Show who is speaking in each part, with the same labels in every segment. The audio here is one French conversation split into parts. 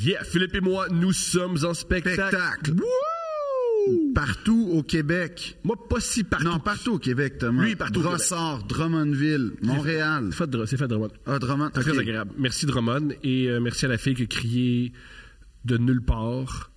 Speaker 1: Yeah, Philippe et moi, nous sommes en spectacle.
Speaker 2: Spectacle.
Speaker 1: Wouh!
Speaker 2: Partout au Québec.
Speaker 1: Moi, pas si partout.
Speaker 2: Non, partout au Québec, Thomas.
Speaker 1: Lui, partout au
Speaker 2: Brossard, Drummondville, Montréal.
Speaker 1: C'est fait de- C'est fait, Drummond.
Speaker 2: Ah, Drummond.
Speaker 1: C'est
Speaker 2: ok.
Speaker 1: très agréable. Merci, Drummond. Et euh, merci à la fille qui a crié de nulle part.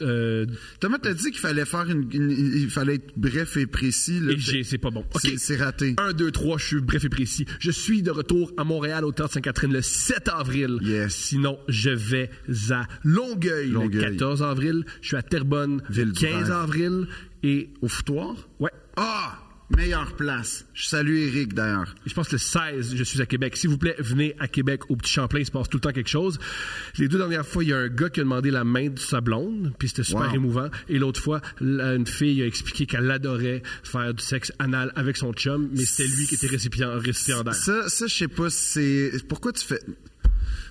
Speaker 1: Euh,
Speaker 2: Thomas, t'as dit qu'il fallait faire une, une- Il fallait être bref et précis. là.
Speaker 1: et j'ai- c'est pas bon. OK.
Speaker 2: C'est- C'est raté.
Speaker 1: 1, 2, 3, je suis bref et précis. Je suis de retour à Montréal au Théâtre Sainte-Catherine le 7 avril.
Speaker 2: Yes.
Speaker 1: Sinon, je vais à Longueuil,
Speaker 2: Longueuil.
Speaker 1: le 14 avril. Je suis à Terrebonne le
Speaker 2: Ville du
Speaker 1: 15
Speaker 2: Rêve.
Speaker 1: avril. Et
Speaker 2: Au foutoir?
Speaker 1: ouais,
Speaker 2: Ah! Meilleure place. Je salue Eric, d'ailleurs.
Speaker 1: je pense le 16, je suis à Québec. S'il vous plaît, venez à Québec au Petit Champlain, il se passe tout le temps quelque chose. Les deux dernières fois, il y a un gars qui a demandé la main de sa blonde, puis c'était super
Speaker 2: Wow.
Speaker 1: émouvant. Et l'autre fois, la- une fille a expliqué qu'elle adorait faire du sexe anal avec son chum, mais c'était lui qui était récipient- récipiendaire.
Speaker 2: Ça, ça je sais pas, c'est. Pourquoi tu fais.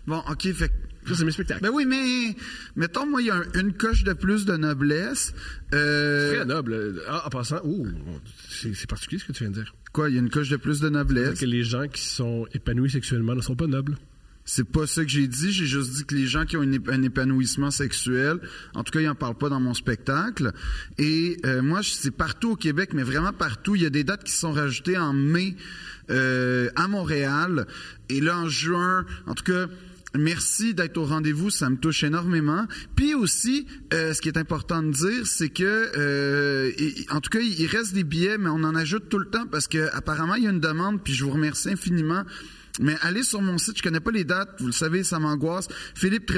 Speaker 2: Bon, OK, fait que-
Speaker 1: Ça, c'est mes spectacles.
Speaker 2: Ben oui, mais. Mettons, moi, il y a un- une coche de plus de noblesse. Euh,
Speaker 1: Très noble. Ah, en passant, oh, c'est c'est particulier ce que tu viens de dire.
Speaker 2: Quoi, il y a une coche de plus de noblesse?
Speaker 1: Que les gens qui sont épanouis sexuellement ne sont pas nobles.
Speaker 2: C'est pas ça que j'ai dit. J'ai juste dit que les gens qui ont une ép- un épanouissement sexuel, en tout cas, ils en parlent pas dans mon spectacle. Et euh, moi, je- c'est partout au Québec, mais vraiment partout. Il y a des dates qui se sont rajoutées en mai euh, à Montréal. Et là, en juin, en tout cas... Merci d'être au rendez-vous, ça me touche énormément. Puis aussi, euh, ce qui est important de dire, c'est que, euh, il- en tout cas, il il reste des billets, mais on en ajoute tout le temps parce que apparemment il y a une demande. Puis je vous remercie infiniment. Mais allez sur mon site, je connais pas les dates, vous le savez, ça m'angoisse.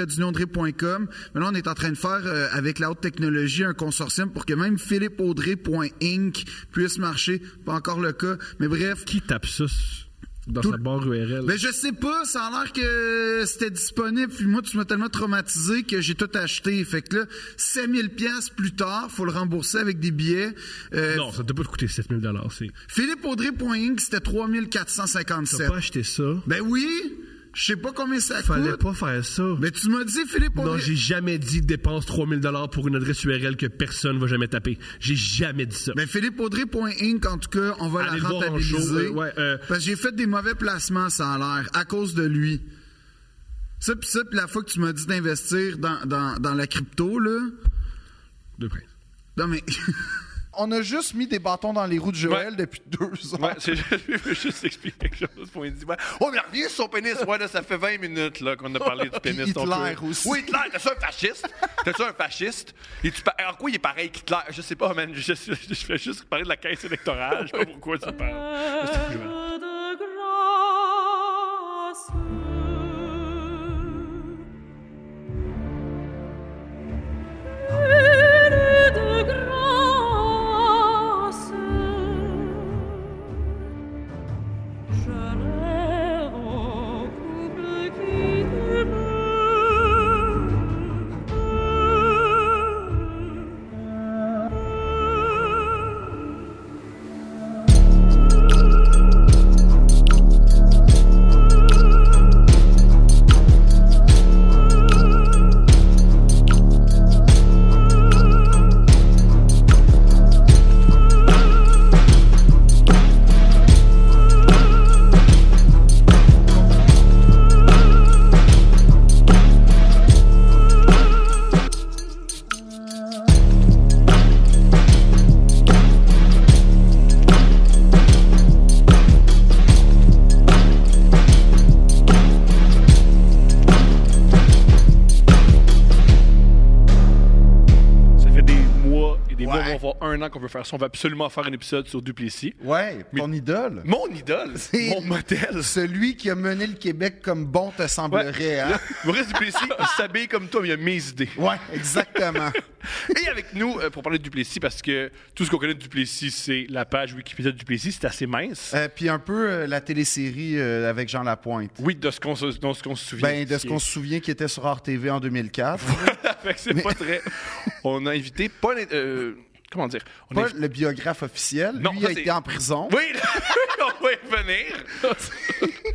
Speaker 2: philippe-audrey.com. Mais là, on est en train de faire euh, avec la haute technologie un consortium pour que même philippeaudrey.inc puisse marcher. Pas encore le cas, mais bref.
Speaker 1: Qui tape ça s- dans
Speaker 2: Tout-
Speaker 1: sa barre URL?
Speaker 2: Ben je sais pas, ça a l'air que c'était disponible. Puis moi, tu m'as tellement traumatisé que j'ai tout acheté. Fait que là, 7000 pièces plus tard, faut le rembourser avec des billets. Euh,
Speaker 1: non, ça ne doit pas te coûter 7000 c'est...
Speaker 2: philippeaudrey.inc, c'était
Speaker 1: T'as
Speaker 2: 3457.
Speaker 1: pas acheté ça?
Speaker 2: Ben oui, je sais pas combien ça
Speaker 1: Fallait
Speaker 2: coûte.
Speaker 1: pas faire ça.
Speaker 2: Mais tu m'as dit, Philippe
Speaker 1: non,
Speaker 2: Audrey.
Speaker 1: j'ai jamais dit dépense 3000 pour une adresse URL que personne va jamais taper. J'ai jamais dit ça.
Speaker 2: Ben, philippeaudrey.inc, en tout cas, on va
Speaker 1: Allez
Speaker 2: la
Speaker 1: le voir en
Speaker 2: rentabiliser.
Speaker 1: show, euh, ouais, euh.
Speaker 2: Parce que j'ai fait des mauvais placements, ça a l'air, à cause de lui. Ça, pis ça, pis la fois que tu m'as dit d'investir dans, dans, dans la crypto, là.
Speaker 1: De près.
Speaker 2: Non, mais.
Speaker 3: On a juste mis des bâtons dans les roues de Joël
Speaker 4: Ouais.
Speaker 3: depuis deux ans.
Speaker 4: Ouais, c'est- je veux juste expliquer quelque chose. Pour il dit, ouais, oh, mais reviens sur son pénis. Ouais, là, ça fait 20 minutes là, qu'on a parlé du pénis.
Speaker 3: Hitler
Speaker 4: ton peu.
Speaker 3: aussi.
Speaker 4: Oui, Hitler, t'es-tu un fasciste? T'es-tu un fasciste? Et tu par- Alors quoi, il est pareil qu'Hitler? Je sais pas, man. Je, je, je fais juste parler de la caisse électorale. Je sais pas pourquoi tu parles.
Speaker 5: de grâce. Une de grâce. Je rêve au couple qui demeure.
Speaker 4: Ça fait des mois et des mois,
Speaker 3: Ouais.
Speaker 4: voire un an qu'on veut faire ça. On va absolument faire un épisode sur Duplessis.
Speaker 3: Ouais, ton idole.
Speaker 4: Mon idole,
Speaker 3: C'est-
Speaker 4: mon modèle.
Speaker 3: Celui qui a mené le Québec comme bon te semblerait, hein?
Speaker 4: Maurice Duplessis, il s'habille comme toi, mais il a mes idées.
Speaker 3: Ouais, exactement.
Speaker 4: Et avec nous, euh, pour parler de Duplessis, parce que tout ce qu'on connaît de Duplessis, c'est la page Wikipédia de Duplessis, c'est assez mince.
Speaker 3: Euh, puis un peu euh, la télésérie euh, avec Jean Lapointe.
Speaker 4: Oui, de ce qu'on se, dont ce qu'on se souvient.
Speaker 3: Ben, de ce qu'on se souvient qui était sur RTV en 2004.
Speaker 4: Fait que c'est pas très... On a invité Paul... euh, comment dire? On a
Speaker 3: Pas
Speaker 4: invité-
Speaker 3: le biographe officiel.
Speaker 4: Non,
Speaker 3: Lui
Speaker 4: ça,
Speaker 3: a
Speaker 4: c'est-
Speaker 3: été en prison.
Speaker 4: Oui, on va y venir.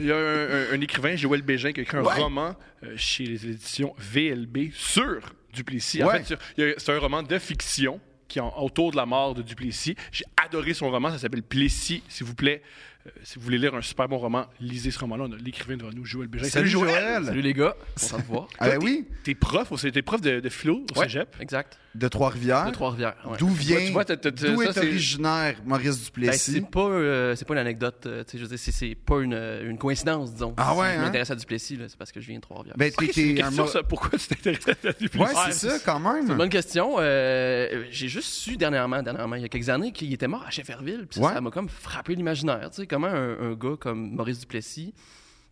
Speaker 4: Il y a un, un- un écrivain, Joël Bégin, qui a écrit un
Speaker 3: Ouais.
Speaker 4: roman euh, chez les éditions VLB sur Duplessis. En
Speaker 3: Ouais.
Speaker 4: fait, sur- il y a- c'est un roman de fiction qui est en- autour de la mort de Duplessis. J'ai adoré son roman, ça s'appelle Plessis, s'il vous plaît. Euh, si vous voulez lire un super bon roman, lisez ce roman-là. On a l'écrivain devant nous, Joël Bégin.
Speaker 3: Salut, Joël.
Speaker 6: Salut les gars, on s'en revoit.
Speaker 3: Ah ben oui,
Speaker 4: T'es prof, au cé- t'es prof de, de philo au
Speaker 6: Ouais,
Speaker 4: cégep.
Speaker 6: Exact.
Speaker 3: de Trois-Rivières.
Speaker 6: De Trois-Rivières. ouais.
Speaker 3: Ah. D'où
Speaker 4: Tu vois-
Speaker 3: vient,
Speaker 4: tu vois, t'as- t'as- t'as-
Speaker 3: d'où
Speaker 4: ça,
Speaker 3: est
Speaker 4: c'est-
Speaker 3: originaire Maurice
Speaker 6: Ben,
Speaker 3: Duplessis?
Speaker 6: c'est pas, euh, c'est pas une anecdote, euh, tu sais, je veux dire, c'est- c'est pas une, euh, une coïncidence, disons.
Speaker 3: Ah ouais,
Speaker 6: Si je
Speaker 3: hein?
Speaker 6: m'intéresse à Duplessis, là, c'est parce que je viens de Trois-Rivières.
Speaker 3: Ben,
Speaker 4: Ok,
Speaker 3: t'es-
Speaker 4: c'est une
Speaker 3: t'es un
Speaker 4: question,
Speaker 3: mo-
Speaker 4: ça. Pourquoi tu t'intéresses à Duplessis?
Speaker 3: Ouais, c'est ça, quand
Speaker 6: C'est une
Speaker 3: même.
Speaker 6: bonne question. Euh, j'ai juste su dernièrement, dernièrement, il y a quelques années, qu'il était mort à Shefferville. Puis ça,
Speaker 3: Ouais.
Speaker 6: ça m'a comme frappé l'imaginaire. Tu sais, comment un, un gars comme Maurice Duplessis,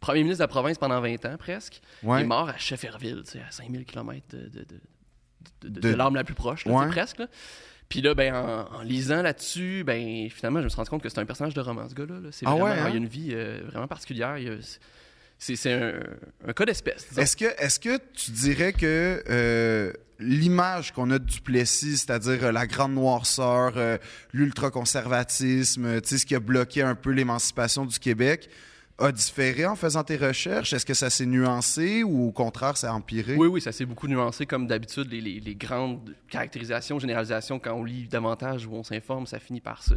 Speaker 6: premier ministre de la province pendant 20 ans presque,
Speaker 3: Ouais.
Speaker 6: est mort à Shefferville, tu sais, à 5000 km de, de, de- de- de-
Speaker 3: De-
Speaker 6: de l'arme la plus proche, là, tu sais,
Speaker 3: Ouais.
Speaker 6: presque. là. Puis là, ben, en, en lisant là-dessus, ben, finalement, je me suis rendu compte que c'est un personnage de roman, ce gars-là. là. C'est
Speaker 3: Ah
Speaker 6: vraiment,
Speaker 3: ouais, hein?
Speaker 6: Il a une vie euh, vraiment particulière. Il a- c'est, c'est un, un cas d'espèce. disons.
Speaker 3: Est-ce que, est-ce que tu dirais que euh, l'image qu'on a de Duplessis, c'est-à-dire euh, la grande noirceur, euh, l'ultraconservatisme, euh, tu sais, ce qui a bloqué un peu l'émancipation du Québec, a différé en faisant tes recherches? Est-ce que ça s'est nuancé ou au contraire, ça a empiré?
Speaker 6: Oui, oui, ça s'est beaucoup nuancé comme d'habitude. Les, les- les grandes caractérisations, généralisations, quand on lit davantage ou on s'informe, ça finit par se,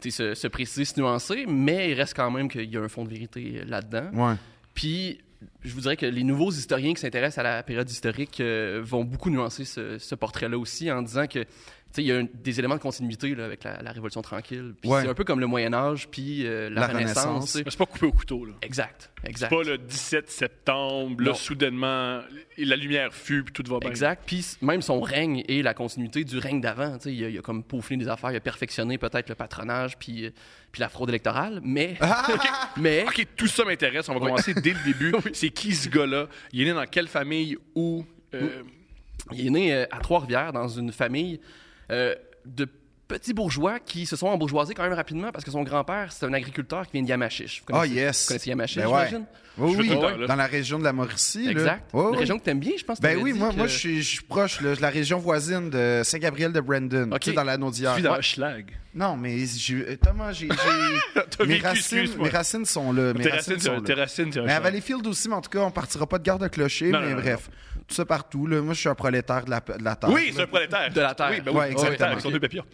Speaker 6: tu sais, se, se préciser, se nuancer, mais il reste quand même qu'il y a un fond de vérité euh, là-dedans.
Speaker 3: Ouais. Ah,
Speaker 6: Puis, je vous dirais que les nouveaux historiens qui s'intéressent à la période historique euh, vont beaucoup nuancer ce, ce portrait-là aussi en disant que, tu sais, il y a un- des éléments de continuité là, avec la, la Révolution tranquille. Puis
Speaker 3: Ouais.
Speaker 6: c'est un peu comme le Moyen-Âge, puis euh, la,
Speaker 3: La Renaissance.
Speaker 6: Renaissance. tu sais.
Speaker 4: C'est pas coupé au couteau, là.
Speaker 6: Exact, exact.
Speaker 4: Pas le 17 septembre, là,
Speaker 6: Non.
Speaker 4: soudainement, la lumière fut, puis tout va bien.
Speaker 6: Exact. Puis s- même son règne et la continuité du règne d'avant. tu sais, Il, a- il a comme peaufiné des affaires, il a perfectionné peut-être le patronage puis, euh, puis la fraude électorale, mais.
Speaker 3: Ah!
Speaker 6: mais
Speaker 4: OK, tout ça m'intéresse. On va commencer dès le début. C'est qui ce gars-là? Il est né dans quelle famille? Où? Euh,
Speaker 6: il est né euh, à Trois-Rivières dans une famille euh, de petits bourgeois qui se sont embourgeoisés quand même rapidement parce que son grand-père, c'est un agriculteur qui vient de Yamachiche. Vous
Speaker 3: Ah,
Speaker 6: connaissez-
Speaker 3: yes.
Speaker 6: Vous connaissez Yamachiche,
Speaker 3: Ben ouais.
Speaker 6: j'imagine?
Speaker 3: Oui,
Speaker 4: Je
Speaker 3: oui,
Speaker 4: suis content, là.
Speaker 3: dans la région de la Mauricie. là.
Speaker 6: Exact.
Speaker 3: Ouais,
Speaker 6: Une
Speaker 3: ouais.
Speaker 6: région que t'aimes bien, je pense. que
Speaker 3: Ben
Speaker 6: t'avais
Speaker 3: oui,
Speaker 6: dit
Speaker 3: moi,
Speaker 6: que-
Speaker 3: moi je, suis, je suis proche, là, de la région voisine de Saint-Gabriel-de-Brandon,
Speaker 6: Ok.
Speaker 3: tu sais, dans la Naudière.
Speaker 4: Tu vis dans
Speaker 6: Ouais.
Speaker 4: Hochelag.
Speaker 3: Non, mais j'ai- euh, Thomas, j'ai. j'ai-
Speaker 4: T'as
Speaker 3: mes,
Speaker 4: vécu,
Speaker 3: racines,
Speaker 4: excuse-moi.
Speaker 3: mes racines sont là. Mes
Speaker 4: Tes
Speaker 3: racines,
Speaker 4: racines,
Speaker 3: sont
Speaker 4: c'est-
Speaker 3: là.
Speaker 4: tes racines, c'est
Speaker 3: Mais à
Speaker 4: Hochelag.
Speaker 3: Valleyfield aussi, mais en tout cas, on partira pas de garde-clocher,
Speaker 4: Non,
Speaker 3: mais
Speaker 4: non, non,
Speaker 3: bref. Tout ça partout, là. Moi, je suis un prolétaire de la, de la terre.
Speaker 4: Oui, c'est un prolétaire.
Speaker 6: De la terre.
Speaker 4: Oui, ben
Speaker 3: Ouais,
Speaker 4: oui,
Speaker 3: exactement.
Speaker 4: prolétaire avec son deux papillons.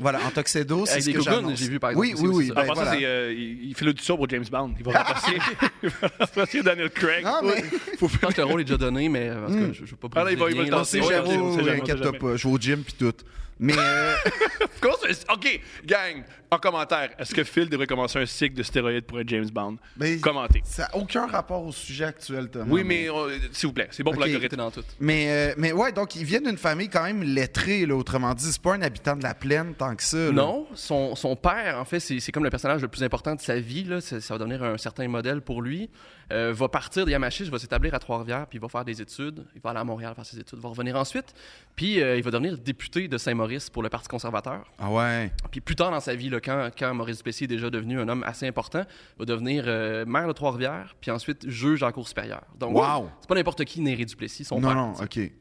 Speaker 3: Voilà, en tuxedo, c'est
Speaker 6: Avec
Speaker 3: ce
Speaker 6: des
Speaker 3: que
Speaker 6: gougounes,
Speaker 3: j'annonce.
Speaker 6: j'ai vu, par exemple,
Speaker 3: Oui,
Speaker 6: aussi,
Speaker 3: oui,
Speaker 6: c'est
Speaker 3: oui.
Speaker 6: ça.
Speaker 4: En
Speaker 3: ben,
Speaker 4: passant,
Speaker 3: voilà.
Speaker 4: c'est, euh, il il fait l'audition pour James Bond. Il va remplacer, il va remplacer Daniel Craig.
Speaker 3: Non, mais
Speaker 6: Je pense que le rôle est déjà donné, mais euh, en tout
Speaker 3: Hmm.
Speaker 6: cas, je ne veux pas
Speaker 4: Ah, là, il va- il va le
Speaker 6: briser le lien, là.
Speaker 3: on sait
Speaker 4: ouais,
Speaker 3: jamais,
Speaker 4: on sait jamais, on sait
Speaker 3: inquiète-toi
Speaker 4: jamais.
Speaker 3: pas. Je vais au gym puis tout. Mais euh,
Speaker 4: Comment ça- OK, gang, en commentaire, est-ce que Phil devrait commencer un cycle de stéroïdes pour être James Bond?
Speaker 3: Mais-
Speaker 4: Commentez.
Speaker 3: ça n'a aucun rapport au sujet actuel, Thomas.
Speaker 4: Oui, mais on- s'il vous plaît, c'est bon pour
Speaker 3: Ok.
Speaker 6: T'es
Speaker 4: l'algorithme.
Speaker 6: dans tout.
Speaker 3: Mais, euh, mais ouais, donc, ils viennent d'une famille quand même lettrée, là. Autrement dit, c'est pas un habitant de la plaine tant que ça. là.
Speaker 6: Non, son, son père, en fait, c'est c'est comme le personnage le plus important de sa vie. Là. Ça, ça va devenir un certain modèle pour lui. Euh, va partir de Yamachiche, va s'établir à Trois-Rivières, puis il va faire des études. Il va aller à Montréal faire ses études, va revenir ensuite. Puis euh, il va devenir député de Saint-Maurice pour le Parti conservateur.
Speaker 3: Ah ouais.
Speaker 6: Puis plus tard dans sa vie, là, quand, quand Maurice Duplessis est déjà devenu un homme assez important, va devenir euh, maire de Trois-Rivières, puis ensuite juge en cour supérieure. Donc,
Speaker 3: Wow!
Speaker 6: c'est pas n'importe qui Néré Duplessis, son
Speaker 3: Non,
Speaker 6: père.
Speaker 3: non,
Speaker 6: tu sais.
Speaker 3: OK.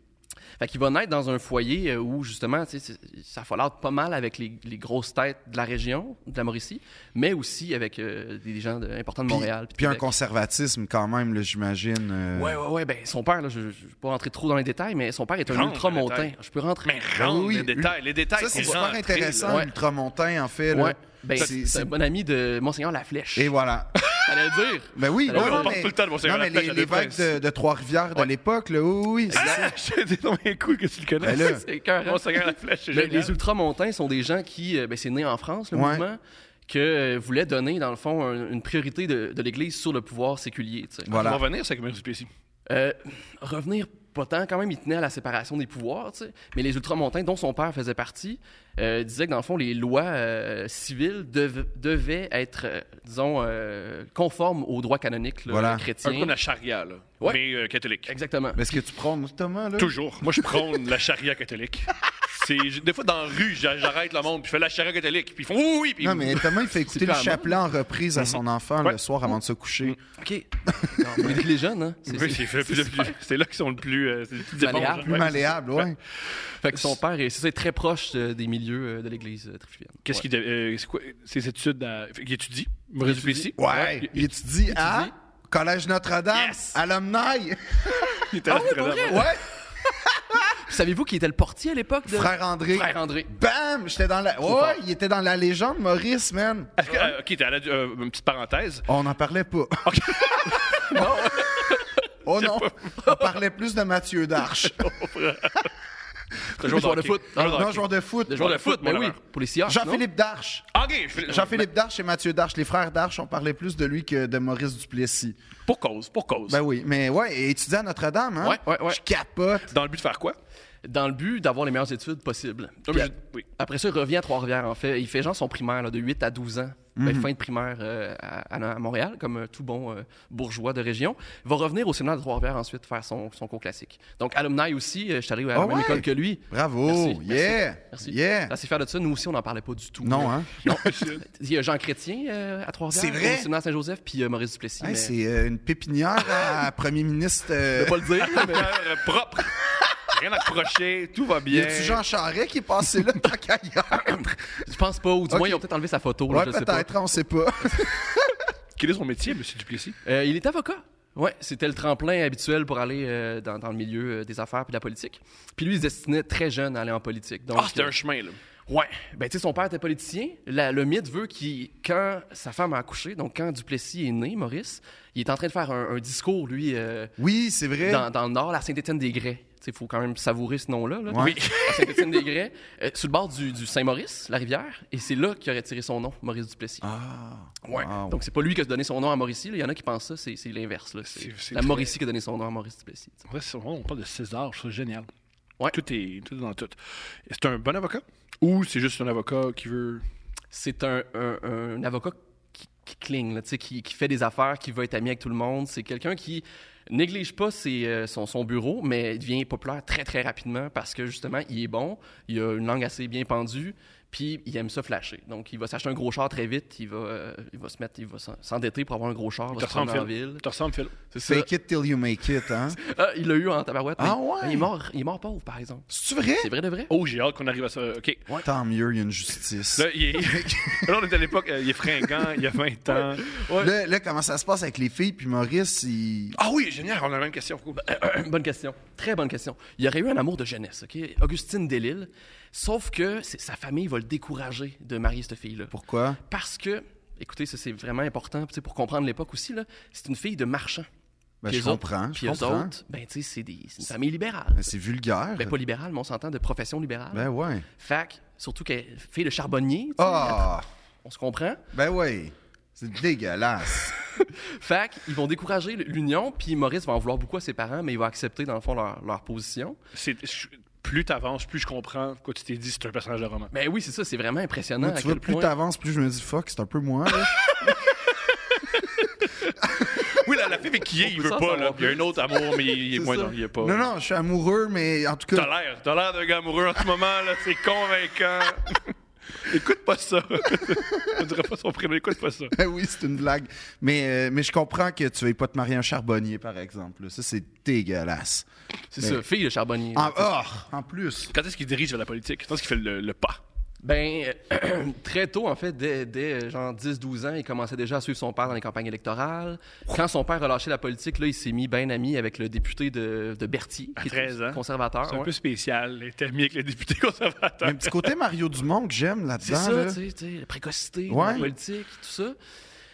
Speaker 6: Fait qu'il va naître dans un foyer euh, où, justement, tu sais, c'est- ça follarde pas mal avec les, les grosses têtes de la région, de la Mauricie, mais aussi avec euh, des gens de- importants de
Speaker 3: Puis-
Speaker 6: Montréal.
Speaker 3: Puis un
Speaker 6: Québec.
Speaker 3: conservatisme quand même, là, j'imagine. euh,
Speaker 6: Ouais, ouais, ouais. Ben, son père, là, je ne vais pas rentrer trop dans les détails, mais son père est un
Speaker 4: Rentre dans les
Speaker 6: ultramontain.
Speaker 4: détails.
Speaker 6: Je peux rentrer.
Speaker 4: Mais rentre
Speaker 3: Ben oui,
Speaker 4: les détails, les détails.
Speaker 3: Ça, c'est
Speaker 4: sont
Speaker 3: super
Speaker 4: rentrés,
Speaker 3: intéressant,
Speaker 4: là.
Speaker 6: Ouais.
Speaker 3: l'ultramontain, en fait. là.
Speaker 6: Ouais. Ben,
Speaker 3: C'est-
Speaker 6: c'est c'est un bon ami de Monseigneur Laflèche.
Speaker 3: Et voilà.
Speaker 6: Fallait le dire.
Speaker 3: Ben oui,
Speaker 6: Ouais,
Speaker 3: non,
Speaker 6: on
Speaker 3: non,
Speaker 6: parle
Speaker 3: mais,
Speaker 4: tout le temps de Monseigneur
Speaker 3: non, mais
Speaker 4: Laflèche
Speaker 3: les,
Speaker 4: à
Speaker 3: les vagues
Speaker 4: Deux-Princes.
Speaker 3: de, de Trois-Rivières de l'époque, là, oui, oui. c'est ça.
Speaker 4: Ah, Je dis non, mais cool que tu le connais.
Speaker 3: Ben là. Ben,
Speaker 6: C'est écœurant.
Speaker 4: Monseigneur la flèche, c'est
Speaker 6: Mais
Speaker 4: génial.
Speaker 6: les ultramontains sont des gens qui, euh, ben, c'est né en France, le
Speaker 3: Ouais.
Speaker 6: mouvement, que euh, voulait donner, dans le fond, un- une priorité de, de l'Église sur le pouvoir séculier. tu sais.
Speaker 4: On
Speaker 3: Voilà.
Speaker 4: va revenir, ça, comme Duplessis.
Speaker 6: Euh, revenir pas tant, quand même, il tenait à la séparation des pouvoirs, tu sais. mais les ultramontains, dont son père faisait partie, euh, disaient que, dans le fond, les lois euh, civiles dev- devaient être, euh, disons, euh, conformes aux droits canoniques là,
Speaker 3: Voilà.
Speaker 4: Un peu
Speaker 6: chrétiens.
Speaker 4: comme la charia, là.
Speaker 6: Ouais.
Speaker 4: Mais euh, catholique.
Speaker 6: Exactement.
Speaker 3: Mais est-ce que tu prends Thomas, là?
Speaker 4: Toujours. Moi, je prône la charia catholique. C'est, je- des fois, dans la rue, j'a- j'arrête le monde, puis je fais la charia catholique, puis ils font oui, oui, puis
Speaker 3: Non, mais Thomas, il fait écouter le
Speaker 6: pas à moi.
Speaker 3: chapelet en reprise à son enfant le
Speaker 4: Ouais.
Speaker 3: soir avant de se coucher.
Speaker 6: OK. Non, mais les jeunes, hein? C'est-
Speaker 4: Oui,
Speaker 6: c'est-
Speaker 4: c'est, c'est- c'est- c'est- c'est là qu'ils sont le plus. euh, c'est les petites éponges,
Speaker 6: Malléable.
Speaker 3: Plus
Speaker 4: ouais.
Speaker 3: malléable, ouais.
Speaker 6: Fait que son père est, c'est ça, très proche euh, des milieux euh, de l'Église euh, trifluvienne.
Speaker 4: Qu'est-ce qu'il. dev- euh, c'est quoi Ses études. À... fait qu'il étudie. Maurice Duplessis.
Speaker 3: Ouais. Il étudie à Collège Notre-Dame,
Speaker 4: Yes!
Speaker 3: alumni. Ah
Speaker 4: Il était à Notre-Dame.
Speaker 6: Ouais. Puis Savez-vous qui était le portier à l'époque de
Speaker 3: Frère André.
Speaker 6: Frère André.
Speaker 3: Bam! J'étais dans la. Ouais,
Speaker 6: fort.
Speaker 3: il était dans la légende, Maurice, man.
Speaker 4: Est-ce que, euh, ok, t'as la- euh, une petite parenthèse.
Speaker 3: On n'en parlait pas. oh non! On parlait plus de Mathieu Darche.
Speaker 4: Toujours
Speaker 6: joueur de foot. Ah,
Speaker 3: non, joueur de foot.
Speaker 6: Le joueur de foot, mais oui, pour les Seahawks. non?
Speaker 3: Jean-Philippe Darche.
Speaker 4: Ok, je-
Speaker 3: Jean-Philippe Darche et Mathieu Darche, les frères Darche, on parlait plus de lui que de Maurice Duplessis.
Speaker 4: Pour cause, pour cause.
Speaker 3: Ben oui, mais ouais, et étudiant à Notre-Dame, hein?
Speaker 6: Ouais, ouais, ouais.
Speaker 3: Je capote.
Speaker 4: Dans le but de faire quoi?
Speaker 6: Dans le but d'avoir les meilleures études possibles.
Speaker 4: Non,
Speaker 6: Puis
Speaker 4: mais
Speaker 6: à-
Speaker 4: je- oui.
Speaker 6: Après ça, il revient à Trois-Rivières, en fait. Il fait genre son primaire là, de 8 à 12 ans. Ben,
Speaker 3: Mm-hmm.
Speaker 6: fin de primaire euh, à, à- à Montréal, comme euh, tout bon euh, bourgeois de région. Il va revenir au séminaire de Trois-Rivières ensuite faire son, son cours classique. Donc, alumni aussi, euh, je suis allé à la
Speaker 3: Ah
Speaker 6: même
Speaker 3: ouais?
Speaker 6: école que lui.
Speaker 3: Bravo!
Speaker 6: Merci,
Speaker 3: yeah!
Speaker 6: Merci.
Speaker 3: Yeah!
Speaker 6: Assez fier de ça. Nous aussi, on n'en parlait pas du tout.
Speaker 3: Non,
Speaker 6: là.
Speaker 3: hein?
Speaker 6: Non. Il y a Jean Chrétien euh, à Trois-Rivières.
Speaker 3: C'est vrai?
Speaker 6: Au séminaire Saint-Joseph, puis euh, Maurice Duplessis.
Speaker 3: Hey,
Speaker 6: mais-
Speaker 3: C'est euh, une pépinière à Premier ministre. euh,
Speaker 6: Je vais pas le dire, mais-
Speaker 4: Euh, propre. Rien à accrocher, tout va
Speaker 3: Y
Speaker 4: bien.
Speaker 3: a-tu Jean Charret qui est passé là tant qu'ailleurs?
Speaker 6: Je pense pas, ou du
Speaker 3: Ok.
Speaker 6: moins ils ont peut-être enlevé sa photo, là,
Speaker 3: Ouais,
Speaker 6: je sais pas.
Speaker 3: peut-être, on sait pas.
Speaker 4: Quel est son métier, monsieur Duplessis?
Speaker 6: Euh, il est avocat. Ouais, c'était le tremplin habituel pour aller euh, dans, dans le milieu euh, des affaires puis de la politique. Puis lui, il se destinait très jeune à aller en politique. Donc,
Speaker 4: Ah, c'était
Speaker 6: euh,
Speaker 4: un chemin, là.
Speaker 6: Ouais. Ben, tu sais, son père était politicien. La- le mythe veut qu'il, quand sa femme a accouché, donc quand Duplessis est né, Maurice, il est en train de faire un, un discours, lui, euh,
Speaker 3: Oui, c'est vrai.
Speaker 6: dans, dans le nord, à Saint-Étienne-des-Grès. Il faut quand même savourer ce nom-là. là.
Speaker 3: Ouais.
Speaker 6: À Saint-Étienne-des-Grès, euh, sur le bord du, du Saint-Maurice, la rivière, et c'est là qu'il aurait tiré son nom, Maurice Duplessis.
Speaker 3: Ah,
Speaker 6: Ouais.
Speaker 3: wow.
Speaker 6: Donc, c'est pas lui qui a donné son nom à Mauricie. là. Il y en a qui pensent ça, c'est c'est l'inverse. là. C'est
Speaker 4: C'est- c'est
Speaker 6: la
Speaker 4: très-
Speaker 6: Mauricie qui a donné son nom à Maurice Duplessis.
Speaker 4: Ouais, c'est- on parle de César, je trouve ça génial.
Speaker 6: Ouais.
Speaker 4: Tout, est, tout est dans tout. C'est un bon avocat? Ou c'est juste un avocat qui veut.
Speaker 6: C'est un, un- un avocat qui, qui cligne, là, tu sais, qui, qui fait des affaires, qui veut être ami avec tout le monde. C'est quelqu'un qui néglige pas ses, euh, son, son bureau, mais il devient populaire très, très rapidement parce que justement, il est bon, il a une langue assez bien pendue, puis il aime ça flasher. Donc, il va s'acheter un gros char très vite, il va, euh, il va se mettre, il va s'en- s'endetter pour avoir un gros char, il va
Speaker 4: te
Speaker 6: se prendre en
Speaker 4: ressemble,
Speaker 6: ville.
Speaker 4: Tu ressembles, Phil?
Speaker 6: C'est ça.
Speaker 3: Fake it till you make it, hein?
Speaker 6: Ah, il l'a eu en tabarouette. mais
Speaker 3: Ah ouais?
Speaker 6: Il est mort, il est mort pauvre, par exemple.
Speaker 3: C'est-tu vrai?
Speaker 6: C'est vrai de vrai?
Speaker 4: Oh, j'ai hâte qu'on arrive à ça. OK.
Speaker 3: Tant mieux, il y a une justice.
Speaker 4: Là, il est... là, on est à l'époque, euh, il est fringant, il y a 20 ans.
Speaker 3: Là, là, comment ça se passe avec les filles? Puis Maurice, il.
Speaker 4: Ah oui, génial, on a la même question.
Speaker 6: bonne question. Très bonne question. Il y aurait eu un amour de jeunesse, OK? Augustine Delille. Sauf que c'est- sa famille va le décourager de marier cette fille-là.
Speaker 3: Pourquoi?
Speaker 6: Parce que, écoutez, ça c'est vraiment important tu sais, pour comprendre l'époque aussi, là, c'est une fille de marchand.
Speaker 3: Ben,
Speaker 6: Puis
Speaker 3: je
Speaker 6: eux autres-
Speaker 3: comprends. Je
Speaker 6: Puis eux
Speaker 3: comprends.
Speaker 6: autres, ben, tu sais, c'est des- c'est une famille libérale.
Speaker 3: Ben, c'est vulgaire.
Speaker 6: Ben, pas libérale, mais on s'entend de profession libérale.
Speaker 3: Ben ouais.
Speaker 6: Fac, surtout qu'elle est fille de charbonnier. tu sais,
Speaker 3: Ah!
Speaker 6: On se comprend?
Speaker 3: Ben ouais. C'est dégueulasse.
Speaker 6: Fait qu'ils vont décourager l'union, puis Maurice va en vouloir beaucoup à ses parents, mais il va accepter, dans le fond, leur, leur position.
Speaker 4: C'est... je- Plus t'avances, plus je comprends pourquoi tu t'es dit c'est un personnage de roman.
Speaker 6: Mais Ben oui, c'est ça, c'est vraiment impressionnant.
Speaker 3: Moi,
Speaker 6: à
Speaker 3: tu vois,
Speaker 6: quel
Speaker 3: plus
Speaker 6: point-
Speaker 3: t'avances, plus je me dis fuck, c'est un peu moi. là.
Speaker 4: Oui, la, la fille avec qui il est, il
Speaker 6: peut
Speaker 4: veut
Speaker 6: s'en
Speaker 4: pas.
Speaker 6: savoir
Speaker 4: Là. Il y a un autre amour, mais il est
Speaker 3: C'est
Speaker 4: moins.
Speaker 3: ça.
Speaker 4: Non, il est pas.
Speaker 3: Non, non, je suis amoureux, mais en tout
Speaker 4: T'as
Speaker 3: cas.
Speaker 4: l'air, t'as l'air d'un gars amoureux en ce moment, là, c'est convaincant. écoute pas ça. On dirait pas son prénom, écoute pas ça.
Speaker 3: Ben oui, c'est une blague. Mais, euh, mais je comprends que tu veuilles pas te marier un charbonnier, par exemple. là. Ça, c'est dégueulasse.
Speaker 6: C'est ça, fille de charbonnier.
Speaker 3: En, oh, en plus.
Speaker 4: Quand est-ce qu'il dirige vers la politique? Quand est-ce qu'il fait le, le pas?
Speaker 6: Ben, euh, très tôt, en fait, dès, dès, euh, genre 10-12 ans, il commençait déjà à suivre son père dans les campagnes électorales. Quand son père a lâché la politique, là, il s'est mis bien ami avec le député de, de Berthier, qui est
Speaker 4: 13 ans.
Speaker 6: conservateur.
Speaker 3: Ah,
Speaker 4: C'est un
Speaker 6: ouais.
Speaker 4: peu spécial, les amis avec les députés conservateurs.
Speaker 3: Mais un petit côté Mario Dumont que j'aime
Speaker 6: C'est
Speaker 3: là-dedans.
Speaker 6: ça,
Speaker 3: là.
Speaker 6: tu sais, tu sais, la précocité,
Speaker 3: Ouais.
Speaker 6: la politique, tout ça.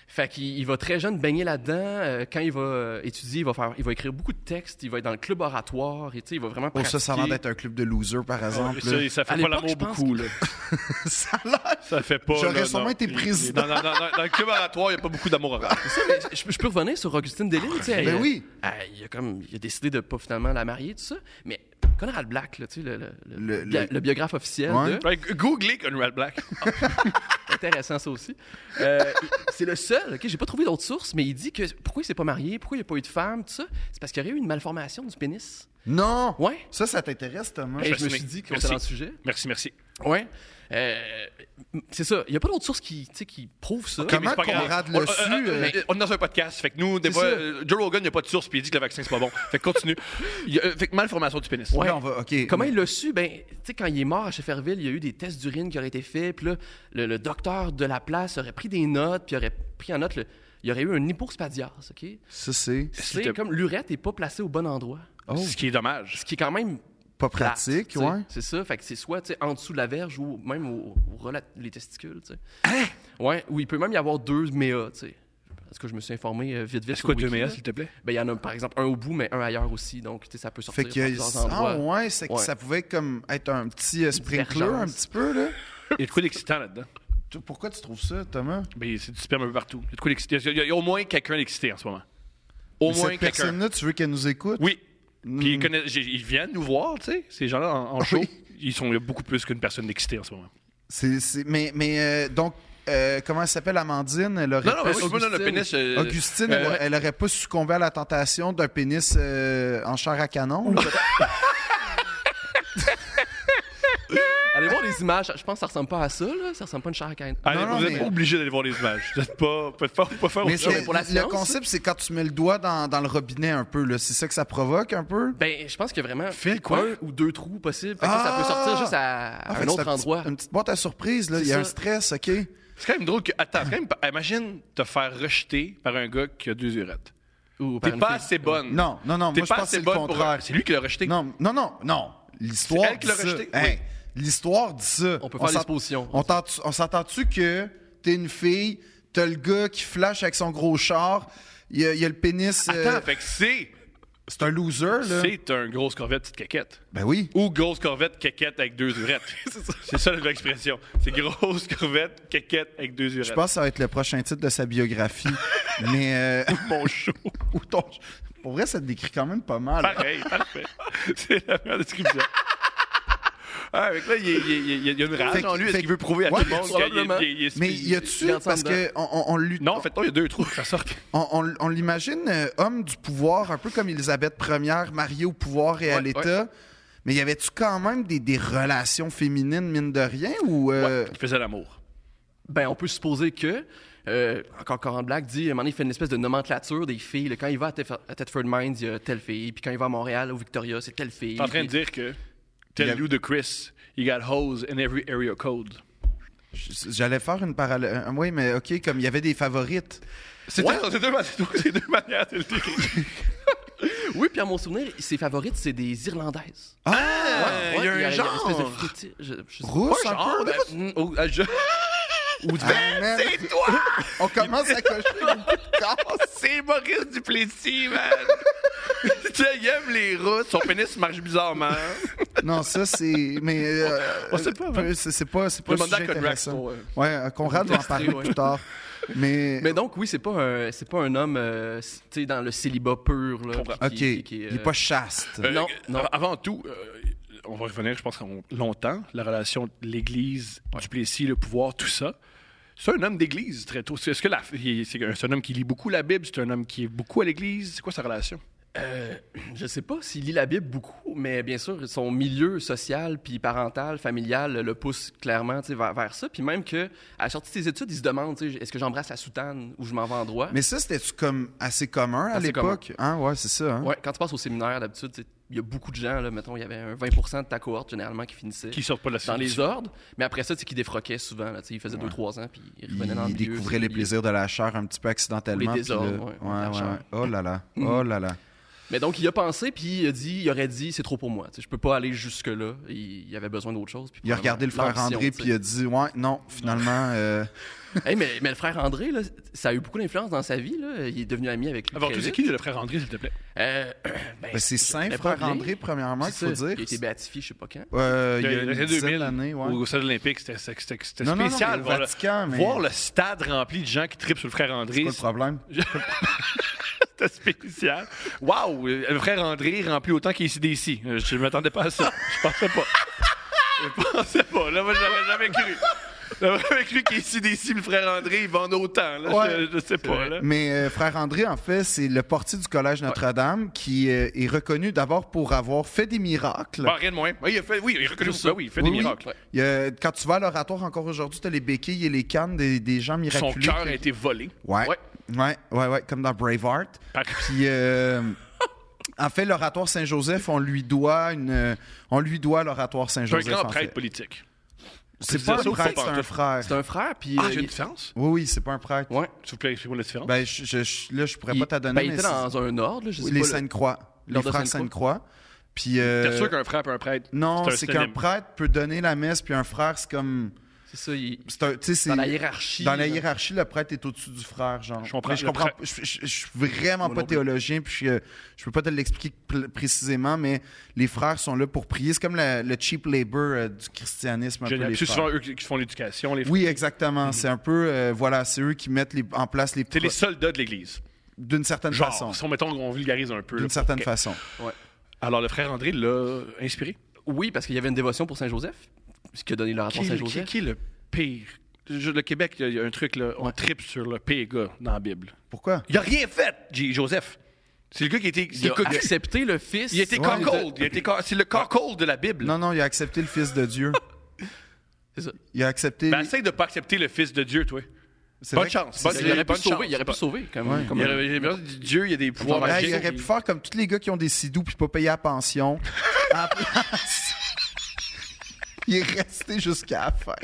Speaker 6: Fait qu'il il va très jeune baigner là-dedans. Euh, quand il va euh, étudier, il va, faire, il va écrire beaucoup de textes, il va être dans le club oratoire, et, tu sais, il va vraiment
Speaker 3: Oh, ça, ça a l'air
Speaker 6: pratiquer.
Speaker 3: d'être un club de losers, par
Speaker 6: Ah,
Speaker 3: exemple.
Speaker 4: Ça,
Speaker 3: là.
Speaker 4: ça
Speaker 6: À
Speaker 4: fait pas
Speaker 6: l'époque,
Speaker 4: l'amour
Speaker 6: je pense
Speaker 4: beaucoup, là.
Speaker 3: Ça a l'air-
Speaker 4: Ça fait pas.
Speaker 3: J'aurais
Speaker 4: là,
Speaker 3: sûrement
Speaker 4: non.
Speaker 3: été
Speaker 4: Il- il-
Speaker 3: président.
Speaker 4: Non, non, non, non, Dans le club oratoire, il n'y a pas beaucoup d'amour oral.
Speaker 6: Ça, mais je, je peux revenir sur Augustine Delisle. tu sais,
Speaker 3: Ben
Speaker 6: elle- euh,
Speaker 3: oui.
Speaker 6: elle- il, a comme, il a décidé de pas finalement la marier, tout ça. Mais Conrad Black, là, tu sais, le, le, le-
Speaker 3: Le-
Speaker 6: bi-
Speaker 3: le-
Speaker 6: le biographe officiel,
Speaker 3: Ouais.
Speaker 6: de-
Speaker 4: Ouais, g- Googlez Conrad Black.
Speaker 6: intéressant ça aussi. Euh, il- c'est le seul, ok, j'ai pas trouvé d'autres sources, mais il dit que pourquoi il s'est pas marié, pourquoi il a pas eu de femme, tout ça, c'est parce qu'il y aurait eu une malformation du pénis.
Speaker 3: Non!
Speaker 6: Ouais.
Speaker 3: Ça, ça t'intéresse, Thomas?
Speaker 6: Et je me
Speaker 4: fasciné.
Speaker 6: suis dit qu'on
Speaker 4: Merci.
Speaker 6: était dans le sujet.
Speaker 4: Merci, merci.
Speaker 6: Ouais. Euh, c'est ça. Il y a pas d'autres sources qui, tu sais, qui prouvent ça.
Speaker 3: Comment
Speaker 4: Mais c'est pas grave.
Speaker 3: Conrad
Speaker 4: On-
Speaker 3: le su,
Speaker 4: euh, euh,
Speaker 3: euh,
Speaker 4: euh, On est dans un podcast. Fait que nous, des
Speaker 6: C'est
Speaker 4: fois,
Speaker 6: ça.
Speaker 4: euh, Joe Rogan, il n'y a pas de source, puis il dit que le vaccin, c'est pas bon. Fait que continue. Il y a- euh, fait que malformation du pénis.
Speaker 3: Ouais, on va, OK.
Speaker 6: Comment il l'a su? Ben, tu sais, quand il est mort à Shefferville, il y a eu des tests d'urine qui auraient été faits. Puis là, le, le docteur de la place aurait pris des notes, puis aurait pris en note, le- il y aurait eu un hypospadias, OK?
Speaker 3: Ça, c'est...
Speaker 4: S'il te-
Speaker 6: C'est comme l'urette n'est pas placée au bon endroit.
Speaker 3: Oh.
Speaker 4: Ce qui est dommage.
Speaker 6: Ce qui est quand même
Speaker 3: pas
Speaker 6: plate,
Speaker 3: pratique,
Speaker 6: tu sais.
Speaker 3: ouais.
Speaker 6: C'est ça, fait que c'est soit tu sais, en dessous de la verge ou même au, au relat- les testicules, tu sais.
Speaker 4: Hein?
Speaker 6: Ouais, ou il peut même y avoir deux méas, tu sais. Parce que je me suis informé euh, vite vite.
Speaker 4: C'est
Speaker 6: sur
Speaker 4: quoi deux
Speaker 6: Wiki,
Speaker 4: méas,
Speaker 3: hein?
Speaker 6: là.
Speaker 4: s'il te plaît?
Speaker 6: Ben, il y en a par exemple un au bout, mais un ailleurs aussi, donc tu sais, ça peut
Speaker 3: Fait
Speaker 6: sortir
Speaker 3: que
Speaker 6: par plusieurs endroits.
Speaker 3: ah, ouais, c'est que
Speaker 6: Ouais.
Speaker 3: ça pouvait comme être un petit euh, sprinkler un
Speaker 6: Divergence.
Speaker 3: petit peu là.
Speaker 4: Il y a de quoi d'excitant là-dedans?
Speaker 3: Tu- Pourquoi tu trouves ça, Thomas
Speaker 4: Mais c'est du sperme un peu partout. Il y a de quoi d'excitant. Il y a- il y, a- il y a au moins quelqu'un d'excité en ce moment. Au
Speaker 3: Mais
Speaker 4: moins
Speaker 3: Cette
Speaker 4: quelqu'un.
Speaker 3: personne-là, tu veux qu'elle nous écoute
Speaker 4: Oui. Puis ils,
Speaker 3: Hmm. Ah
Speaker 4: connaissent- j'ai- ils viennent nous voir, tu sais, ces gens-là en, en show. Ils sont il y a beaucoup plus qu'une personne d'excité en ce moment.
Speaker 3: C'est- c'est- mais mais euh, donc euh, comment elle s'appelle Amandine Elle aurait
Speaker 4: Non, non, mais
Speaker 3: pas-
Speaker 4: moi, non, le pénis. euh,
Speaker 3: Augustine,
Speaker 4: euh,
Speaker 3: elle, elle aurait pas succombé à la tentation d'un pénis euh, en chair à canon. là.
Speaker 6: Allez voir les images, je pense que ça ressemble pas à ça, là. ça ressemble pas à une chair à caïn.
Speaker 4: allez,
Speaker 3: non,
Speaker 4: vous
Speaker 3: non,
Speaker 4: êtes
Speaker 3: mais-
Speaker 4: obligés d'aller voir les images. Vous n'êtes pas. Vous pouvez pas, vous pouvez pas faire
Speaker 3: Mais
Speaker 4: autre chose.
Speaker 3: c'est-
Speaker 6: pour la
Speaker 3: le
Speaker 6: science.
Speaker 3: concept,
Speaker 4: hein.
Speaker 3: c'est quand tu mets le doigt dans, dans le robinet un peu. là. C'est ça que ça provoque un peu.
Speaker 6: Ben, je pense qu'il y a vraiment
Speaker 4: Phil, quoi?
Speaker 6: un ou deux trous possibles. Fait que ça, ça peut
Speaker 3: Ah!
Speaker 6: sortir juste à, à
Speaker 3: Ah, fait
Speaker 6: un
Speaker 3: que
Speaker 6: autre
Speaker 3: c'est
Speaker 6: endroit.
Speaker 3: petit- une petite boîte à surprise. Là.
Speaker 6: C'est
Speaker 3: Il y a
Speaker 6: ça.
Speaker 3: un stress, ok.
Speaker 4: C'est quand même drôle que. Attends, quand même, imagine te faire rejeter par un gars qui a deux urettes.
Speaker 6: Ou par
Speaker 4: T'es
Speaker 6: une
Speaker 4: pas
Speaker 6: fille.
Speaker 4: assez bonne.
Speaker 3: Non, non, non.
Speaker 4: T'es
Speaker 3: Moi, je
Speaker 4: pas
Speaker 3: pense que c'est
Speaker 4: assez
Speaker 3: le
Speaker 4: bonne pour.
Speaker 3: contraire.
Speaker 4: C'est lui qui l'a rejeté.
Speaker 3: Non, non, non, non.
Speaker 4: C'est
Speaker 3: L'histoire
Speaker 4: elle qui
Speaker 3: dit
Speaker 4: l'a
Speaker 3: ça.
Speaker 4: rejeté,
Speaker 3: Hein,
Speaker 4: oui.
Speaker 3: L'histoire dit ça.
Speaker 6: On peut faire
Speaker 3: s'ent-
Speaker 6: l'exposition.
Speaker 3: On t'entu- on s'entend-tu que t'es une fille, t'as le gars qui flash avec son gros char, il y, a- il y a le pénis... euh,
Speaker 4: Attends, fait que c'est.
Speaker 3: c'est un loser, là.
Speaker 4: C'est un grosse corvette, petite caquette.
Speaker 3: Ben oui.
Speaker 4: Ou grosse corvette, caquette avec deux urettes. c'est ça la vraie expression. C'est grosse corvette, caquette avec deux urettes.
Speaker 3: Je pense que ça va être le prochain titre de sa biographie. Mais... euh,
Speaker 4: mon show.
Speaker 3: ou ton- Pour vrai, ça te décrit quand même pas mal.
Speaker 4: Pareil, parfait. C'est la meilleure description. Ah, mais là, il, y a- il y a- il y a- il y a une rage
Speaker 3: Fait que-
Speaker 4: en lui. Est-ce
Speaker 3: fait
Speaker 4: qu'il veut prouver à
Speaker 3: ouais,
Speaker 4: tout le monde qu'il
Speaker 6: probablement.
Speaker 4: est- il est- il est-
Speaker 3: Mais
Speaker 4: il-
Speaker 3: y a-tu...
Speaker 6: il est
Speaker 3: Parce
Speaker 6: ensemble
Speaker 3: qu'on on, on lui...
Speaker 4: Non, en fait, non, il y a deux trous que ça sort.
Speaker 3: On, on- on l'imagine euh, homme du pouvoir, un peu comme Élisabeth Ière, mariée au pouvoir et à
Speaker 6: Ouais,
Speaker 3: l'État. Mais y avait-tu quand même des, des relations féminines, mine de rien, ou... euh,
Speaker 4: Il faisait l'amour.
Speaker 6: Ben, on peut supposer que, euh, encore Coran Black dit, à un moment donné, il fait une espèce de nomenclature des filles. là. Quand il va à, Tef- à Thetford Mines, il y a telle fille. Puis quand il va à Montréal, au Victoria, c'est telle fille.
Speaker 4: T'es en train de
Speaker 6: Puis-
Speaker 4: dire que
Speaker 3: Il y a-
Speaker 4: Tell you the Chris, you got hoes in every area code.
Speaker 3: j- J'allais faire une parallèle... euh, Oui, mais OK, comme il y avait des favorites.
Speaker 4: C'est c'est deux, c'est deux manières de le dire.
Speaker 6: Oui, puis à mon souvenir, ses favorites, c'est des Irlandaises.
Speaker 4: Ah, il y a un genre.
Speaker 6: espèce de fétiche, je- je sais pas.
Speaker 3: Rousse,
Speaker 4: Pas
Speaker 3: un
Speaker 4: genre, ben,
Speaker 3: peu.
Speaker 4: mais-
Speaker 6: Mm, oh, ah, je-
Speaker 3: Ou de- Ah, man,
Speaker 4: C'est toi!
Speaker 3: On commence à cocher beaucoup de cases.
Speaker 4: C'est Maurice Duplessis, man! tu sais, il aime les routes, son pénis marche bizarrement.
Speaker 3: Non, ça, c'est... Mais... euh,
Speaker 4: On sait pas,
Speaker 3: peu-
Speaker 4: man.
Speaker 3: C'est c'est pas, c'est pas
Speaker 4: Je
Speaker 3: un
Speaker 4: demande à
Speaker 3: sujet
Speaker 4: Conrad
Speaker 3: intéressant.
Speaker 4: pour, euh,
Speaker 3: Ouais, euh, Conrad va en parler
Speaker 6: ouais.
Speaker 3: plus tard. Mais...
Speaker 6: Mais donc, oui, c'est pas un, c'est pas un homme, euh, c- tu sais, dans le célibat pur, là.
Speaker 4: Comprends.
Speaker 3: OK,
Speaker 6: qui- qui- qui,
Speaker 3: il est
Speaker 6: euh,
Speaker 3: pas chaste.
Speaker 4: Euh,
Speaker 6: Non, non.
Speaker 4: Avant tout, euh, on va revenir, je pense, qu'on- longtemps, la relation de l'Église, Duplessis, le pouvoir, tout ça. C'est un homme d'Église, très tôt. C'est- Est-ce que la- il- c'est un, c'est un homme qui lit beaucoup la Bible? C'est un homme qui est beaucoup à l'Église? C'est quoi sa relation?
Speaker 6: Je sais pas s'il lit la Bible beaucoup, mais bien sûr, son milieu social, puis parental, familial, le pousse clairement tu sais, vers, vers ça. Puis même que à la sortie de ses études, il se demande tu sais, est-ce que j'embrasse la soutane ou je m'en vais en droit
Speaker 3: Mais ça, c'était-tu comme assez commun à
Speaker 6: Assez
Speaker 3: l'époque? Hein, ouais, c'est ça. hein?
Speaker 6: Ouais, Quand tu passes au séminaire, d'habitude, tu sais, il y a beaucoup de gens, là, mettons, il y avait un 20 de ta cohorte généralement qui finissait
Speaker 4: Qui sort pas de la
Speaker 6: dans les
Speaker 4: séduction.
Speaker 6: ordres. Mais après ça, c'est qu'ils défroquaient souvent. Là, tu sais, ils faisaient 2-3 ans, puis ils revenaient dans le
Speaker 3: Il
Speaker 6: milieu.
Speaker 3: découvrait les
Speaker 6: puis-
Speaker 3: plaisirs de la chair un petit peu accidentellement.
Speaker 6: Ou les
Speaker 3: puis le-
Speaker 6: désordres, ouais,
Speaker 3: ouais,
Speaker 6: de la
Speaker 3: ouais,
Speaker 6: chair.
Speaker 3: ouais. Oh là là, oh là là.
Speaker 6: Mais donc, il y a pensé, puis il a dit, il aurait dit, c'est trop pour moi. tu sais, Je peux pas aller jusque-là. Il, il avait besoin d'autre chose. puis
Speaker 3: Il a regardé le frère
Speaker 6: l'ambition,
Speaker 3: André
Speaker 6: tu sais.
Speaker 3: puis il a dit ouais non finalement euh,
Speaker 6: Hey, mais, mais le frère André, là, ça a eu beaucoup d'influence dans sa vie. Là. Il est devenu ami avec lui.
Speaker 4: Avant
Speaker 6: très
Speaker 4: tout, c'est
Speaker 6: vite.
Speaker 4: qui le frère André, s'il te plaît?
Speaker 6: Euh, ben,
Speaker 3: ben, c'est saint
Speaker 6: Mais
Speaker 3: frère
Speaker 6: pas bien.
Speaker 3: André premièrement qu'il
Speaker 6: c'est
Speaker 3: faut
Speaker 6: ça.
Speaker 3: dire.
Speaker 6: Il a été béatifié, je sais pas quand.
Speaker 3: Euh, il y a
Speaker 4: Il y a
Speaker 3: une dizaine
Speaker 4: 2000
Speaker 3: d'années ouais.
Speaker 4: au Stade olympique, c'était c'était- c'était- c'était
Speaker 3: Non, non, non,
Speaker 4: spécial.
Speaker 3: mais au
Speaker 4: voir, le-
Speaker 3: Vatican, mais-
Speaker 4: voir le stade rempli de gens qui tripent sur le frère
Speaker 3: C'est
Speaker 4: André,
Speaker 3: quoi le problème
Speaker 4: c'était spécial. Waouh, le frère André remplit autant qu'il est ici d'ici. Euh, Je ne m'attendais pas à ça. Je pensais pas. Je pensais pas. Là, moi, j'aurais jamais cru. J'aurais jamais cru qu'il est ici d'ici, le frère André, il vend autant. Là,
Speaker 3: Ouais.
Speaker 4: je, je sais pas. Là.
Speaker 3: Mais euh, frère André, en fait, c'est le portier du collège Notre-Dame qui euh, est reconnu d'abord pour avoir fait des miracles.
Speaker 4: Bon, rien de moins. Oui, il a fait, oui, il reconnaît ça. Oui, il fait des
Speaker 3: Oui, oui.
Speaker 4: miracles.
Speaker 3: Il y a- quand tu vas à l'oratoire encore aujourd'hui, tu as les béquilles et les cannes des, des gens
Speaker 4: Son
Speaker 3: miraculés.
Speaker 4: cœur a été volé.
Speaker 3: Ouais.
Speaker 6: Ouais.
Speaker 3: Ouais, ouais, ouais, comme dans Braveheart.
Speaker 4: Par-
Speaker 3: Puis, euh, en fait, l'oratoire Saint-Joseph, on lui doit une, euh, on lui doit l'oratoire
Speaker 4: C'est un
Speaker 3: Saint-Joseph.
Speaker 4: grand
Speaker 3: en
Speaker 4: prêtre
Speaker 3: fait.
Speaker 4: politique.
Speaker 3: C'est
Speaker 4: Ça,
Speaker 3: pas
Speaker 4: ça,
Speaker 3: un
Speaker 4: au
Speaker 3: prêtre,
Speaker 4: fond,
Speaker 3: c'est
Speaker 4: en tout.
Speaker 3: un frère.
Speaker 6: C'est un frère, puis.
Speaker 4: Ah,
Speaker 6: euh,
Speaker 4: j'ai
Speaker 6: il-
Speaker 4: une différence?
Speaker 3: Oui, oui, c'est pas un prêtre.
Speaker 6: Ouais.
Speaker 4: S'il vous plaît, expliquez-moi la différence.
Speaker 3: Ben, je, je- je- là, je pourrais
Speaker 6: Il,
Speaker 3: pas t'en
Speaker 6: ben,
Speaker 3: donner.
Speaker 6: il
Speaker 3: mais
Speaker 6: était
Speaker 3: c'est-
Speaker 6: dans un ordre, là, je sais
Speaker 3: les
Speaker 6: pas, le-
Speaker 3: Sainte-Croix, les
Speaker 6: l'ordre
Speaker 3: frères
Speaker 6: Sainte-Croix.
Speaker 3: Sainte-Croix. Puis. euh,
Speaker 4: T'es sûr qu'un frère peut un prêtre?
Speaker 3: Non,
Speaker 4: c'est un
Speaker 3: c'est qu'un
Speaker 4: synonyme.
Speaker 3: prêtre peut donner la messe, puis un frère, c'est comme.
Speaker 6: C'est ça, il-
Speaker 3: c'est un- tu sais, c'est-
Speaker 6: dans la hiérarchie.
Speaker 3: Dans la
Speaker 6: là.
Speaker 3: hiérarchie, le prêtre est au-dessus du frère, genre.
Speaker 4: Je comprends.
Speaker 3: Mais je
Speaker 4: Le
Speaker 3: comprends.
Speaker 4: prêtre-
Speaker 3: pas- Je, je- je suis vraiment
Speaker 6: Moi
Speaker 3: pas
Speaker 6: non plus.
Speaker 3: théologien, puis je, je peux pas te l'expliquer pl- précisément, mais les frères sont là pour prier. C'est comme la- le cheap labor euh, du christianisme. Un peu,
Speaker 4: Génial.
Speaker 3: les
Speaker 4: C'est
Speaker 3: frères.
Speaker 4: souvent eux qui qui font l'éducation, les frères.
Speaker 3: Oui, exactement. C'est un peu, euh, voilà, c'est eux qui mettent les- en place les,
Speaker 4: C'est les
Speaker 3: pro-
Speaker 4: soldats de l'Église.
Speaker 3: d'une certaine
Speaker 4: Genre,
Speaker 3: façon.
Speaker 4: si on, mettons qu'on vulgarise un peu. là,
Speaker 3: D'une
Speaker 4: pour-
Speaker 3: certaine
Speaker 4: Ok.
Speaker 3: façon.
Speaker 4: Alors, le frère André l'a inspiré.
Speaker 6: Oui, parce qu'il y avait une dévotion pour Saint-Joseph, ce qui a donné le rapport
Speaker 4: Qui, qui-
Speaker 6: Saint-Joseph.
Speaker 4: qui est le pire? Je- le Québec, il y a- il y a un truc, là, on tripe sur le pire gars dans la Bible.
Speaker 3: Pourquoi?
Speaker 4: Il a rien fait, J. Joseph. C'est le gars qui était.
Speaker 6: Il
Speaker 4: qui-
Speaker 6: a accepté le fils.
Speaker 4: il a été
Speaker 3: Ouais,
Speaker 4: cuckold. Il a été cu- C'est le cold de la Bible.
Speaker 3: Non, non, il a accepté le Fils de Dieu.
Speaker 6: C'est ça.
Speaker 3: Il a accepté.
Speaker 4: Ben, essaye de pas accepter le Fils de Dieu, toi.
Speaker 3: c'est
Speaker 4: Bonne
Speaker 3: vrai que-
Speaker 4: chance.
Speaker 6: Il
Speaker 4: Bonne,
Speaker 6: aurait pu
Speaker 4: bonne chance.
Speaker 6: sauver, il aurait pu sauver. Comme,
Speaker 3: Ouais.
Speaker 6: comme-
Speaker 4: Il aurait- il aurait- Dieu, il y a des pouvoirs
Speaker 3: Ouais,
Speaker 4: magiques.
Speaker 3: il aurait pu faire comme tous les gars qui ont des sidoux puis pas payer la pension. À la place, il est resté jusqu'à la fin.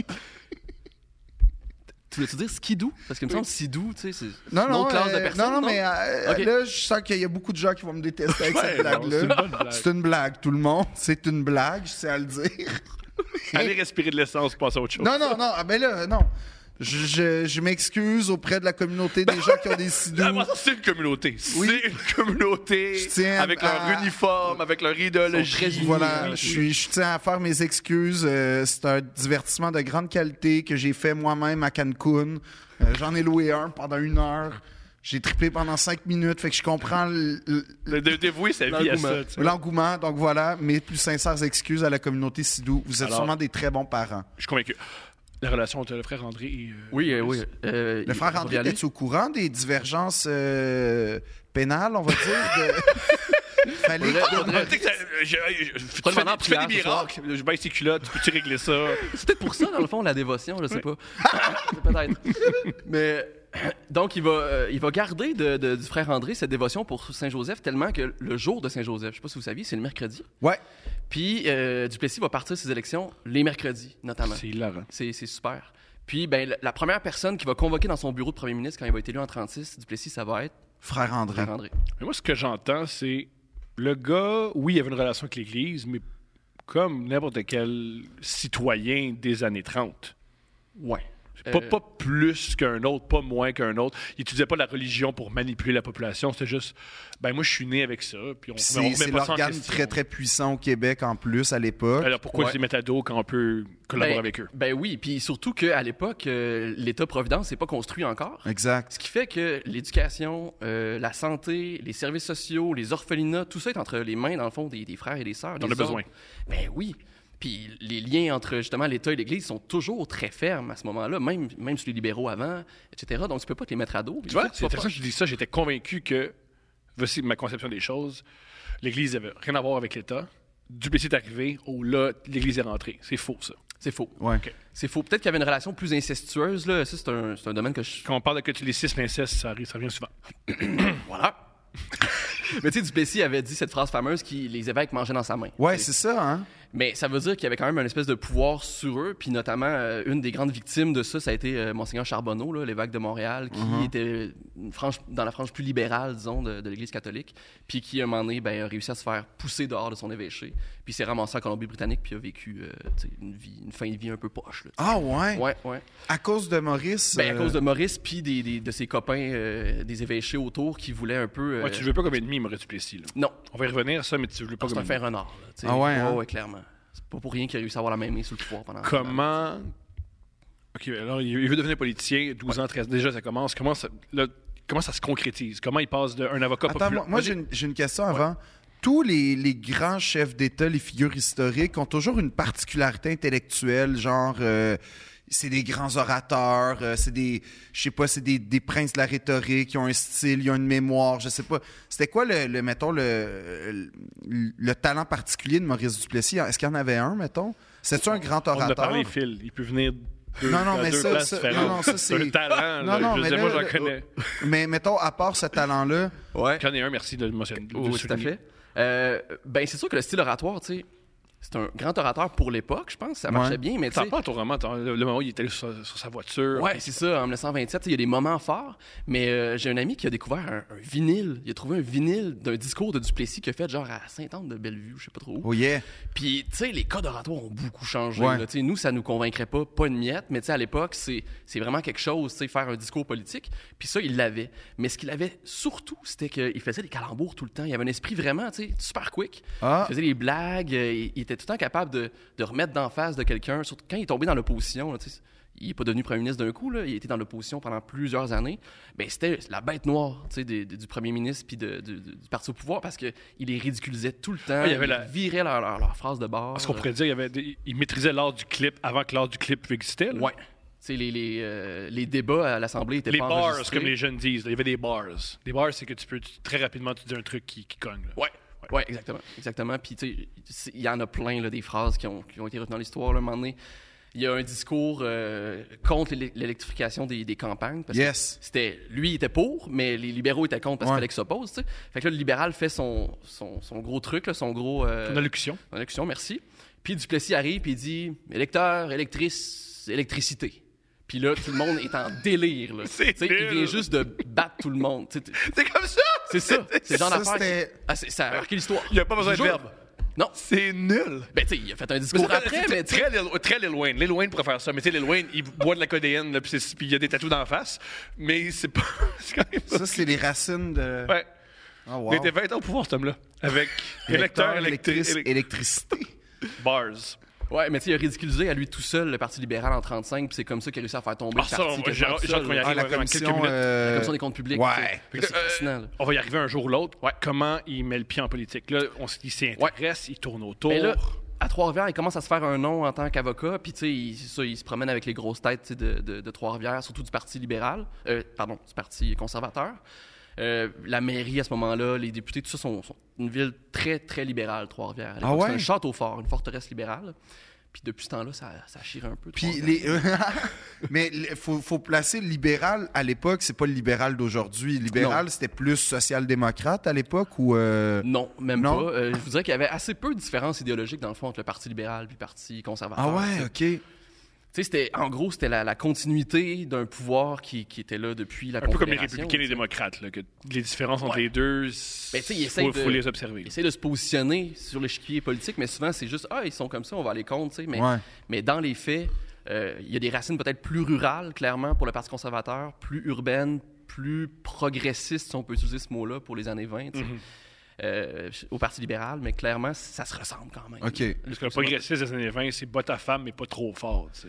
Speaker 6: Tu voulais-tu dire skidou? Parce qu'il me semble sidou, tu sais, c'est c'est
Speaker 3: Non,
Speaker 6: une
Speaker 3: non,
Speaker 6: autre classe
Speaker 3: euh,
Speaker 6: de personnes.
Speaker 3: non, non, mais euh,
Speaker 6: Ok.
Speaker 3: là, je sens qu'il y a beaucoup de gens qui vont me détester avec cette
Speaker 4: Ouais, non, c'est une
Speaker 3: blague-là.
Speaker 4: bonne blague.
Speaker 3: C'est une blague, tout le monde. C'est une blague, je sais à le dire.
Speaker 4: Allez respirer de l'essence, passe à autre chose.
Speaker 3: Non, non, non, ah, ben là, non. Je, je- je m'excuse auprès de la communauté des gens qui ont des sidoux.
Speaker 4: Ah, moi, ça, c'est une communauté.
Speaker 3: Oui.
Speaker 4: C'est une communauté
Speaker 3: Je tiens
Speaker 4: avec leur
Speaker 3: à-
Speaker 4: uniforme, avec leur
Speaker 6: Ils sont
Speaker 4: idéologie.
Speaker 6: très
Speaker 3: Voilà,
Speaker 6: Oui, oui.
Speaker 3: je, suis, je tiens à faire mes excuses. Euh, c'est un divertissement de grande qualité que j'ai fait moi-même à Cancun. Euh, J'en ai loué un pendant une heure. J'ai triplé pendant cinq minutes, fait que je comprends l- l-
Speaker 4: De, de dévouer sa vie à
Speaker 6: L'engouement.
Speaker 4: ça. tu sais.
Speaker 3: l'engouement. Donc voilà, mes plus sincères excuses à la communauté Sidou. Vous êtes
Speaker 4: Alors-
Speaker 3: sûrement des très bons parents.
Speaker 4: Je suis convaincu. La relation entre le frère André et. euh,
Speaker 6: Oui, euh, oui.
Speaker 3: Le
Speaker 6: euh, il-
Speaker 3: frère
Speaker 6: on
Speaker 3: André,
Speaker 6: va y aller.
Speaker 3: es-tu au courant des divergences euh, pénales, on va dire? de- Fallait
Speaker 6: Faudrait-
Speaker 3: que-
Speaker 6: faudrait-
Speaker 4: Ah, Tu sais que ça- je- euh, je- je- Tu
Speaker 6: demander en
Speaker 4: fais- tu fais des
Speaker 6: prière ce soir.
Speaker 4: miracles, je baisse tes culottes, peux-tu régler ça?
Speaker 6: C'est peut-être pour ça, dans le fond, la dévotion, je sais pas. peut-être. Mais donc, il va, euh, il va garder de- de- du frère André cette dévotion pour Saint-Joseph tellement que le jour de Saint-Joseph, je sais pas si vous saviez, c'est le mercredi.
Speaker 3: Ouais.
Speaker 6: Puis euh, Duplessis va partir ses élections les mercredis, notamment.
Speaker 4: C'est hilarant.
Speaker 6: C'est c'est super. Puis, ben, la- la première personne qui va convoquer dans son bureau de premier ministre quand il va être élu en 36, Duplessis, ça va être
Speaker 3: Frère André.
Speaker 6: frère André.
Speaker 4: Mais moi, ce que j'entends, c'est le gars, oui, il avait une relation avec l'Église, mais comme n'importe quel citoyen des années 30.
Speaker 6: Ouais.
Speaker 4: Pas,
Speaker 6: Euh,
Speaker 4: pas plus qu'un autre, pas moins qu'un autre. Il n'utilisait pas la religion pour manipuler la population. C'était juste, ben moi, je suis né avec ça. Puis on remet- on
Speaker 3: Puis C'est
Speaker 4: remet
Speaker 3: c'est
Speaker 4: pas ça en
Speaker 3: l'organe
Speaker 4: question.
Speaker 3: très, très puissant au Québec en plus à l'époque.
Speaker 4: Alors pourquoi
Speaker 6: Ouais.
Speaker 4: se les mettre à dos quand on peut collaborer
Speaker 6: ben,
Speaker 4: avec eux?
Speaker 6: Ben oui, puis surtout qu'à l'époque, euh, l'État-providence n'est pas construit encore.
Speaker 3: Exact.
Speaker 6: Ce qui fait que l'éducation, euh, la santé, les services sociaux, les orphelinats, tout ça est entre les mains, dans le fond, des, des frères et des sœurs.
Speaker 4: Dans
Speaker 6: des
Speaker 4: le besoin.
Speaker 6: ordres. Ben oui. Puis les liens entre justement l'État et l'Église sont toujours très fermes à ce moment-là, même, même sur les libéraux avant, etc. Donc tu peux pas te les mettre à dos.
Speaker 4: Tu vois, c'est
Speaker 6: c'est
Speaker 4: intéressant que je dis ça. J'étais convaincu que, voici ma conception des choses, l'Église n'avait rien à voir avec l'État. Duplessis est arrivé, oh là, l'Église est rentrée. C'est faux, ça.
Speaker 6: C'est faux.
Speaker 3: Ouais.
Speaker 6: C'est faux. Peut-être qu'il y avait une relation plus incestueuse, là. Ça, c'est un, c'est un domaine que je.
Speaker 4: Quand on parle de catholicisme, l'inceste, ça arrive, ça revient souvent.
Speaker 6: Voilà. Mais tu sais, Duplessis avait dit cette phrase fameuse qui les évêques mangeaient dans sa main.
Speaker 3: Ouais,
Speaker 6: Tu sais.
Speaker 3: c'est ça, hein?
Speaker 6: Mais ça veut dire qu'il y avait quand même une espèce de pouvoir sur eux, puis notamment euh, une des grandes victimes de ça, ça a été euh, Monseigneur Charbonneau, là, l'évêque de Montréal, qui était une frange- dans la frange plus libérale, disons, de, de l'Église catholique, puis qui, à un moment donné, ben, a réussi à se faire pousser dehors de son évêché, puis s'est ramassé en Colombie-Britannique, puis a vécu euh, tu sais, une, vie, une fin de vie un peu poche. là, tu
Speaker 3: Ah
Speaker 6: sais.
Speaker 3: ouais?
Speaker 6: Ouais, ouais.
Speaker 3: À cause de Maurice.
Speaker 6: Ben, à
Speaker 3: euh,
Speaker 6: cause de Maurice, puis des, des- de ses copains, euh, des évêchés autour, qui voulaient un peu... euh,
Speaker 4: Ouais, tu le veux pas comme ennemi, Maurice Duplessis. là.
Speaker 6: Non,
Speaker 4: On va y revenir, ça, mais tu le veux pas
Speaker 6: c'est
Speaker 4: comme
Speaker 6: un
Speaker 4: ennemi.
Speaker 6: fer renard. là, tu sais.
Speaker 3: Ah ouais, hein?
Speaker 6: ouais, clairement. C'est pas pour rien qu'il a réussi à avoir la même main sur le pouvoir pendant...
Speaker 4: Comment. Ok, alors il il veut devenir politicien, 12 ans, 13 déjà, ça commence. Comment ça, là, comment ça se concrétise? Comment il passe d'un avocat
Speaker 3: Attends,
Speaker 4: populaire-
Speaker 3: moi, moi, j'ai une, j'ai une question avant. Tous les, les grands chefs d'État, les figures historiques, ont toujours une particularité intellectuelle, genre. euh, c'est des grands orateurs, euh, c'est des, je sais pas, c'est des, des princes de la rhétorique, ils ont un style, ils ont une mémoire, je sais pas. C'était quoi le, le, mettons, le, le, le talent particulier de Maurice Duplessis? Est-ce qu'il y en avait un, mettons? C'est-tu un grand
Speaker 4: On en a
Speaker 3: orateur?
Speaker 4: parlé, Phil. Il peut venir deux,
Speaker 3: Non, non,
Speaker 4: à
Speaker 3: mais
Speaker 4: deux
Speaker 3: ça,
Speaker 4: places
Speaker 3: ça-
Speaker 4: différentes.
Speaker 3: non, non, ça, c'est-
Speaker 4: un talent.
Speaker 3: Non,
Speaker 4: là.
Speaker 3: non,
Speaker 4: je
Speaker 3: mais
Speaker 4: veux dire, moi,
Speaker 3: là,
Speaker 4: j'en
Speaker 3: le-
Speaker 4: connais.
Speaker 3: Mais mettons, à part ce talent-là,
Speaker 6: Ouais.
Speaker 4: J'en ai un, merci de le mentionner. de
Speaker 6: Oui,
Speaker 4: le
Speaker 6: oui, tout à
Speaker 4: souligner.
Speaker 6: fait. Euh, ben, c'est sûr que le style oratoire, tu sais, C'est un grand orateur pour l'époque, je pense. Ça marchait
Speaker 3: Ouais.
Speaker 6: bien, mais tu
Speaker 4: Ça
Speaker 6: sais.
Speaker 4: pas ton roman, t'en- le le moment où il était sur, sur sa voiture.
Speaker 6: Ouais, c'est ça, en 1927, tu sais, il y a des moments forts, mais euh, j'ai un ami qui a découvert un, un vinyle. Il a trouvé un vinyle d'un discours de Duplessis qu'il a fait genre à Sainte-Anne-de-Bellevue, je sais pas trop où.
Speaker 3: Oh yeah.
Speaker 6: Puis, tu sais, les codes oratoires ont beaucoup changé.
Speaker 3: Ouais.
Speaker 6: là. Tu sais, nous, ça nous convaincrait pas, pas une miette, mais tu sais, à l'époque, c'est c'est vraiment quelque chose, tu sais, faire un discours politique. Puis ça, il l'avait. Mais ce qu'il avait surtout, c'était qu'il faisait des calembours tout le temps. Il avait un esprit vraiment, tu sais, super quick.
Speaker 3: Ah.
Speaker 6: Il faisait des blagues. euh, Il, il était tout le temps capable de, de remettre d'en face de quelqu'un, surtout quand il est tombé dans l'opposition. là, tu sais. Il n'est pas devenu premier ministre d'un coup, là. il était dans l'opposition pendant plusieurs années. Ben, c'était la bête noire tu sais, des- des- du premier ministre puis de- de- du parti au pouvoir parce qu'il les ridiculisait tout le temps.
Speaker 4: Ah, il y avait
Speaker 6: il
Speaker 4: la-
Speaker 6: viraient leur, leur, leur phrase de bord. euh,
Speaker 4: Parce qu'on pourrait dire, il, y avait des- il maîtrisait l'art du clip avant que l'art du clip existait. là.
Speaker 6: Ouais. Tu sais, les, les, euh, les débats à l'Assemblée étaient
Speaker 4: Les
Speaker 6: pas
Speaker 4: bars,
Speaker 6: enregistrés.
Speaker 4: comme les jeunes disent. là. Il y avait des bars. Des bars, c'est que tu peux tu- très rapidement tu dis un truc qui, qui cogne. là.
Speaker 6: Ouais. Ouais, exactement. Exactement. Puis, tu sais, c'est- il y en a plein, là, des phrases qui ont, qui ont été retenues dans l'histoire, là, un moment donné. Il y a un discours euh, contre l'élec- l'électrification des, des campagnes. Parce que
Speaker 3: Yes.
Speaker 6: c'était lui il était pour, mais les libéraux étaient contre parce
Speaker 3: Ouais.
Speaker 6: qu'il fallait qu'ils s'opposent. tu sais. Fait que là, le libéral fait son, son, son gros truc, là, son gros. euh,
Speaker 4: Ton allocution.
Speaker 6: Son allocution, merci. Puis Duplessis arrive puis il dit électeur, électrice, électricité. Puis là, tout le monde est en délire. Là.
Speaker 4: C'est
Speaker 6: Tu sais, il
Speaker 4: nul.
Speaker 6: vient juste de battre tout le monde. Tu sais, t-
Speaker 4: C'est comme ça!
Speaker 6: C'est ça. C'est le genre
Speaker 3: Ça,
Speaker 6: d'affaire.
Speaker 3: c'était-
Speaker 6: qui- Ah, c'est- ça a marqué l'histoire.
Speaker 4: Il n'y a pas besoin de
Speaker 6: Toujours.
Speaker 4: verbe.
Speaker 6: Non.
Speaker 4: C'est nul!
Speaker 6: Ben, tu sais, il a fait un
Speaker 4: Mais
Speaker 6: discours
Speaker 4: c'est-
Speaker 6: après,
Speaker 4: c'est-
Speaker 6: mais tu sais,
Speaker 4: très, Lil- très Lil Wayne. Lil Wayne pourrait faire ça. Mais tu sais, Lil Wayne, il boit de la codéine, là, puis c'est- puis il y a des tatous d'en face. Mais c'est pas. C'est quand même pas.
Speaker 3: Ça, c'est les racines de.
Speaker 4: Ouais.
Speaker 3: Oh, wow.
Speaker 4: Il était 20 ans au pouvoir, cet homme-là. Avec électeur, électrice,
Speaker 3: électrice, électricité.
Speaker 4: bars.
Speaker 6: Ouais, mais tu sais, il a ridiculisé à lui tout seul le Parti libéral en 35, puis c'est comme ça qu'il a réussi à faire tomber
Speaker 4: Ah,
Speaker 6: le
Speaker 4: ça,
Speaker 6: parti.
Speaker 4: on-
Speaker 6: quasiment
Speaker 4: j'ai hâte
Speaker 6: tout
Speaker 4: qu'on y
Speaker 6: là.
Speaker 4: arrive.
Speaker 3: Ah,
Speaker 4: dans
Speaker 3: la
Speaker 4: quelques
Speaker 3: commission.
Speaker 4: minutes.
Speaker 3: euh,
Speaker 6: La commission des comptes publics.
Speaker 3: ouais.
Speaker 6: tu sais. Ça, C'est
Speaker 4: Euh,
Speaker 6: fascinant. là.
Speaker 4: On va y arriver un jour ou l'autre. Comment il met le pied en politique? Là, on, s- il s'y intéresse, il tourne autour.
Speaker 6: Mais Ben là, à Trois-Rivières, il commence à se faire un nom en tant qu'avocat, puis tu sais, il, c'est ça, il se promène avec les grosses têtes tu sais, de, de- de Trois-Rivières, surtout du Parti libéral, euh, pardon, du Parti conservateur. Euh, la mairie à ce moment-là, les députés, tout ça, sont, sont une ville très, très libérale, Trois-Rivières. À l'époque,
Speaker 3: Ah ouais?
Speaker 6: C'est un château fort, une forteresse libérale. Puis depuis ce temps-là, ça, ça chire un peu.
Speaker 3: Puis
Speaker 6: Trois-Rivières.
Speaker 3: les. Mais il faut, faut placer le libéral à l'époque, c'est pas le libéral d'aujourd'hui. Libéral, c'était plus social-démocrate à l'époque ou. euh,
Speaker 6: Non, même
Speaker 3: Non?
Speaker 6: pas. Euh, je vous dirais qu'il y avait assez peu de différences idéologiques, dans le fond, entre le Parti libéral puis le Parti conservateur.
Speaker 3: Ah
Speaker 6: tu sais.
Speaker 3: ouais, ok.
Speaker 6: Tu sais, c'était en gros, c'était la, la continuité d'un pouvoir qui, qui était là depuis la
Speaker 4: un peu comme les
Speaker 6: Confédération,
Speaker 4: républicains et
Speaker 6: tu
Speaker 4: les
Speaker 6: sais.
Speaker 4: démocrates, là, que les différences entre
Speaker 6: Ouais.
Speaker 4: les deux,
Speaker 6: Ben, tu sais,
Speaker 4: il
Speaker 6: ils essayent
Speaker 4: faut,
Speaker 6: de-
Speaker 4: faut les observer.
Speaker 6: Ils essaient de se positionner sur l'échiquier politique, mais souvent c'est juste ah ils sont comme ça, on va aller contre, tu sais. Mais,
Speaker 3: Ouais.
Speaker 6: mais dans les faits, euh, il y a des racines peut-être plus rurales, clairement, pour le Parti conservateur, plus urbaines, plus progressistes, si on peut utiliser ce mot-là pour les années 20, tu sais,
Speaker 3: Mm-hmm.
Speaker 6: euh, au Parti libéral, mais clairement ça se ressemble quand même.
Speaker 3: Ok.
Speaker 4: Parce que le progressiste des années 20, c'est botte à femme, mais pas trop fort. tu sais.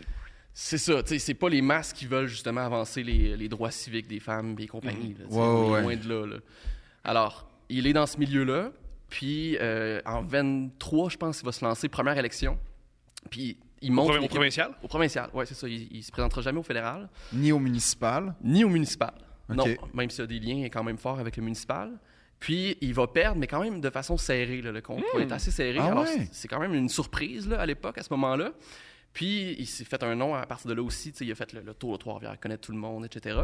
Speaker 6: C'est ça, tu sais, c'est pas les masses qui veulent justement avancer les, les droits civiques des femmes et compagnie. là, tu
Speaker 3: Mm.
Speaker 6: sais,
Speaker 3: Ouais,
Speaker 6: on
Speaker 3: ouais,
Speaker 6: est
Speaker 3: ouais.
Speaker 6: loin de là, là. Alors, il est dans ce milieu-là, puis euh, en 23, je pense, il va se lancer, première élection. Puis il monte.
Speaker 4: Au provincial?
Speaker 6: Au provincial, ouais, c'est ça. Il, il se présentera jamais au fédéral,
Speaker 3: Ni au municipal.
Speaker 6: ni au municipal.
Speaker 3: Ok.
Speaker 6: Non, même s'il y a des liens quand même forts avec le municipal. Puis il va perdre, mais quand même de façon serrée. là, le compte va être assez serré.
Speaker 3: Ah
Speaker 6: Alors,
Speaker 3: ouais.
Speaker 6: c'est- c'est quand même une surprise là, à l'époque, à ce moment-là. Puis il s'est fait un nom à partir de là aussi. tu sais, Il a fait le, le tour de Trois-Rivières, connaît tout le monde, etc.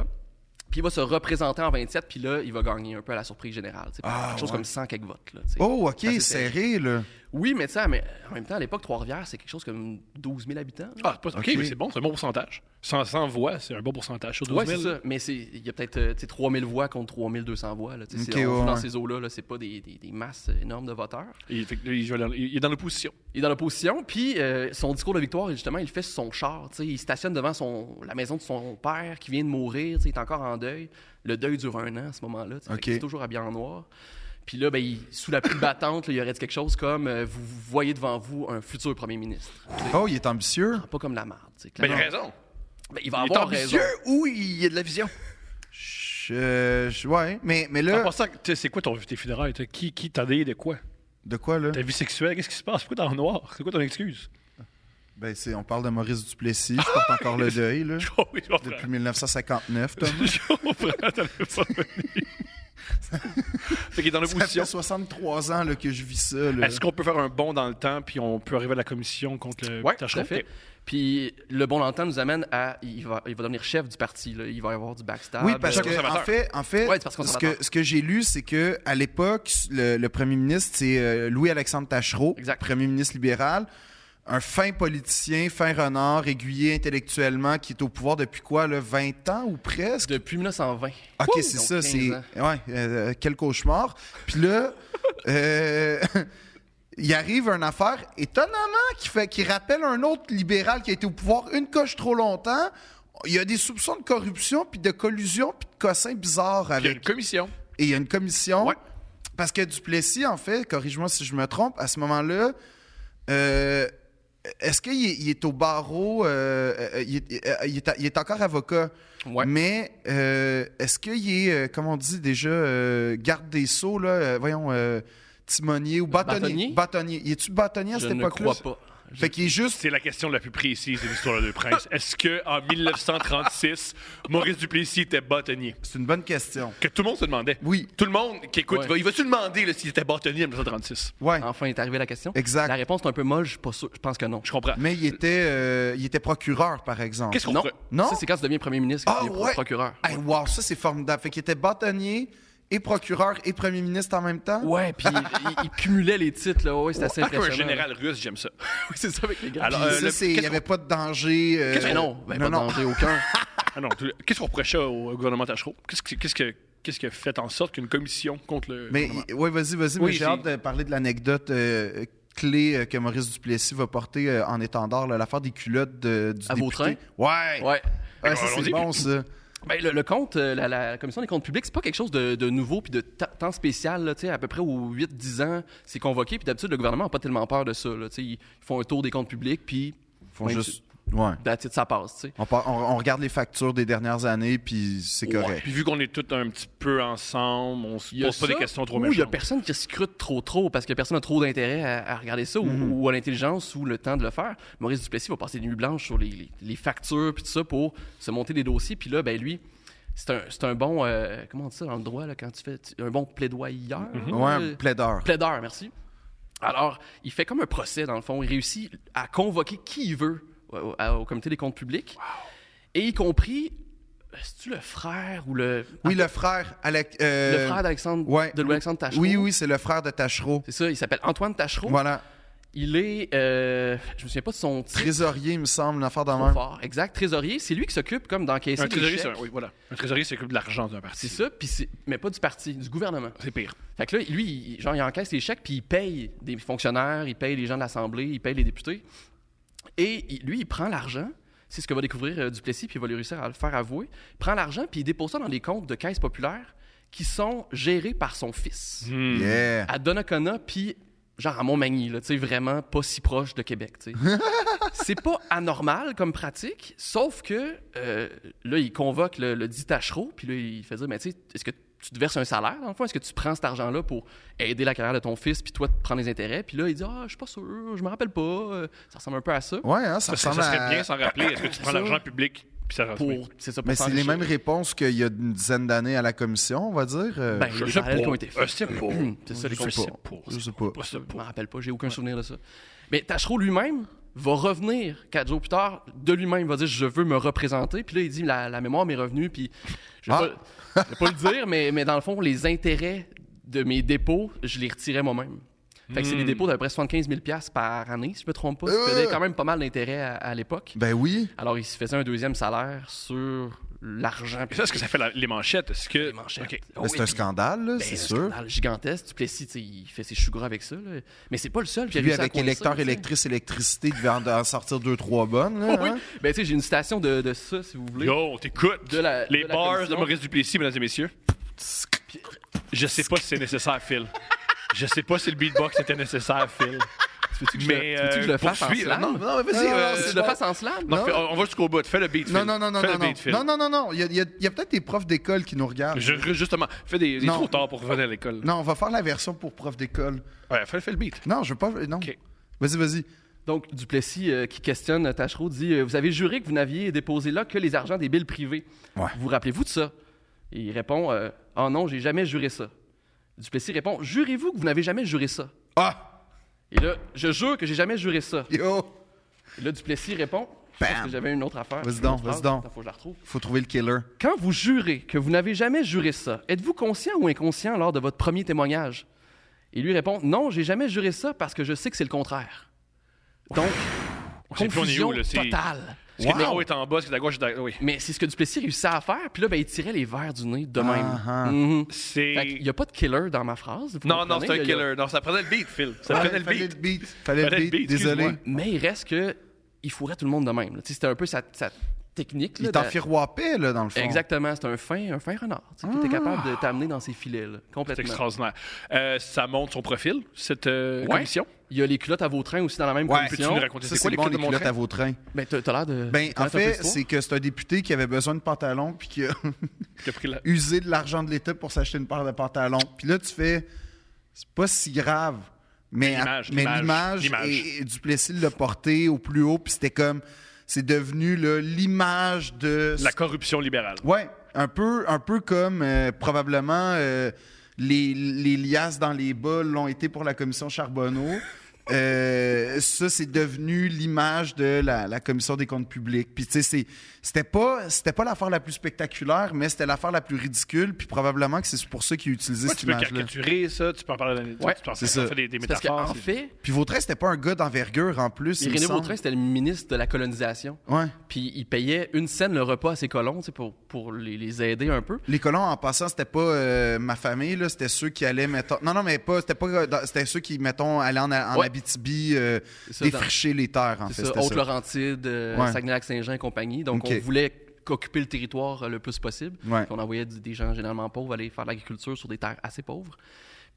Speaker 6: Puis il va se représenter en 27, puis là, il va gagner un peu à la surprise générale. tu sais,
Speaker 3: Ah,
Speaker 6: quelque chose
Speaker 3: ouais.
Speaker 6: comme 100 quelques votes. Là, tu sais.
Speaker 3: Oh, ok,
Speaker 6: Assez
Speaker 3: serré, là.
Speaker 6: Oui, mais tu sais, mais en même temps, à l'époque, Trois-Rivières, c'est quelque chose comme 12 000 habitants. là.
Speaker 4: Ah, c'est pas- ok,
Speaker 3: Ok.
Speaker 4: mais c'est bon, c'est un bon pourcentage. 100, 100 voix, c'est un bon pourcentage sur 12
Speaker 6: Ouais,
Speaker 4: 000.
Speaker 6: c'est ça. Mais c'est- il y a peut-être euh, tu sais, 3000 voix contre 3200 voix. Là, tu sais,
Speaker 3: Ok,
Speaker 6: c'est- on joue
Speaker 3: ouais,
Speaker 6: dans
Speaker 3: ouais.
Speaker 6: ces eaux-là, là, c'est pas des, des- des masses euh, énormes de voteurs.
Speaker 4: Il, fait que là, il joue à la- il est dans l'opposition.
Speaker 6: Il est dans l'opposition, puis euh, son discours de victoire, justement, il le fait sur son char. tu sais, Il stationne devant son, la maison de son père qui vient de mourir. tu sais, Il est encore en deuil. Le deuil dure un an à ce moment-là. tu sais, fait
Speaker 3: Ok.
Speaker 6: qu'il est toujours habillé en noir. Puis là, ben, il- sous la pluie battante, là, il aurait dit quelque chose comme euh, Vous voyez devant vous un futur premier ministre.
Speaker 3: Oh, il est ambitieux.
Speaker 6: Pas comme la marde. tu sais,
Speaker 4: Ben, il a
Speaker 6: clairement.
Speaker 4: raison.
Speaker 6: Ben, il va
Speaker 4: Il est
Speaker 6: avoir raison.
Speaker 4: ambitieux ou il y a de la vision.
Speaker 3: Je, je- ouais, mais, mais
Speaker 4: En
Speaker 3: là,
Speaker 4: passant, tu sais, c'est quoi ton, tes funérailles? t'as- Qui, qui t'a dit de quoi?
Speaker 3: de quoi là
Speaker 4: Ta vie sexuelle, qu'est-ce qui se passe? Pourquoi t'es en noir? C'est quoi ton excuse?
Speaker 3: Ben, c'est, on parle de Maurice Duplessis, je porte encore le
Speaker 4: Hein?
Speaker 3: deuil là,
Speaker 4: Oh, oui, je comprends.
Speaker 3: depuis 1959. Tom.
Speaker 4: Je comprends, t'avais pas venu. Fait qu'il est dans
Speaker 3: Ça
Speaker 4: l'opposition.
Speaker 3: fait 63 ans là, que je vis ça. là.
Speaker 4: Est-ce qu'on peut faire un bond dans le temps, puis on peut arriver à la commission contre le
Speaker 6: Oui, tout
Speaker 4: Tachereau?
Speaker 6: à fait.
Speaker 4: Ok.
Speaker 6: Puis le bon l'entente nous amène à. Il va, il va devenir chef du parti. là. Il va y avoir du backstab.
Speaker 3: Oui, parce
Speaker 4: Parti
Speaker 3: que, en
Speaker 4: conservateur.
Speaker 3: fait, en fait
Speaker 6: Ouais, du Parti
Speaker 3: ce
Speaker 6: conservateur.
Speaker 3: que, ce que j'ai lu, c'est que à l'époque, le, le premier ministre, c'est euh, Louis-Alexandre Tachereau,
Speaker 6: Exact.
Speaker 3: premier ministre libéral, un fin politicien, fin renard, aiguillé intellectuellement, qui est au pouvoir depuis quoi, là, 20 ans ou presque?
Speaker 6: Depuis 1920.
Speaker 3: OK, c'est
Speaker 6: Donc,
Speaker 3: ça,
Speaker 6: 15
Speaker 3: c'est...
Speaker 6: ans.
Speaker 3: Ouais, euh, quel cauchemar. Puis là, euh, il arrive une affaire étonnamment qui, fait, qui rappelle un autre libéral qui a été au pouvoir une coche trop longtemps. Il y a des soupçons de corruption, puis de collusion, puis de cossins bizarres
Speaker 4: Puis il y a
Speaker 3: avec...
Speaker 4: une commission.
Speaker 3: Et il y a une commission.
Speaker 4: Ouais.
Speaker 3: Parce que Duplessis, en fait, corrige-moi si je me trompe, à ce moment-là, euh, est-ce qu'il est, il est au barreau, euh, euh, il, est, euh, il est a- il est encore avocat,
Speaker 6: Ouais.
Speaker 3: mais euh, est-ce qu'il est, euh, comment on dit déjà, euh, garde des sceaux, là, euh, voyons, euh, timonier ou bâtonnier?
Speaker 6: Bâtonnier?
Speaker 3: Bâtonnier. Y est-tu bâtonnier à
Speaker 6: Je
Speaker 3: cette
Speaker 6: ne
Speaker 3: époque-là?
Speaker 6: crois pas.
Speaker 3: Fait qu'il est juste...
Speaker 4: C'est la question la plus précise de l'histoire de Prince. Est-ce que en 1936, Maurice Duplessis était bâtonnier?
Speaker 3: C'est une bonne question.
Speaker 4: Que tout le monde se demandait.
Speaker 3: Oui,
Speaker 4: Tout le monde qui écoute,
Speaker 6: Ouais.
Speaker 4: va- il va-tu demander là, s'il était bâtonnier en 1936?
Speaker 3: ouais,
Speaker 6: Enfin est arrivée la question. La
Speaker 3: exact.
Speaker 6: réponse est un peu molle, je suis pas sûr. Je pense que non.
Speaker 4: Je comprends.
Speaker 3: Mais il était, euh, il était procureur, par exemple.
Speaker 4: Qu'est-ce qu'on
Speaker 6: Non.
Speaker 4: ferait?
Speaker 3: Non?
Speaker 6: Ça, c'est quand tu deviens premier ministre,
Speaker 3: Ah,
Speaker 6: quand tu deviens pro-
Speaker 3: ouais.
Speaker 6: procureur.
Speaker 3: Hey, wow, ça c'est formidable. Fait qu'il était bâtonnier et procureur et premier ministre en même temps.
Speaker 6: Ouais, puis il, il- il cumulait les titres, là. Ouais, c'est assez
Speaker 4: Ah, qu'un
Speaker 6: impressionnant.
Speaker 4: général russe, j'aime ça.
Speaker 6: Oui, c'est ça avec les gars.
Speaker 4: Alors,
Speaker 3: Puis
Speaker 4: euh,
Speaker 3: ça,
Speaker 4: le-
Speaker 3: c'est- il n'y
Speaker 4: qu'est-ce
Speaker 3: avait pas de danger. euh,
Speaker 6: Ben non,
Speaker 3: non,
Speaker 6: ben pas de
Speaker 3: non.
Speaker 6: danger aucun.
Speaker 4: Ah non, tout- qu'est-ce qu'on reprochait au gouvernement Tachereau? Qu'est-ce qui, qu'est-ce que- qu'est-ce qui a fait en sorte qu'une commission contre le.
Speaker 3: Mais
Speaker 4: gouvernement-
Speaker 3: ouais, vas-y, vas-y. mais
Speaker 4: Oui,
Speaker 3: j'ai
Speaker 4: j'ai-
Speaker 3: hâte de parler de l'anecdote euh, clé euh, que Maurice Duplessis va porter euh, en étendard, là, l'affaire des culottes de, du
Speaker 6: À
Speaker 3: député.
Speaker 6: Vautrin?
Speaker 3: Ouais.
Speaker 6: Ouais.
Speaker 3: Ouais, ça c'est
Speaker 4: Allons-y.
Speaker 3: bon ça.
Speaker 6: Ben, le, le compte, euh, la, la commission des comptes publics, c'est pas quelque chose de, de nouveau puis de ta- temps spécial. Là, tu sais, à peu près aux 8-10 ans, c'est convoqué. Puis d'habitude, le gouvernement n'a pas tellement peur de ça. Là, tu sais, ils font un tour des comptes publics, puis
Speaker 3: Faut
Speaker 6: Ouais,
Speaker 3: juste. Ouais.
Speaker 6: that's it, ça passe. tu sais.
Speaker 3: On, par- on- on regarde les factures des dernières années, puis c'est correct.
Speaker 4: Puis vu qu'on est tous un petit peu ensemble, on se
Speaker 6: Il y a
Speaker 4: pose pas
Speaker 6: ça,
Speaker 4: des questions trop
Speaker 6: ou
Speaker 4: méchantes.
Speaker 6: Il y a personne qui scrute trop trop parce que personne n'a trop d'intérêt à, à regarder ça ou-
Speaker 4: Mm-hmm.
Speaker 6: ou, à l'intelligence ou le temps de le faire. Maurice Duplessis va passer des nuits blanches sur les, les- les factures puis tout ça pour se monter des dossiers. Puis là, ben lui, c'est un, c'est un bon, euh, comment on dit ça dans le droit, là, quand tu fais tu- un bon plaidoyeur.
Speaker 4: Mm-hmm.
Speaker 3: Ouais,
Speaker 6: euh,
Speaker 3: un plaideur.
Speaker 6: plaideur, merci. Alors, il fait comme un procès, dans le fond. Il réussit à convoquer qui il veut au, au- au comité des comptes publics. Et y compris, c'est-tu le frère ou le...
Speaker 3: Oui, le frère. Alec,
Speaker 6: le
Speaker 3: euh,
Speaker 6: frère d'Alexandre...
Speaker 3: ouais.
Speaker 6: De Louis-Alexandre Tachereau.
Speaker 3: Oui, oui, c'est le frère de Tachereau.
Speaker 6: C'est ça, il s'appelle Antoine Tachereau.
Speaker 3: Voilà.
Speaker 6: Il est... euh, je me souviens pas de son titre.
Speaker 3: Trésorier, il me semble, une affaire de
Speaker 6: Trop
Speaker 3: même.
Speaker 6: fort. Exact, trésorier. C'est lui qui s'occupe comme d'encaisser
Speaker 4: Un
Speaker 6: les
Speaker 4: trésorier, c'est
Speaker 6: chèques.
Speaker 4: un- oui, voilà. Un trésorier, c'est que de l'argent d'un
Speaker 6: C'est
Speaker 4: parti.
Speaker 6: ça, puis c'est- mais pas du parti, du gouvernement.
Speaker 4: C'est pire.
Speaker 6: Fait que là, lui, il- genre, il encaisse les chèques, puis il paye des fonctionnaires, il paye les gens de l'Assemblée, il paye les députés. Et il- lui, il prend l'argent. C'est ce que va découvrir euh, Duplessis, puis il va lui réussir à le faire avouer. Il prend l'argent, puis il dépose ça dans des comptes de caisse populaire qui sont gérés par son fils.
Speaker 4: Hmm.
Speaker 3: Yeah.
Speaker 6: À Donnacona, puis genre à Montmagny, là, tu sais, vraiment pas si proche de Québec, tu sais. C'est pas anormal comme pratique, sauf que euh, là, il convoque le, le dit Tachereau, puis là, il fait dire, mais tu sais, est-ce que tu te verses un salaire, dans le fond? Est-ce que tu prends cet argent-là pour aider la carrière de ton fils, puis toi, te prends les intérêts? Puis là, il dit, ah, je suis pas sûr, je me rappelle pas, euh, ça ressemble un peu à ça.
Speaker 3: Ouais, hein,
Speaker 4: Ça,
Speaker 3: ça,
Speaker 4: ça
Speaker 3: ressemble
Speaker 4: serait
Speaker 3: à-
Speaker 4: bien s'en rappeler. Est-ce que tu prends
Speaker 6: ça.
Speaker 4: l'argent public puis ça rentre?
Speaker 6: Pour, c'est ça, pour
Speaker 3: Mais c'est les
Speaker 6: s'enrichir.
Speaker 3: mêmes réponses qu'il y a une dizaine d'années à la commission, on va dire. euh,
Speaker 6: Ben,
Speaker 4: Je
Speaker 6: les
Speaker 4: sais
Speaker 6: parallèles
Speaker 4: pas.
Speaker 6: qui ont été faits.
Speaker 4: Je sais pas.
Speaker 6: c'est ça, les
Speaker 3: je sais
Speaker 6: concepts.
Speaker 3: pas. Je sais pas.
Speaker 4: Pas ça,
Speaker 6: Je
Speaker 4: pour-
Speaker 6: me rappelle pas, j'ai aucun souvenir de ça. Mais Tachereau lui-même va revenir quatre jours plus tard, de lui-même, il va dire Je veux me représenter. Puis là, il dit La, la mémoire m'est revenue, puis je
Speaker 3: Ah,
Speaker 6: vais pas, je vais pas le dire, mais, mais dans le fond, les intérêts de mes dépôts, je les retirais moi-même. Fait que c'est
Speaker 4: Hmm.
Speaker 6: des dépôts d'à peu près 75 000 par année, si je me trompe pas. Ça faisait quand même pas mal d'intérêts à, à l'époque.
Speaker 3: Eh Ben oui.
Speaker 6: Alors, il se faisait un deuxième salaire sur l'argent.
Speaker 4: Et ça, est-ce que ça fait la- les manchettes? Est-ce que.
Speaker 6: Les manchettes.
Speaker 4: Ok.
Speaker 6: Oh
Speaker 3: Ben,
Speaker 6: oui,
Speaker 3: c'est un
Speaker 6: puis-
Speaker 3: scandale, là,
Speaker 6: ben,
Speaker 3: c'est
Speaker 6: un
Speaker 3: sûr.
Speaker 6: scandale gigantesque. Duplessis, tu sais, il fait ses choux gras avec ça. Là. Mais c'est pas le seul. qui a
Speaker 3: Lui,
Speaker 6: réussi à
Speaker 3: avec
Speaker 6: coincer ça,
Speaker 3: électeur,
Speaker 6: tu sais.
Speaker 3: électrice, électricité, il devait en, en sortir deux, trois bonnes. là,
Speaker 6: Oui.
Speaker 3: hein.
Speaker 6: Ben, tu sais, j'ai une citation de, de ça, si vous voulez.
Speaker 4: Yo, t'écoutes.
Speaker 6: De la-
Speaker 4: les
Speaker 6: de la
Speaker 4: bars de
Speaker 6: commission.
Speaker 4: Maurice Duplessis, mesdames et messieurs. Je sais pas si c'est nécessaire, Phil. Je sais pas si le beatbox était nécessaire, Phil.
Speaker 6: Tu veux-tu que, je-
Speaker 4: Mais,
Speaker 6: tu veux-tu que je
Speaker 4: euh,
Speaker 6: le fasse en
Speaker 4: poursuis,
Speaker 6: slam?
Speaker 4: non, non, mais vas-y,
Speaker 6: Tu veux-tu
Speaker 4: euh,
Speaker 6: que je
Speaker 4: c'est
Speaker 6: le fasse en slam?
Speaker 4: Non, fais- on va jusqu'au bout. Fais le beat, Phil.
Speaker 3: Non, non, non, non,
Speaker 4: Fais
Speaker 3: non,
Speaker 4: le
Speaker 3: non.
Speaker 4: beat, Phil.
Speaker 3: Non, non, non, non. Il y a, il y a- il y a peut-être des profs d'école qui nous regardent.
Speaker 4: Je- je- justement, fais des. Il est
Speaker 3: Non.
Speaker 4: trop tard pour revenir à l'école.
Speaker 3: Non, on va faire la version pour profs d'école.
Speaker 4: Ouais, fais, fais le beat.
Speaker 3: Non, je veux pas. Non.
Speaker 4: Ok.
Speaker 3: Vas-y, vas-y.
Speaker 6: Donc, Duplessis, euh, qui questionne euh, Tachereau, dit euh, Vous avez juré que vous n'aviez déposé là que les argents des billes privées.
Speaker 3: Ouais.
Speaker 6: Vous vous rappelez-vous de ça Et il répond euh, Ah non, j'ai jamais juré ça. Duplessis répond Jurez-vous que vous n'avez jamais juré ça
Speaker 3: Ah!
Speaker 6: Et là, je jure que j'ai jamais juré ça.
Speaker 3: Yo!
Speaker 6: Et là, Duplessis répond Je pense
Speaker 3: Bam.
Speaker 6: que j'avais une autre affaire.
Speaker 3: Vas-y
Speaker 6: une
Speaker 3: donc,
Speaker 6: autre
Speaker 3: vas-y
Speaker 6: phrase.
Speaker 3: donc.
Speaker 6: Attends, Faut que je la retrouve.
Speaker 3: Faut trouver le killer.
Speaker 6: Quand vous jurez que vous n'avez jamais juré ça, êtes-vous conscient ou inconscient lors de votre premier témoignage? Il lui répond Non, j'ai jamais juré ça parce que je sais que c'est le contraire. Donc,
Speaker 4: sait plus on est
Speaker 6: confusion
Speaker 4: où, là, c'est-
Speaker 6: totale.
Speaker 4: Parce que
Speaker 3: Wow!
Speaker 4: le numéro est en bas, c'est de la gauche, c'est de la- Oui.
Speaker 6: Mais c'est ce que Duplessis réussit à faire, puis là, ben, il tirait les verres du nez de
Speaker 3: Ah, ah.
Speaker 6: même. Mhm. Fait qu'il
Speaker 4: C'est.
Speaker 6: y a pas de killer dans ma phrase. vous
Speaker 4: Non, non,
Speaker 6: comprenez?
Speaker 4: c'est un
Speaker 6: Il y a-
Speaker 4: killer. Non, ça prenait le beat, Phil. Ça
Speaker 3: Fallait
Speaker 4: prenait le beat.
Speaker 3: Fallait le
Speaker 4: Fallait le
Speaker 3: beat.
Speaker 4: beat,
Speaker 3: Désolé.
Speaker 4: excuse-moi.
Speaker 6: Mais il reste que il fourrait tout le monde de même. là. Tu sais, C'était un peu sa, sa technique. là, ben-
Speaker 3: Il
Speaker 6: de-
Speaker 3: t'enfiroipait, là, dans le fond.
Speaker 6: Exactement, c'est un fin, un fin renard tu sais, qui était
Speaker 3: Ah.
Speaker 6: capable de t'amener dans ses filets là,
Speaker 4: C'est
Speaker 6: complètement.
Speaker 4: extraordinaire. Euh, ça montre son profil, cette euh,
Speaker 6: Ouais.
Speaker 4: commission.
Speaker 6: Il y a les culottes à vos trains aussi dans la même
Speaker 3: Ouais.
Speaker 4: Peux-tu nous
Speaker 6: commission.
Speaker 4: raconter
Speaker 3: Ça,
Speaker 4: c'est quoi
Speaker 3: c'est
Speaker 4: les
Speaker 3: bon,
Speaker 4: codes
Speaker 3: les
Speaker 4: de mon
Speaker 3: culottes
Speaker 4: train?
Speaker 3: à vos trains.
Speaker 6: Ben, t'as t'as l'air de.
Speaker 3: Ben,
Speaker 6: t'as
Speaker 3: en
Speaker 6: l'air de faire
Speaker 3: fait,
Speaker 6: plus
Speaker 3: c'est que c'est un député qui avait besoin de pantalons, puis qui a
Speaker 4: J'ai pris la-
Speaker 3: usé de l'argent de l'État pour s'acheter une paire de pantalons. Puis là, tu fais, c'est pas si grave. Mais
Speaker 4: L'image,
Speaker 3: mais
Speaker 4: l'image,
Speaker 3: l'image,
Speaker 4: l'image.
Speaker 3: et, et Duplessis l'a porté au plus haut, puis c'était comme, c'est devenu là, l'image de.
Speaker 4: la corruption libérale.
Speaker 3: Ouais, un peu, un peu comme euh, probablement euh, les, les liasses dans les bas l'ont été pour la commission Charbonneau. Euh, ça, c'est devenu l'image de la, la commission des comptes publics. Puis, tu sais, c'est- c'était pas, c'était pas l'affaire la plus spectaculaire, mais c'était l'affaire la plus ridicule. Puis, probablement que c'est pour ça qu'il a utilisé
Speaker 4: Ouais,
Speaker 3: cette
Speaker 4: tu peux
Speaker 3: image-là.
Speaker 4: caricaturer ça, tu peux en parler dans les...
Speaker 6: Ouais,
Speaker 4: tu peux en
Speaker 3: c'est
Speaker 4: faire
Speaker 3: ça.
Speaker 4: faire des, des
Speaker 6: C'est parce
Speaker 4: métaphores.
Speaker 6: qu'en
Speaker 4: c'est-
Speaker 6: fait,
Speaker 3: Puis, Vautrin, c'était pas un gars d'envergure en plus. il me
Speaker 6: Irénée
Speaker 3: semble.
Speaker 6: Vautrin, c'était le ministre de la colonisation.
Speaker 3: Ouais.
Speaker 6: Puis il payait une scène le repas à ses colons tu sais, pour, pour les, les aider un peu.
Speaker 3: Les colons, en passant, c'était pas euh, ma famille, là, c'était ceux qui allaient, mettons. Non, non, mais pas. C'était pas. euh, dans- C'était ceux qui, mettons, allaient en, en
Speaker 6: Ouais.
Speaker 3: Abitibi euh,
Speaker 6: C'est ça, dans-
Speaker 3: défricher les terres, en fait.
Speaker 6: C'est ça,
Speaker 3: c'était ça.
Speaker 6: Haute-Laurentide, euh,
Speaker 3: Ouais.
Speaker 6: Saguenay-Lac-Saint-Jean et compagnie. Donc,
Speaker 3: Ok.
Speaker 6: on voulait occuper le territoire euh, le plus possible.
Speaker 3: Ouais.
Speaker 6: Puis on envoyait du- des gens généralement pauvres aller faire de l'agriculture sur des terres assez pauvres.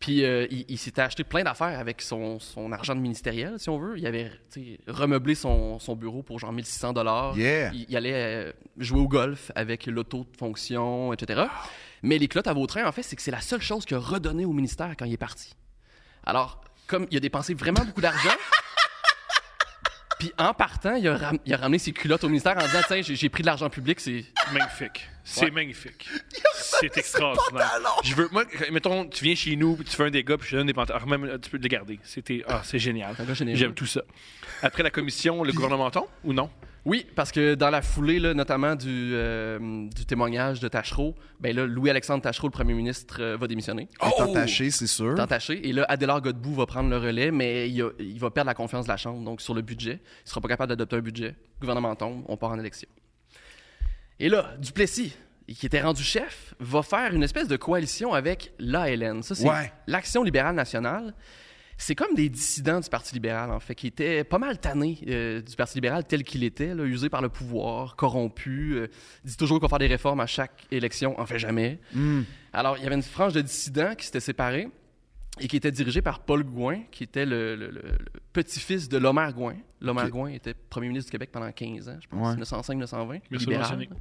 Speaker 6: Puis euh, il, il s'était acheté plein d'affaires avec son, son argent de ministériel, si on veut. Il avait tu sais, remeublé son, son bureau pour genre 1600 dollars.
Speaker 3: Yeah.
Speaker 6: Il, il allait euh, jouer au golf avec l'auto de fonction, etc. Mais les clottes à Vautrin, en fait, c'est que c'est la seule chose qu'il a redonnée au ministère quand il est parti. Alors, comme il a dépensé vraiment beaucoup d'argent, puis en partant, il a, ram- il a ramené ses culottes au ministère en disant Tiens, j'ai j'ai pris de l'argent public, c'est.
Speaker 4: Magnifique. C'est magnifique. C'est extraordinaire. Je veux, moi, mettons, tu viens chez nous, puis tu fais un dégât, puis je te donne des pantalons. Ah, Même, tu peux les garder. C'était, ah, c'est génial.
Speaker 6: Un gars généreux.
Speaker 4: J'aime tout ça. Après la commission, le gouvernementon ou non?
Speaker 6: Oui, parce que dans la foulée, là, notamment du, euh, du témoignage de Tachereau, ben là, Louis-Alexandre Tachereau, le premier ministre, euh, va démissionner.
Speaker 3: Est entaché, c'est sûr.
Speaker 6: est entaché. Et là, Adélard Godbout va prendre le relais, mais il, a- il va perdre la confiance de la Chambre, donc sur le budget. Il sera pas capable d'adopter un budget. Le gouvernement tombe, on part en élection. Et là, Duplessis, qui était rendu chef, va faire une espèce de coalition avec l'ALN. Ça, c'est
Speaker 3: Ouais.
Speaker 6: l'Action libérale nationale. C'est comme des dissidents du Parti libéral, en fait, qui étaient pas mal tannés euh, du Parti libéral tel qu'il était, là, usé par le pouvoir, corrompu, euh, dit toujours qu'on va faire des réformes à chaque élection, on fait jamais. Alors, il y avait une frange de dissidents qui s'était séparée et qui était dirigée par Paul Gouin, qui était le, le- le- le petit-fils de Lomar Gouin. Lomar Gouin était premier ministre du Québec pendant 15 ans, je pense,
Speaker 3: Ouais.
Speaker 6: 1905-1920,
Speaker 4: Merci de mentionner.
Speaker 6: libéral.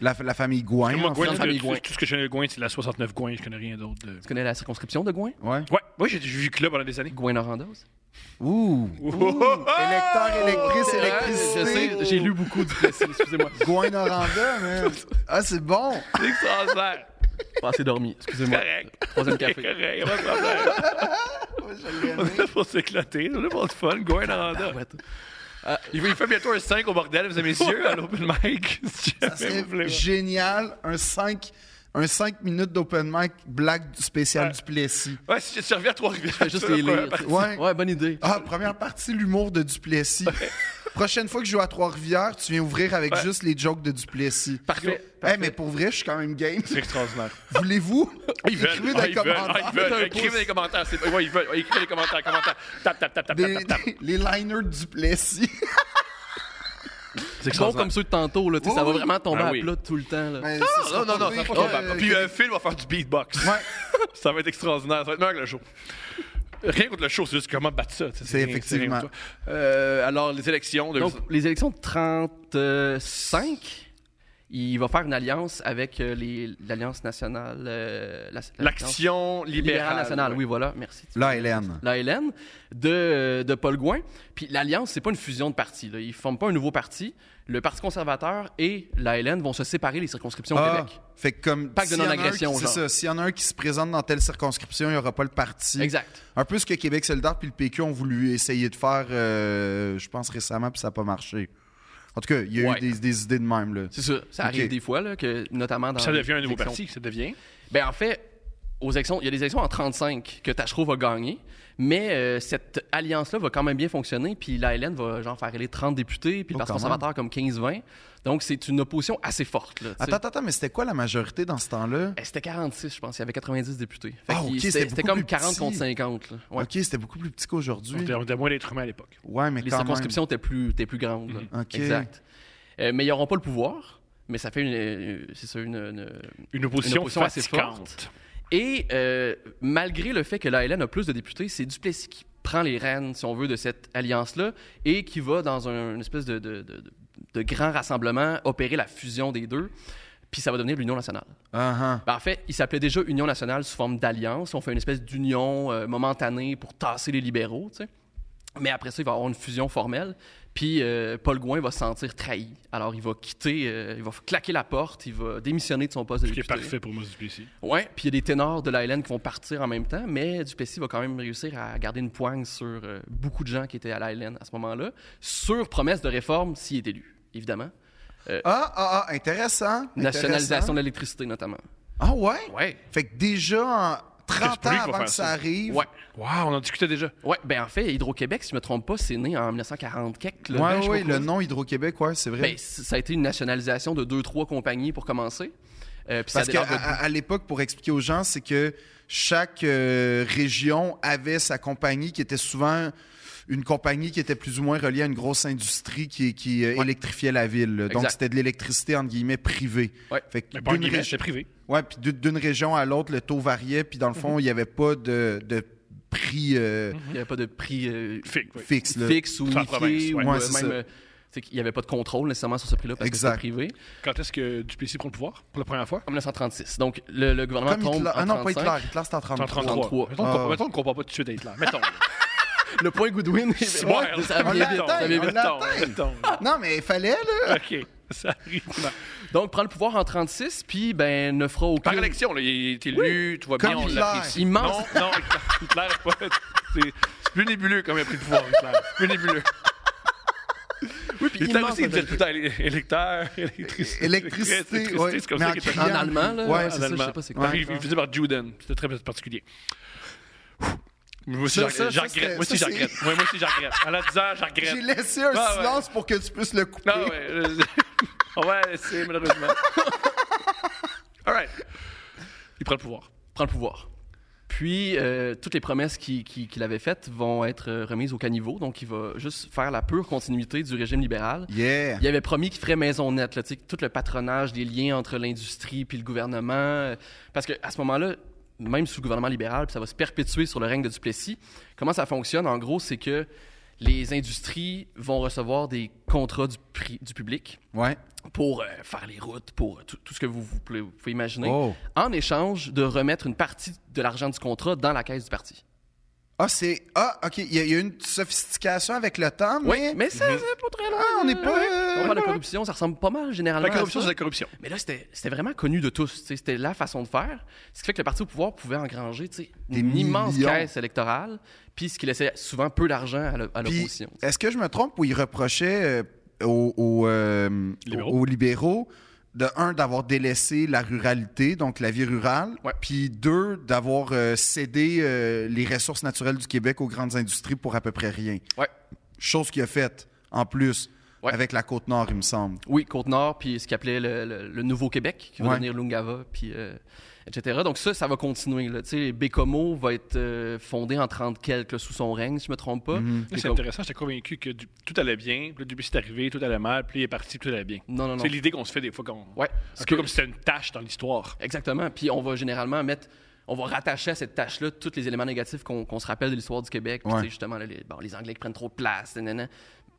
Speaker 3: La, la famille Gouin.
Speaker 4: moi,
Speaker 3: en
Speaker 4: Gouin,
Speaker 6: fait,
Speaker 4: tout,
Speaker 6: famille
Speaker 4: tout-
Speaker 6: Gouin.
Speaker 4: tout ce que je connais de Gouin, c'est de la 69 Gouin. Je connais rien d'autre. De...
Speaker 6: Tu connais la circonscription de Gouin?
Speaker 3: fait. Ouais.
Speaker 4: Ouais, ouais, j'ai j'ai vu que là pendant des années.
Speaker 6: Gouin Norandos?
Speaker 3: Ouh. Électeur, électrice,
Speaker 6: je
Speaker 3: électricité.
Speaker 6: sais, j'ai lu beaucoup du Plessis, excusez-moi.
Speaker 3: Gouin Noranda, man. Ah, c'est bon.
Speaker 4: C'est extraordinaire.
Speaker 6: Pas assez dormi, excusez-moi.
Speaker 4: Correct.
Speaker 6: Troisième
Speaker 4: C'est
Speaker 6: café.
Speaker 4: correct, y a pas de problème. On est là pour s'éclater, on est là pour le fun. Gouin Noranda.
Speaker 6: Ouais, t-
Speaker 4: Il il fait bientôt un 5 au bordel, mesdames et messieurs, à l'open mic. si jamais vous voulez
Speaker 3: C'est
Speaker 4: voir.
Speaker 3: génial. Un 5 un cinq minutes d'open mic blague du spécial
Speaker 4: Ouais.
Speaker 3: du Plessis.
Speaker 4: Ouais, si tu reviens à Trois-Rivières,
Speaker 6: Fais juste
Speaker 4: tu vois,
Speaker 6: les
Speaker 4: quoi,
Speaker 6: lire.
Speaker 4: parce-
Speaker 3: Ouais.
Speaker 6: Ouais, bonne idée.
Speaker 3: Ah, première partie, l'humour de Duplessis. Prochaine fois que je joue à Trois-Rivières, tu viens ouvrir avec
Speaker 4: Ouais.
Speaker 3: juste les jokes de Duplessis.
Speaker 6: Parfait.
Speaker 3: Eh, mais pour vrai, je suis quand même game.
Speaker 4: C'est extraordinaire.
Speaker 3: Voulez-vous?
Speaker 4: Ils veulent.
Speaker 3: Écrivez
Speaker 4: ah,
Speaker 3: dans les
Speaker 4: ils veulent.
Speaker 3: commentaires.
Speaker 4: ah, ils veulent. Écrivez dans les commentaires. c'est- Ouais, ils veulent. Ouais, Écrivez dans les commentaires. commentaires. Tap, tap, tap, tap,
Speaker 3: Des-
Speaker 4: tap, tap.
Speaker 3: des- les liners du Plessis.
Speaker 4: C'est
Speaker 6: Bon comme ceux de tantôt, là, tu sais,
Speaker 3: Oui, Ben,
Speaker 6: ça va
Speaker 3: oui.
Speaker 6: vraiment tomber
Speaker 4: Ah,
Speaker 6: à
Speaker 4: oui.
Speaker 6: plat tout le temps. Là.
Speaker 3: Mais
Speaker 4: Ah,
Speaker 3: ce sera
Speaker 4: Non, non,
Speaker 3: pas
Speaker 4: non,
Speaker 3: pire
Speaker 4: c'est
Speaker 3: que-
Speaker 4: improbable. Puis euh, Phil va faire du beatbox.
Speaker 3: Ouais,
Speaker 4: Ça va être extraordinaire. Ça va être meilleur que le show. Rien contre le show, c'est juste comment battre ça. tu sais,
Speaker 3: C'est
Speaker 4: rien- rien
Speaker 3: effectivement.
Speaker 4: contre toi. Euh, alors, les élections. de-
Speaker 6: Donc, les élections de 35, il va faire une alliance avec euh, les- l'Alliance nationale. euh, la- la-
Speaker 4: L'action
Speaker 6: l'Alliance
Speaker 4: libérale.
Speaker 6: nationale, oui, voilà, merci.
Speaker 3: Là, Hélène.
Speaker 6: La LN de, de Paul Gouin. Puis l'Alliance, c'est pas une fusion de partis. Là. Ils forment pas un nouveau parti. Le Parti conservateur et la LN vont se séparer les circonscriptions au
Speaker 3: Ah,
Speaker 6: Québec.
Speaker 3: fait que comme.
Speaker 6: Pacte de
Speaker 3: s'il y en a un
Speaker 6: non-agression,
Speaker 3: qui- C'est
Speaker 6: genre.
Speaker 3: ça. S'il y en a un qui se présente dans telle circonscription, il n'y aura pas le parti.
Speaker 6: Exact.
Speaker 3: Un peu ce que Québec solidaire puis le PQ ont voulu essayer de faire, euh, je pense, récemment, puis ça n'a pas marché. En tout cas, il y a
Speaker 6: Ouais.
Speaker 3: eu des, des idées de même. Là.
Speaker 6: C'est ça. Ça
Speaker 3: Ok.
Speaker 6: arrive des fois, là, que, notamment dans.
Speaker 4: Ça
Speaker 6: les
Speaker 4: devient un nouveau
Speaker 6: élections
Speaker 4: parti, ça devient.
Speaker 6: Ben en fait, aux élections, il y a des élections en 35 que Tachereau va gagner, mais euh, cette alliance-là va quand même bien fonctionner, puis l'ALN va genre faire élire 30 députés, puis le
Speaker 3: Oh,
Speaker 6: Parti
Speaker 3: quand même.
Speaker 6: conservateur comme 15-20. Donc c'est une opposition assez forte. Là, tu sais.
Speaker 3: Attends, attends, attends, mais c'était quoi la majorité dans ce temps-là?
Speaker 6: Eh, C'était 46, je pense. Il y avait 90 députés. Fait
Speaker 3: Ah,
Speaker 6: qu'il-
Speaker 3: ok,
Speaker 6: c'était-
Speaker 3: c'était
Speaker 6: C'était
Speaker 3: beaucoup
Speaker 6: comme
Speaker 3: plus
Speaker 6: 40
Speaker 3: petit.
Speaker 6: contre 50. là. Ouais.
Speaker 3: Ok, c'était beaucoup plus petit qu'aujourd'hui.
Speaker 4: On était- on était moins d'êtres humains à l'époque.
Speaker 3: Ouais, mais
Speaker 6: Les
Speaker 3: quand
Speaker 6: circonscriptions étaient plus, étaient plus grandes. là.
Speaker 3: Mhm. Ok.
Speaker 6: Exact. Euh, mais ils n'auront pas le pouvoir. Mais ça fait une, euh, c'est ça, une, une-
Speaker 4: Une opposition,
Speaker 6: opposition assez
Speaker 4: fatigante.
Speaker 6: forte. Et euh, malgré le fait que l'ALN a plus de députés, c'est Duplessis qui prend les rênes, si on veut, de cette alliance-là et qui va dans un, une espèce de, de- de- de- de grand rassemblement opérer la fusion des deux. Puis ça va devenir l'Union nationale.
Speaker 3: même. Ah, ah.
Speaker 6: Ben, en fait, il s'appelait déjà Union nationale sous forme d'alliance. On fait une espèce d'union euh, momentanée pour tasser les libéraux, tu sais. Mais après ça, il va avoir une fusion formelle. Puis euh, Paul Gouin va se sentir trahi. Alors, il va quitter, euh, il va claquer la porte, il va démissionner de son poste de
Speaker 4: Ce qui est
Speaker 6: député.
Speaker 4: parfait pour moi, Duplessis.
Speaker 6: Ouais, puis il y a des ténors de la LN qui vont partir en même temps, mais Duplessis va quand même réussir à garder une poigne sur euh, beaucoup de gens qui étaient à la LN à ce moment-là, sur promesse de réforme s'il est élu, évidemment.
Speaker 3: Ah, ah, ah, intéressant.
Speaker 6: Nationalisation
Speaker 3: intéressant.
Speaker 6: de l'électricité, notamment.
Speaker 3: Ah, ouais?
Speaker 6: Ouais.
Speaker 3: Fait que déjà, en 30
Speaker 4: C'est lui qui
Speaker 3: ans
Speaker 4: va
Speaker 3: avant
Speaker 4: faire
Speaker 3: que
Speaker 4: ça.
Speaker 3: ça arrive.
Speaker 6: Ouais.
Speaker 4: Waouh, on en discutait déjà.
Speaker 6: Ouais, ben en fait, Hydro-Québec, si je me trompe pas, c'est né en 1940 quelque, là.
Speaker 3: Ouais,
Speaker 6: Ben, je sais
Speaker 3: ouais,
Speaker 6: pas
Speaker 3: le
Speaker 6: comment-
Speaker 3: nom Hydro-Québec, ouais, c'est vrai.
Speaker 6: Ben, c- ça a été une nationalisation de deux, trois compagnies pour commencer. Euh, puis ça
Speaker 3: Parce qu'à
Speaker 6: débarque de-
Speaker 3: à, à l'époque, pour expliquer aux gens, c'est que chaque euh, région avait sa compagnie qui était souvent une compagnie qui était plus ou moins reliée à une grosse industrie qui, qui euh, électrifiait la ville. là. Donc,
Speaker 6: Exact.
Speaker 3: c'était de l'électricité, entre guillemets, privée.
Speaker 6: Ouais.
Speaker 3: Fait que
Speaker 4: Mais pas en
Speaker 3: d'une
Speaker 4: guillemets,
Speaker 3: régi-
Speaker 4: c'est privé.
Speaker 3: ouais, puis d'une- d'une région à l'autre, le taux variait. Puis, dans le
Speaker 6: Mhm.
Speaker 3: fond, il n'y avait pas de, de prix euh,
Speaker 6: il n'y avait pas de prix euh,
Speaker 4: Fic, oui.
Speaker 3: fixe. là.
Speaker 6: fixe ou
Speaker 4: Sur la
Speaker 6: unifié
Speaker 4: province,
Speaker 6: ou
Speaker 4: ouais.
Speaker 3: Ouais,
Speaker 6: euh,
Speaker 3: c'est
Speaker 6: même...
Speaker 3: ça.
Speaker 6: euh, tu sais qu'il n'y avait pas de contrôle nécessairement sur ce prix-là parce
Speaker 3: Exact.
Speaker 6: que c'était privé.
Speaker 4: Quand est-ce que Duplessis prend le pouvoir pour la première fois?
Speaker 6: En 1936. Donc, le, le gouvernement
Speaker 3: Comme
Speaker 6: tombe
Speaker 3: Hitler.
Speaker 6: en
Speaker 3: Ah non, pas
Speaker 6: 35.
Speaker 3: Hitler. Hitler, c'est en 33.
Speaker 4: 33.
Speaker 6: 33.
Speaker 4: Mettons qu'on-
Speaker 3: Ah.
Speaker 4: mettons qu'on ne compare pas tout de suite à Hitler. Mettons.
Speaker 6: Le point Goodwin,
Speaker 4: Ouais,
Speaker 6: ça
Speaker 3: on
Speaker 6: vient vite, ça
Speaker 3: l'atteint,
Speaker 6: vient
Speaker 3: on
Speaker 6: vite.
Speaker 4: Mettons,
Speaker 3: l'atteint.
Speaker 4: mettons.
Speaker 3: Non, mais il fallait, là.
Speaker 4: OK, ça arrive.
Speaker 6: Donc, prend le pouvoir en 36, puis ben, ne fera aucune...
Speaker 4: Par élection, là, il est élu, tout va
Speaker 3: Comme
Speaker 4: bien, on
Speaker 3: Hitler.
Speaker 4: l'apprécie.
Speaker 6: Immense.
Speaker 4: Non, non, Hitler, est pas- c'est c'est plus nébuleux comme il a pris le pouvoir, Hitler. C'est plus nébuleux.
Speaker 6: Oui, puis
Speaker 4: Hitler
Speaker 6: immense
Speaker 4: aussi, il disait tout
Speaker 6: majorité.
Speaker 4: le temps élé- électeur, électricité.
Speaker 3: Électricité, ouais.
Speaker 4: c'est comme
Speaker 3: Mais
Speaker 4: ça
Speaker 3: en
Speaker 4: qu'il était
Speaker 3: criant.
Speaker 6: En allemand, là,
Speaker 3: Ouais,
Speaker 6: ouais,
Speaker 4: en
Speaker 6: Ah, c'est ça, je
Speaker 4: allemand.
Speaker 6: sais pas c'est quoi.
Speaker 4: Ouais, il il faisait par Juden, c'était très particulier. Moi aussi, j'en
Speaker 3: Ça, ça,
Speaker 4: j'en
Speaker 3: ça,
Speaker 4: regrette. Moi aussi,
Speaker 3: c'était-
Speaker 4: j'en regrette. Ouais, Moi aussi, j'en regrette. À la 10 ans, j'en regrette.
Speaker 3: J'ai laissé un
Speaker 4: Ah, ouais.
Speaker 3: silence pour que tu puisses le couper.
Speaker 6: Ah,
Speaker 4: Non, ouais. euh, on va laisser, malheureusement. All right. Il prend le pouvoir.
Speaker 6: prend le pouvoir. Puis, euh, toutes les promesses qui- qui- qu'il avait faites vont être euh, remises au caniveau. Donc, il va juste faire la pure continuité du régime libéral.
Speaker 3: Yeah.
Speaker 6: Il avait promis qu'il ferait maison nette, là, tu sais, tout le patronage, les liens entre l'industrie puis le gouvernement. euh, Parce que à ce moment-là, même sous le gouvernement libéral, puis ça va se perpétuer sur le règne de Duplessis, comment ça fonctionne, en gros, c'est que les industries vont recevoir des contrats du, prix, du public
Speaker 3: Ouais.
Speaker 6: pour euh, faire les routes, pour euh, tout, tout ce que vous, vous pouvez, vous pouvez imaginer,
Speaker 3: Oh.
Speaker 6: en échange de remettre une partie de l'argent du contrat dans la caisse du parti.
Speaker 3: Ah, c'est. Ah, OK. Il y, a- il y a une sophistication avec le temps, mais.
Speaker 6: Oui, mais ça, c'est pas très loin. hein.
Speaker 3: Ah, on n'est pas.
Speaker 6: On
Speaker 3: euh,
Speaker 6: parle de corruption, ça ressemble pas mal généralement.
Speaker 4: La
Speaker 6: à
Speaker 4: corruption,
Speaker 6: Ah, ça.
Speaker 4: c'est la corruption.
Speaker 6: Mais là, c'était c'était vraiment connu de tous. tu sais, C'était la façon de faire. Ce qui fait que le parti au pouvoir pouvait engranger tu sais,
Speaker 3: Des
Speaker 6: une immense
Speaker 3: millions.
Speaker 6: caisse électorale, puis ce qui laissait souvent peu d'argent à l'o- à
Speaker 3: Puis,
Speaker 6: l'opposition. tu sais.
Speaker 3: est-ce que je me trompe ou il reprochait euh, aux, aux, euh,
Speaker 4: Libéraux.
Speaker 3: aux- aux libéraux de un, d'avoir délaissé la ruralité, donc la vie rurale,
Speaker 6: Ouais.
Speaker 3: puis deux, d'avoir euh, cédé euh, les ressources naturelles du Québec aux grandes industries pour à peu près rien.
Speaker 6: Ouais.
Speaker 3: Chose qu'il a faite, en plus,
Speaker 6: Ouais.
Speaker 3: avec la Côte-Nord, il me semble.
Speaker 6: Oui, Côte-Nord, puis ce qu'il appelait le, le- le Nouveau-Québec, qui va
Speaker 3: Ouais.
Speaker 6: devenir Lungava, puis euh, etc. Donc ça, ça va continuer. Là. Tu sais, Bécomo va être euh, fondé en 30 quelques là, sous son règne, si je me trompe pas.
Speaker 3: Mm-hmm.
Speaker 4: Ah, C'est
Speaker 6: Bécomo-
Speaker 4: intéressant, j'étais convaincu que du- tout allait bien, puis là, Duplessis est arrivé, tout allait mal, puis il est parti, tout allait bien.
Speaker 6: Non, non, non.
Speaker 4: C'est l'idée qu'on se fait des fois qu'on.
Speaker 6: Ouais.
Speaker 4: Un
Speaker 6: Ce
Speaker 4: peu
Speaker 6: que-
Speaker 4: comme si c'était une tâche dans l'histoire.
Speaker 6: Exactement. Puis on va généralement mettre, on va rattacher à cette tâche-là tous les éléments négatifs qu'on qu'on se rappelle de l'histoire du Québec. Puis
Speaker 3: Ouais.
Speaker 6: tu sais, justement, là, les, bon, les Anglais qui prennent trop de place, nanana.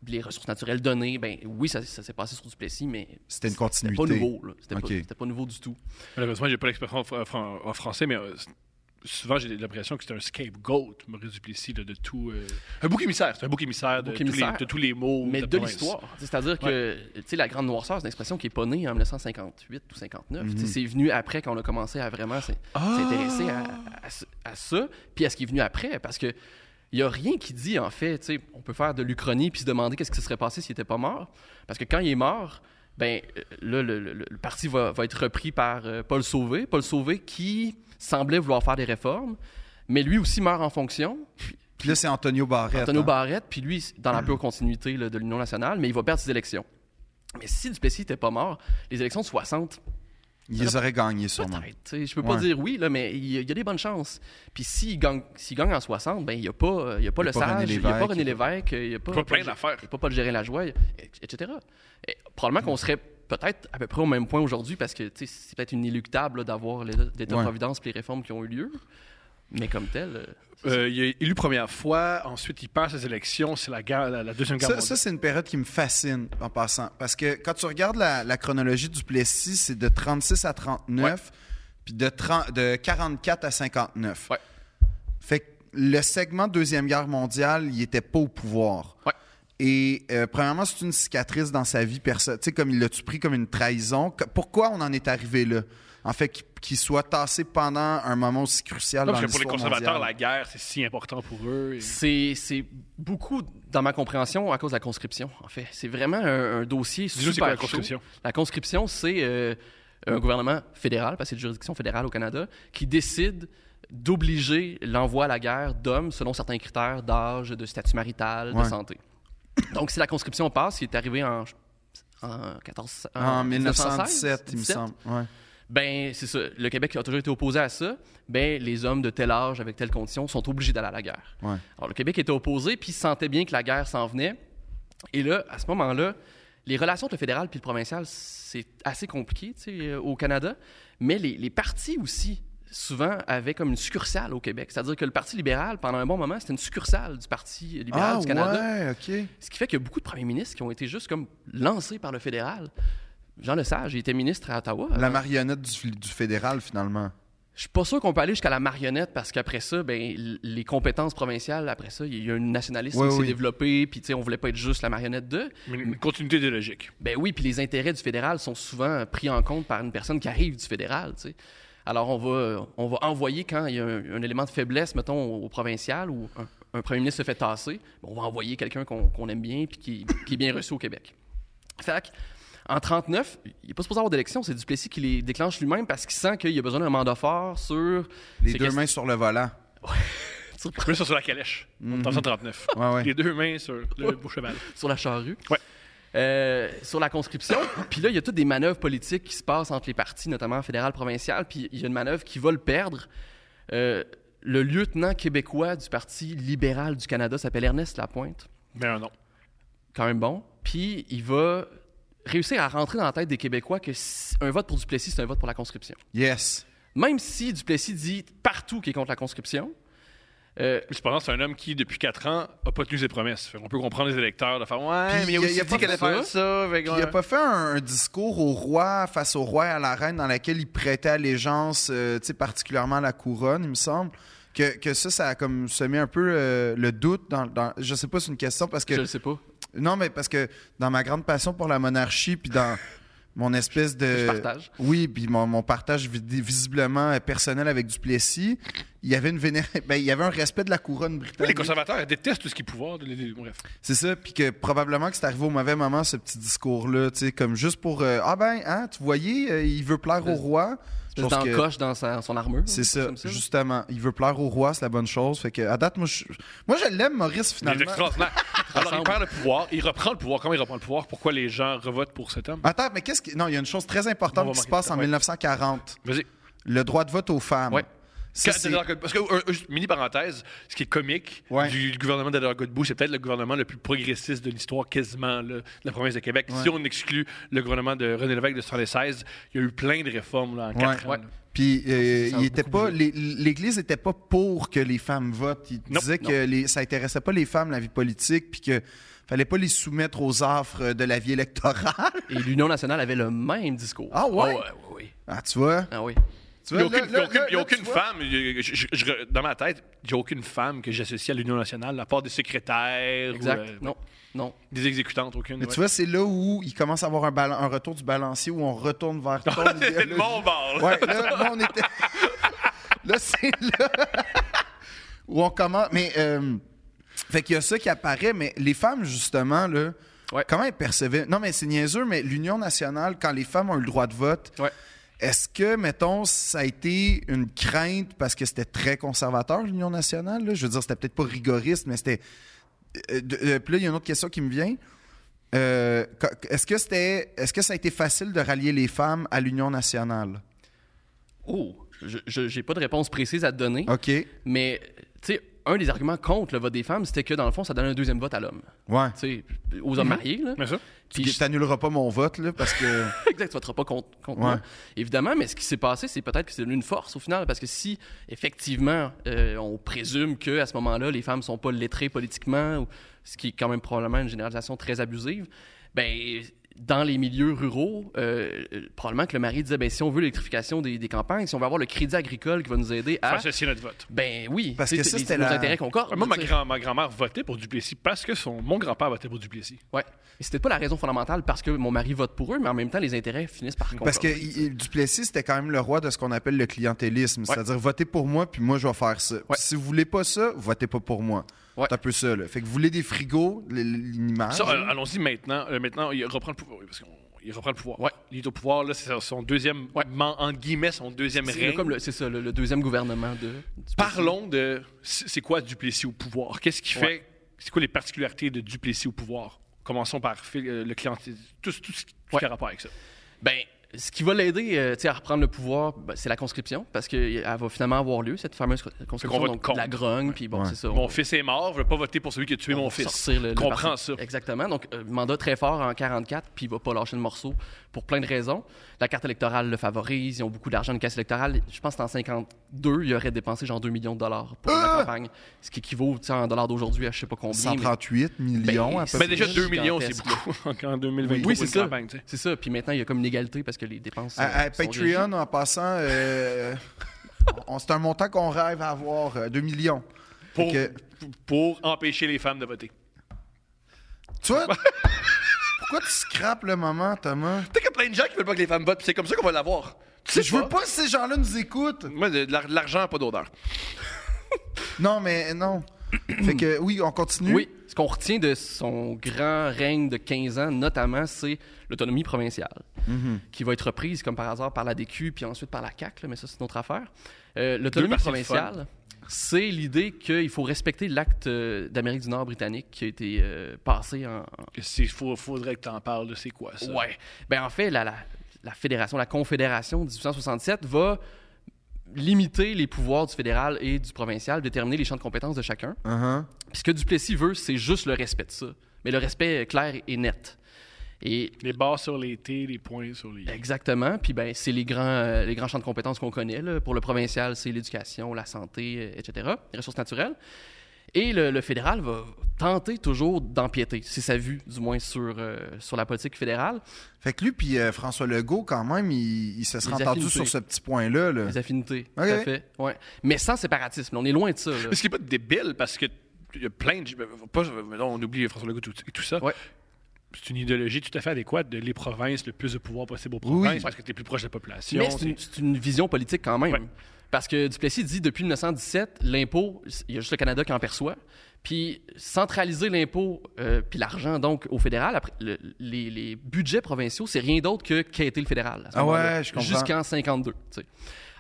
Speaker 6: les ressources naturelles données, ben oui, ça, ça s'est passé sur Duplessis, mais
Speaker 3: C'était une
Speaker 6: c'était
Speaker 3: continuité.
Speaker 6: pas nouveau. là. C'était pas-
Speaker 3: Ok.
Speaker 6: c'était pas, nouveau du tout.
Speaker 4: Malheureusement, j'ai pas l'expérience en, fran- en français, mais euh, c- souvent j'ai l'impression que c'est un scapegoat, Maurice Duplessis, là, de tout. euh, Un bouc émissaire, c'est un bouc émissaire de,
Speaker 6: Bouc
Speaker 4: tous les-
Speaker 6: émissaire.
Speaker 4: de tous les mots.
Speaker 6: Mais
Speaker 4: la
Speaker 6: de
Speaker 4: province.
Speaker 6: l'histoire. Tu sais, C'est-à-dire que tu sais, la grande noirceur, c'est une expression qui est pas née en 1958 ou 59. Tu sais, C'est venu après qu'on a commencé à vraiment s'in- s'intéresser à, à ce- à ça, puis à ce qui est venu après, parce que il n'y a rien qui dit, en fait, tu sais, on peut faire de l'Uchronie puis se demander qu'est-ce qui se serait passé s'il n'était pas mort, parce que quand il est mort, ben euh, là, le, le- le- le parti va, va être repris par euh, Paul Sauvé. Paul Sauvé qui semblait vouloir faire des réformes, mais lui aussi meurt en fonction.
Speaker 3: Puis là, c'est Antonio Barrette.
Speaker 6: Antonio
Speaker 3: hein. Ah.
Speaker 6: Barrette, puis lui, c'est dans la pure continuité là, de l'Union nationale, mais il va perdre ses élections. Mais si Duplessis n'était pas mort, les élections de 60,
Speaker 3: Ils les auraient gagnés sûrement.
Speaker 6: peut-être. tu sais, Je peux pas
Speaker 3: Ouais.
Speaker 6: dire oui, là, mais il y, a- il y a des bonnes chances. Puis s'il gagne, s'il gagne en 60, ben, il n'y a pas, il y a pas
Speaker 3: Il y a pas
Speaker 6: le sage,
Speaker 3: René
Speaker 6: il n'y a pas
Speaker 3: Lévesque.
Speaker 6: René Lévesque, il n'y a pas,
Speaker 4: Il y a pas plein
Speaker 6: Paul-
Speaker 4: d'affaires.
Speaker 6: Il n'y a pas Paul Gérin Lajoie, et- etc. Et probablement qu'on serait peut-être à peu près au même point aujourd'hui parce que tu sais, c'est peut-être inéluctable là, d'avoir les- l'État-providence et les réformes qui ont eu lieu. Mais comme tel, euh, c'est ça.
Speaker 4: Euh, il est élu première fois, ensuite il perd ses élections, c'est la, guerre- la, la deuxième guerre
Speaker 3: Ça,
Speaker 4: mondiale.
Speaker 3: ça, c'est une période qui me fascine en passant. Parce que quand tu regardes la, la chronologie du Plessis, c'est de 36 à 39, puis de, 30 de 44 à 59.
Speaker 6: Ouais.
Speaker 3: Fait que le segment Deuxième Guerre mondiale, il était pas au pouvoir.
Speaker 6: Ouais.
Speaker 3: Et euh, premièrement, c'est une cicatrice dans sa vie personnelle. Tu sais, comme il l'a-tu pris comme une trahison? Que- Pourquoi on en est arrivé là? En fait, qu'il- qu'il soit tassé pendant un moment aussi crucial
Speaker 4: Non,
Speaker 3: dans
Speaker 4: parce que pour les
Speaker 3: l'histoire
Speaker 4: conservateurs,
Speaker 3: mondiale.
Speaker 4: la guerre, c'est si important pour eux. et-
Speaker 6: C'est, c'est beaucoup, dans ma compréhension, à cause de la conscription, en fait. C'est vraiment un, un dossier
Speaker 4: Dis-nous,
Speaker 6: super
Speaker 4: c'est quoi la
Speaker 6: chaud.
Speaker 4: conscription?
Speaker 6: La conscription, c'est euh, un gouvernement fédéral, parce que c'est une juridiction fédérale au Canada, qui décide d'obliger l'envoi à la guerre d'hommes selon certains critères d'âge, de statut marital,
Speaker 3: Ouais.
Speaker 6: de santé. Donc, si la conscription passe, qui est arrivé en, en 14...
Speaker 3: En
Speaker 6: 1916,
Speaker 3: 1917, il me semble. Ouais.
Speaker 6: ben, c'est ça. Le Québec a toujours été opposé à ça. Ben, les hommes de tel âge, avec telle condition, sont obligés d'aller à la guerre.
Speaker 3: Ouais.
Speaker 6: Alors, le Québec était opposé, puis sentait bien que la guerre s'en venait. Et là, à ce moment-là, les relations entre le fédéral puis le provincial, c'est assez compliqué tu sais, euh, au Canada. Mais les, les partis aussi, souvent, avaient comme une succursale au Québec. C'est-à-dire que le Parti libéral, pendant un bon moment, c'était une succursale du Parti libéral
Speaker 3: Ah,
Speaker 6: du Canada. Euh,
Speaker 3: ouais, OK.
Speaker 6: Ce qui fait qu'il y a beaucoup de premiers ministres qui ont été juste comme lancés par le fédéral. Jean Lesage, il était ministre à Ottawa.
Speaker 3: La
Speaker 6: avant-
Speaker 3: marionnette du, du fédéral, finalement.
Speaker 6: je suis pas sûr qu'on peut aller jusqu'à la marionnette parce qu'après ça, ben, l- les compétences provinciales, après ça, il y a un nationalisme
Speaker 3: Ouais,
Speaker 6: qui
Speaker 3: oui.
Speaker 6: s'est développé, puis tu sais, on voulait pas être juste la marionnette d'eux.
Speaker 4: Une, une continuité idéologique.
Speaker 6: Ben oui, puis les intérêts du fédéral sont souvent pris en compte par une personne qui arrive du fédéral, tu sais. Alors on va, on va envoyer quand il y a un, un élément de faiblesse, mettons, au, au provincial ou un, un premier ministre se fait tasser, ben, on va envoyer quelqu'un qu'on qu'on aime bien puis qui, qui est bien reçu au Québec. Fait que, en 39, il n'est pas supposé avoir d'élection, c'est Duplessis qui les déclenche lui-même parce qu'il sent qu'il a besoin d'un mandat fort sur
Speaker 3: Les
Speaker 6: ces
Speaker 3: deux
Speaker 6: questions-
Speaker 3: mains sur le volant.
Speaker 4: Plus ça sur la calèche, en 1939.
Speaker 3: Ouais, ouais.
Speaker 4: Les deux mains sur le beau cheval.
Speaker 6: sur la charrue.
Speaker 4: Ouais.
Speaker 6: Euh, sur la conscription. puis là, il y a toutes des manœuvres politiques qui se passent entre les partis, notamment fédéral, provincial. Puis il y a une manœuvre qui va le perdre. Euh, le lieutenant québécois du Parti libéral du Canada s'appelle Ernest Lapointe.
Speaker 4: Mais un nom.
Speaker 6: Quand même bon. Puis il va réussir à rentrer dans la tête des Québécois que si- un vote pour Duplessis, c'est un vote pour la conscription.
Speaker 3: Yes.
Speaker 6: Même si Duplessis dit partout qu'il est contre la conscription, euh,
Speaker 4: Mais cependant, c'est un homme qui, depuis 4 ans, n'a pas tenu ses promesses. Fait qu'on peut comprendre les électeurs de faire
Speaker 3: Puis
Speaker 4: Ouais, mais il
Speaker 3: y
Speaker 4: a
Speaker 3: a-
Speaker 4: aussi
Speaker 3: y a
Speaker 4: dit
Speaker 3: pas
Speaker 4: qu'elle allait
Speaker 3: ça.
Speaker 4: faire ça. fait
Speaker 3: Puis
Speaker 4: qu'on-
Speaker 3: il a pas fait un, un discours au roi, face au roi et à la reine, dans laquelle il prêtait allégeance, euh, tu sais, particulièrement à la couronne, il me semble. Que, que ça, ça a comme semé un peu euh, le doute dans, dans- Je sais pas, c'est une question parce que.
Speaker 6: je ne sais pas.
Speaker 3: Non, mais parce que dans ma grande passion pour la monarchie, puis dans mon espèce de.
Speaker 6: Je partage.
Speaker 3: Oui, puis mon, mon partage vi- visiblement euh, personnel avec Duplessis, il y avait une véné- ben, il y avait un respect de la couronne
Speaker 4: Oui, Les
Speaker 3: britannique.
Speaker 4: conservateurs détestent tout ce qui est pouvoir. les- les- Bref.
Speaker 3: C'est ça, puis que probablement que c'est arrivé au mauvais moment ce petit discours-là, tu sais, comme juste pour euh, ah ben, hein, tu voyais, euh, il veut plaire au roi. Je
Speaker 6: Juste
Speaker 3: pense
Speaker 6: en
Speaker 3: que-
Speaker 6: coche dans sa- son armure.
Speaker 3: C'est ça,
Speaker 6: comme
Speaker 3: justement. Il veut plaire au roi, c'est la bonne chose. Fait que à date, moi, je, moi, je l'aime, Maurice
Speaker 4: Il est
Speaker 3: finalement.
Speaker 4: extraordinaire. Alors, il
Speaker 6: Rassemble.
Speaker 4: perd le pouvoir. Il reprend le pouvoir. Comment il reprend le pouvoir Pourquoi les gens revotent pour cet homme
Speaker 3: Attends, mais qu'est-ce qui... Non, il y a une chose très
Speaker 4: On va
Speaker 3: importante qui se
Speaker 4: marquer
Speaker 3: passe
Speaker 4: ça,
Speaker 3: en
Speaker 4: ouais.
Speaker 3: 1940.
Speaker 4: Vas-y.
Speaker 3: Le droit de vote aux femmes.
Speaker 6: Ouais.
Speaker 3: Ça,
Speaker 4: Quand-
Speaker 3: c'est-
Speaker 4: Delors Godbout- parce que, euh, euh, juste mini parenthèse, ce qui est comique
Speaker 3: Ouais.
Speaker 4: du, du gouvernement d'Adar Godbout, c'est peut-être le gouvernement le plus progressiste de l'histoire, quasiment, là, de la province de Québec. Si on exclut le gouvernement de René Lévesque de 76, il y a eu plein de réformes là, en quatre ans.
Speaker 3: Ouais.
Speaker 4: là.
Speaker 3: Puis euh,
Speaker 6: Ça a
Speaker 3: il était
Speaker 6: beaucoup
Speaker 3: pas, les- l'Église n'était pas pour que les femmes votent. Il
Speaker 4: Non,
Speaker 3: disait que les- ça intéressait pas les femmes la vie politique, puis que fallait pas les soumettre aux affres de la vie électorale.
Speaker 6: Et l'Union nationale avait le même discours.
Speaker 3: Ah ouais?
Speaker 6: Ah ouais, ouais, ouais.
Speaker 3: Ah, tu vois?
Speaker 6: Ah oui.
Speaker 3: Tu
Speaker 4: Il n'y a
Speaker 3: vois,
Speaker 4: aucune, il
Speaker 3: là-
Speaker 4: y a
Speaker 3: là-
Speaker 4: aucune- il y a
Speaker 3: là, tu
Speaker 4: aucune
Speaker 3: vois?
Speaker 4: femme, je- je- je- je- dans ma tête, j'ai aucune femme que j'associe à l'Union nationale, à part des secrétaires,
Speaker 6: Exact.
Speaker 4: ou, euh,
Speaker 6: non, non.
Speaker 4: des exécutantes, aucune.
Speaker 3: Mais
Speaker 4: ouais.
Speaker 3: tu vois, c'est là où il commence à avoir un, bal- un retour du balancier où on retourne vers ton
Speaker 4: c'est le
Speaker 3: idéologie.
Speaker 4: bon bord. là.
Speaker 3: Ouais, là, là, on était. là, c'est là. où on commence. Mais. euh, Fait qu'il y a ça qui apparaît, mais les femmes, justement, là.
Speaker 6: Ouais.
Speaker 3: Comment elles percevaient. Non, mais c'est niaiseux, mais l'Union nationale, quand les femmes ont eu le droit de vote,
Speaker 6: Ouais.
Speaker 3: est-ce que, mettons, ça a été une crainte parce que c'était très conservateur, l'Union nationale? là? Je veux dire, c'était peut-être pas rigoriste, mais c'était. Euh, de- euh, Puis là, il y a une autre question qui me vient. Euh, co- est-ce que c'était, est-ce que ça a été facile de rallier les femmes à l'Union nationale
Speaker 6: Oh, je- je j'ai pas de réponse précise à te donner,
Speaker 3: Ok, ouais,
Speaker 6: mais tu sais, un des arguments contre le vote des femmes, c'était que dans le fond, ça donnait un deuxième vote à l'homme. Tu sais, aux hommes mariés, là.
Speaker 4: Mm-hmm. Mais ça?
Speaker 6: Puis
Speaker 3: Tu-
Speaker 6: je-
Speaker 3: t'annuleras pas mon vote là parce que
Speaker 6: exact, tu voteras pas contre, contre
Speaker 3: Ouais.
Speaker 6: moi. Évidemment, mais ce qui s'est passé, c'est peut-être que c'est devenu une force au final, parce que si, effectivement, euh, on présume que à ce moment-là, les femmes sont pas lettrées politiquement, ou, ce qui est quand même probablement une généralisation très abusive, ben dans les milieux ruraux, euh, euh, probablement que le mari disait, ben si on veut l'électrification des, des campagnes, si on veut avoir le crédit agricole qui va nous aider à...
Speaker 4: Faut associer notre vote.
Speaker 6: Ben oui,
Speaker 3: Parce
Speaker 6: tu sais,
Speaker 3: que ça,
Speaker 6: les-
Speaker 3: c'était
Speaker 6: nos
Speaker 3: la-
Speaker 6: intérêts concordent.
Speaker 4: Moi, ma,
Speaker 6: tu sais.
Speaker 4: grand- ma grand-mère votait pour Duplessis parce que son, mon grand-père votait pour Duplessis.
Speaker 6: Ouais. Et c'était pas la raison fondamentale parce que mon mari vote pour eux, mais en même temps, les intérêts finissent par concorder.
Speaker 3: parce que il- il- Duplessis c'était quand même le roi de ce qu'on appelle le clientélisme, c'est-à-dire votez pour moi puis moi je vais faire ça. Puis Si vous voulez pas ça, votez pas pour moi.
Speaker 6: Ouais.
Speaker 3: C'est un peu ça là. Fait que vous voulez des frigos, l- l-
Speaker 6: Hein?
Speaker 3: l'image.
Speaker 4: Ça, euh, allons-y maintenant. Euh, maintenant, il reprend le pouvoir. Oui, parce qu'on- il reprend le pouvoir.
Speaker 6: Ouais.
Speaker 4: Il est au pouvoir, là, c'est son deuxième,
Speaker 6: Ouais.
Speaker 4: man- entre guillemets, son deuxième
Speaker 6: C'est le-
Speaker 4: règne.
Speaker 6: comme le- c'est ça, le, le deuxième gouvernement de. du
Speaker 4: Parlons de c- c'est quoi Duplessis au pouvoir. Qu'est-ce qui fait,
Speaker 6: Ouais.
Speaker 4: c'est quoi les particularités de Duplessis au pouvoir? Commençons par Phil- euh, le client, tout, tout ce qui tout ce qui
Speaker 6: Ouais.
Speaker 4: a rapport avec ça.
Speaker 6: Ben, ce qui va l'aider euh, tu sais, à reprendre le pouvoir, ben, c'est la conscription, parce qu'elle va finalement avoir lieu, cette fameuse co- conscription.
Speaker 4: vote
Speaker 6: donc,
Speaker 4: contre.
Speaker 6: la grogne, puis bon,
Speaker 3: Ouais.
Speaker 6: c'est ça. on-
Speaker 4: Mon fils est mort, je veux pas voter pour celui qui a tué
Speaker 6: on
Speaker 4: mon
Speaker 6: va
Speaker 4: fils.
Speaker 6: sortir le- le
Speaker 4: Comprends
Speaker 6: parti.
Speaker 4: ça.
Speaker 6: Exactement. Donc, euh, mandat très fort en 44, puis il va pas lâcher le morceau pour plein de raisons. La carte électorale le favorise, ils ont beaucoup d'argent de caisse électorale. Je pense que c'est en 52, il aurait dépensé genre 2 millions de dollars pour la campagne, ce qui équivaut tu sais, en dollars d'aujourd'hui à je sais pas combien. mais-
Speaker 3: 138 millions à peu
Speaker 6: Ça,
Speaker 4: Mais
Speaker 6: c'est
Speaker 3: près.
Speaker 4: déjà
Speaker 6: juste
Speaker 4: 2 millions, c'est
Speaker 6: gigantesque,
Speaker 4: beaucoup hein, en 2023
Speaker 6: Oui,
Speaker 4: pour
Speaker 6: c'est
Speaker 4: une
Speaker 6: ça.
Speaker 4: campagne, tu sais.
Speaker 6: C'est ça. Puis maintenant, il y a comme une égalité parce que les dépenses.
Speaker 3: À, à
Speaker 6: euh, sont
Speaker 3: Patreon en passant, euh, on- c'est un montant qu'on rêve à avoir, euh, 2 millions.
Speaker 4: Pour,
Speaker 3: Fait que-
Speaker 4: pour empêcher les femmes de voter.
Speaker 3: Tu vois? Pourquoi tu scrapes le moment, Thomas?
Speaker 4: Tu sais qu'il y a plein de gens qui veulent pas que les femmes votent, puis c'est comme ça qu'on va l'avoir. Tu sais
Speaker 3: Je veux pas que ces gens-là nous écoutent.
Speaker 4: Moi, de, de l'ar- de l'argent a pas d'odeur.
Speaker 3: Non, mais non. fait que oui, on continue.
Speaker 6: Oui, ce qu'on retient de son grand règne de 15 ans, notamment, c'est l'autonomie provinciale,
Speaker 3: Mhm.
Speaker 6: qui va être reprise, comme par hasard, par la DQ, puis ensuite par la CAQ, là, mais ça, c'est notre affaire. Euh, l'autonomie
Speaker 4: Deux parties de
Speaker 6: provinciale, c'est l'idée qu'il faut respecter l'acte euh, d'Amérique du Nord britannique qui a été euh, passé en,
Speaker 4: Il faudrait que t'en parles de c'est quoi ça.
Speaker 6: Ouais. Ben en fait, la, la, la fédération, la confédération de 1867 va limiter les pouvoirs du fédéral et du provincial, déterminer les champs de compétences de chacun.
Speaker 3: Uh-huh.
Speaker 6: Puis ce que Duplessis veut, c'est juste le respect de ça. Mais le respect euh, clair et net. Et
Speaker 4: Les barres sur les T, les points sur les.
Speaker 6: exactement, puis ben c'est les grands euh, les grands champs de compétences qu'on connaît là. pour le provincial, c'est l'éducation, la santé, euh, etc., les ressources naturelles. Et le, le fédéral va tenter toujours d'empiéter, c'est sa vue du moins sur euh, sur la politique fédérale.
Speaker 3: Fait que lui puis euh, François Legault, quand même, il, il se serait
Speaker 6: Les
Speaker 3: entendu
Speaker 6: affinités.
Speaker 3: sur ce petit point-là. là.
Speaker 6: Les affinités,
Speaker 3: Ok.
Speaker 6: tout à fait. Ouais. Mais sans séparatisme, on est loin de ça. là.
Speaker 4: Mais ce qui n'est pas débile, parce que il y a plein de. Pas, on oublie François Legault tout- et tout ça.
Speaker 6: Ouais.
Speaker 4: C'est une idéologie tout à fait adéquate de les provinces, le plus de pouvoir possible aux provinces, parce que tu es plus proche de la population.
Speaker 6: Mais c'est une, c'est une vision politique quand même.
Speaker 4: Ouais.
Speaker 6: Parce que Duplessis dit depuis 1917, l'impôt, il y a juste le Canada qui en perçoit. Puis centraliser l'impôt, euh, puis l'argent donc au fédéral, après, le- les, les budgets provinciaux, c'est rien d'autre que qu'a été le fédéral. à ce
Speaker 3: Ah
Speaker 6: moment-là,
Speaker 3: ouais, je comprends.
Speaker 6: Jusqu'en 52. tu sais.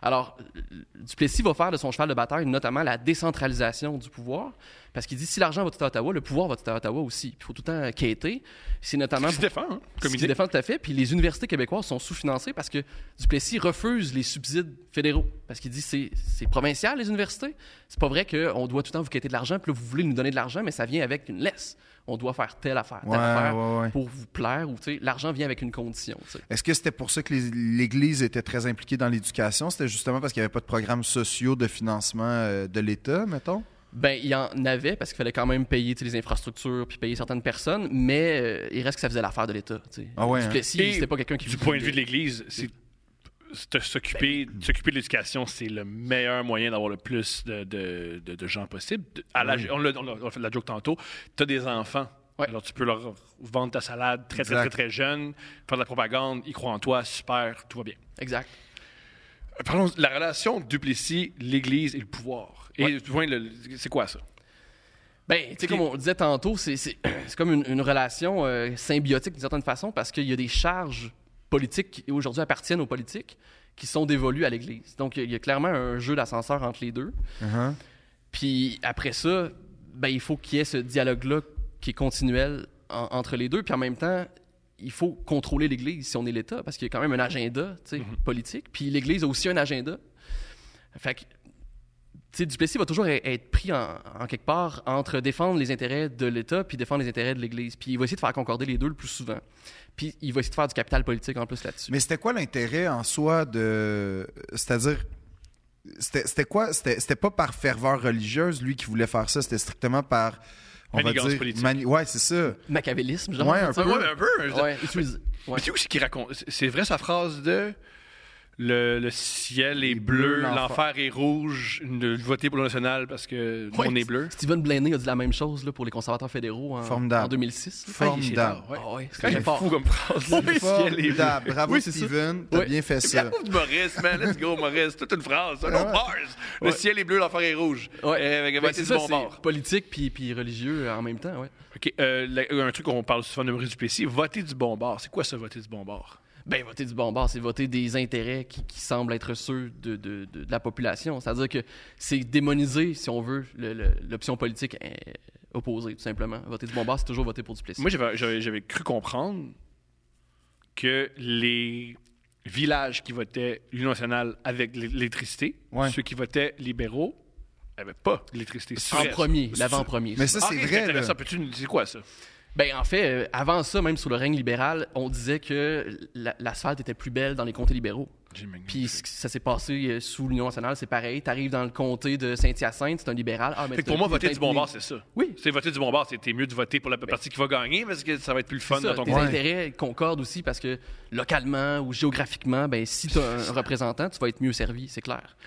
Speaker 6: Alors, euh, Duplessis va faire de son cheval de bataille notamment la décentralisation du pouvoir, parce qu'il dit si l'argent va tout à Ottawa, le pouvoir va tout à Ottawa aussi. Il faut tout le temps quêter. C'est notamment
Speaker 4: qui se
Speaker 6: pour-
Speaker 4: défend, hein, comme
Speaker 6: ce qui
Speaker 4: idée.
Speaker 6: défend tout à fait. Puis les universités québécoises sont sous-financées parce que Duplessis refuse les subsides fédéraux. Parce qu'il dit c'est c'est provincial, les universités. C'est pas vrai qu'on doit tout le temps vous quêter de l'argent. Puis là, vous voulez nous donner de l'argent, mais ça vient avec une laisse. On doit faire telle affaire, telle
Speaker 3: Ouais,
Speaker 6: affaire
Speaker 3: ouais, ouais.
Speaker 6: pour vous plaire. Ou tu sais, l'argent vient avec une condition. tu sais.
Speaker 3: Est-ce que c'était pour ça que les- l'Église était très impliquée dans l'éducation? C'était justement parce qu'il n'y avait pas de programmes sociaux de financement euh, de l'État, mettons?
Speaker 6: Ben, il y en avait parce qu'il fallait quand même payer tu sais, les infrastructures puis payer certaines personnes, mais euh, il reste que ça faisait l'affaire de l'État. tu sais.
Speaker 3: Ah ouais, hein?
Speaker 6: Duplessis,
Speaker 4: Et
Speaker 6: c'était pas quelqu'un qui.
Speaker 4: Du point de vue de l'Église, c'est c'est- s'occuper
Speaker 6: Ben,
Speaker 4: s'occuper de l'éducation, c'est le meilleur moyen d'avoir le plus de, de- de- de gens possible. De- À l'âge- on, l'a, on l'a- on a fait de la joke tantôt. Tu as des enfants.
Speaker 6: Ouais.
Speaker 4: Alors, tu peux leur vendre ta salade très, très,
Speaker 3: Exact.
Speaker 4: très, très jeune, faire de la propagande, ils croient en toi, super, tout va bien.
Speaker 6: Exact.
Speaker 4: Euh, Parlons de la relation Duplessis, l'Église et le pouvoir. Et le point, le- c'est quoi ça?
Speaker 6: Ben, tu sais, comme on disait tantôt, c'est c'est- c'est comme une, une relation euh, symbiotique d'une certaine façon parce qu'il y a des charges politiques qui aujourd'hui appartiennent aux politiques qui sont dévolues à l'Église. Donc, il y, a- il y a clairement un jeu d'ascenseur entre les deux.
Speaker 3: Uh-huh.
Speaker 6: Puis après ça, ben, il faut qu'il y ait ce dialogue-là qui est continuel en- entre les deux. Puis en même temps, il faut contrôler l'Église si on est l'État, parce qu'il y a quand même un agenda tu sais, politique. Puis l'Église a aussi un agenda. Fait que, tu sais, Duplessis va toujours e- être pris en, en quelque part entre défendre les intérêts de l'État puis défendre les intérêts de l'Église. Puis il va essayer de faire concorder les deux le plus souvent. Puis il va essayer de faire du capital politique en plus là-dessus.
Speaker 3: Mais c'était quoi l'intérêt en soi de. C'est-à-dire. C'était c'était quoi C'était c'était pas par ferveur religieuse, lui, qui voulait faire ça. C'était strictement par. On
Speaker 4: Manigance
Speaker 3: va dire.
Speaker 4: politique.
Speaker 3: mani- Ouais, c'est ça.
Speaker 6: Machiavélisme, genre.
Speaker 3: Ouais, un
Speaker 6: tu sais.
Speaker 3: peu.
Speaker 4: un peu. je veux dire.
Speaker 6: Ouais, utiliser- ouais.
Speaker 4: Mais c'est où c'est qu'il raconte? c'est- C'est vrai sa phrase de le, le ciel est
Speaker 3: bleu,
Speaker 4: bleu,
Speaker 3: l'enfer.
Speaker 4: l'enfer est rouge, ne votez pour le national parce que nous,
Speaker 6: Ouais,
Speaker 4: on est bleu.
Speaker 6: Stephen Blaney a dit la même chose là, pour les conservateurs fédéraux en,
Speaker 3: Formidable.
Speaker 6: en 2006.
Speaker 3: Formidable.
Speaker 6: Ah, il est chez- Ah ouais, c'est
Speaker 4: C'est
Speaker 6: très fort.
Speaker 4: fou comme phrase. Le ciel est bleu.
Speaker 3: Formidable. Bravo,
Speaker 6: Oui, c'est ça.
Speaker 3: Steven. T'as
Speaker 6: Ouais.
Speaker 3: bien fait
Speaker 4: C'est la
Speaker 3: ça.
Speaker 4: bouffe de Maurice, man. Let's go, Maurice. Toute une phrase. Un autre bars. Le ciel est bleu, l'enfer est rouge.
Speaker 6: Ouais.
Speaker 4: Euh,
Speaker 6: Ben,
Speaker 4: va
Speaker 6: c'est
Speaker 4: du
Speaker 6: ça,
Speaker 4: bon
Speaker 6: c'est
Speaker 4: bord.
Speaker 6: politique puis, puis religieux euh, en même temps. Ouais.
Speaker 4: OK. euh, la- un truc qu'on parle souvent de Maurice Duplessis, voter du bon bord. C'est quoi ça, voter du bon bord?
Speaker 6: Ben, voter du bon bord, c'est voter des intérêts qui, qui semblent être ceux de, de- de- de la population. C'est-à-dire que c'est démoniser, si on veut, le- le- l'option politique euh, opposée, tout simplement. Voter du bon bord, c'est toujours voter pour du plaisir.
Speaker 4: Moi, j'avais- j'avais j'avais cru comprendre que les villages qui votaient l'Union nationale avec l'é- l'électricité,
Speaker 3: Ouais.
Speaker 4: ceux qui votaient libéraux, n'avaient pas l'électricité. C'est
Speaker 6: en
Speaker 4: vrai,
Speaker 6: premier,
Speaker 4: ça.
Speaker 6: l'avant-premier.
Speaker 3: Mais ça,
Speaker 4: Ah,
Speaker 3: c'est
Speaker 4: ok,
Speaker 3: vrai. là.
Speaker 4: intéressant. Peux-tu nous dire quoi, ça?
Speaker 6: Ben, en fait, euh, avant ça, même sous le règne libéral, on disait que la, la sphère était plus belle dans les comtés libéraux. Puis ce- ça s'est passé euh, sous l'Union nationale, c'est pareil. T'arrives dans le comté de Saint-Hyacinthe, c'est un libéral. Ah, mais
Speaker 4: Fait que
Speaker 6: t'as
Speaker 4: pour moi,
Speaker 6: plus
Speaker 4: voter
Speaker 6: le
Speaker 4: du bon
Speaker 6: teint
Speaker 4: bord,
Speaker 6: de-
Speaker 4: c'est ça.
Speaker 6: Oui. Ben.
Speaker 4: C'est voter du bon bord, c'était mieux de voter pour la partie qui va gagner parce que ça va être plus le fun
Speaker 6: C'est ça,
Speaker 4: dans ton
Speaker 6: tes
Speaker 4: coin.
Speaker 6: intérêts concordent aussi parce que localement ou géographiquement, ben, si tu un représentant, tu vas être mieux servi, c'est clair.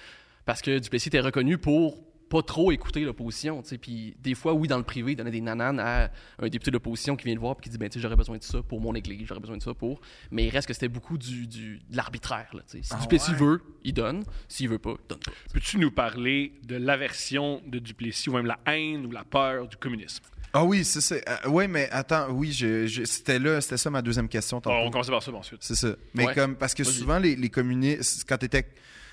Speaker 6: Parce que Duplessis était reconnu pour pas trop écouter l'opposition. tu sais. Puis des fois, oui, dans le privé, il donnait des nananes à un député de l'opposition qui vient le voir et qui dit ben, tu sais, J'aurais besoin de ça pour mon église, j'aurais besoin de ça pour. Mais il reste que c'était beaucoup du, du- de l'arbitraire. là, tu sais. Si
Speaker 3: Ah
Speaker 6: Duplessis veut, il donne. S'il veut pas, il donne pas.
Speaker 4: Peux-tu nous parler de l'aversion de Duplessis ou même la haine ou la peur du communisme?
Speaker 3: Ah oui, c'est ça. Ah, oui, mais attends, oui, je- je- c'était là, c'était ça ma deuxième question. tantôt.
Speaker 4: on commence par ça, bon, ensuite.
Speaker 3: C'est ça. Mais
Speaker 6: Ah, Ouais.
Speaker 3: comme parce que
Speaker 6: Vas-y.
Speaker 3: souvent les, les communistes, quand t'étais,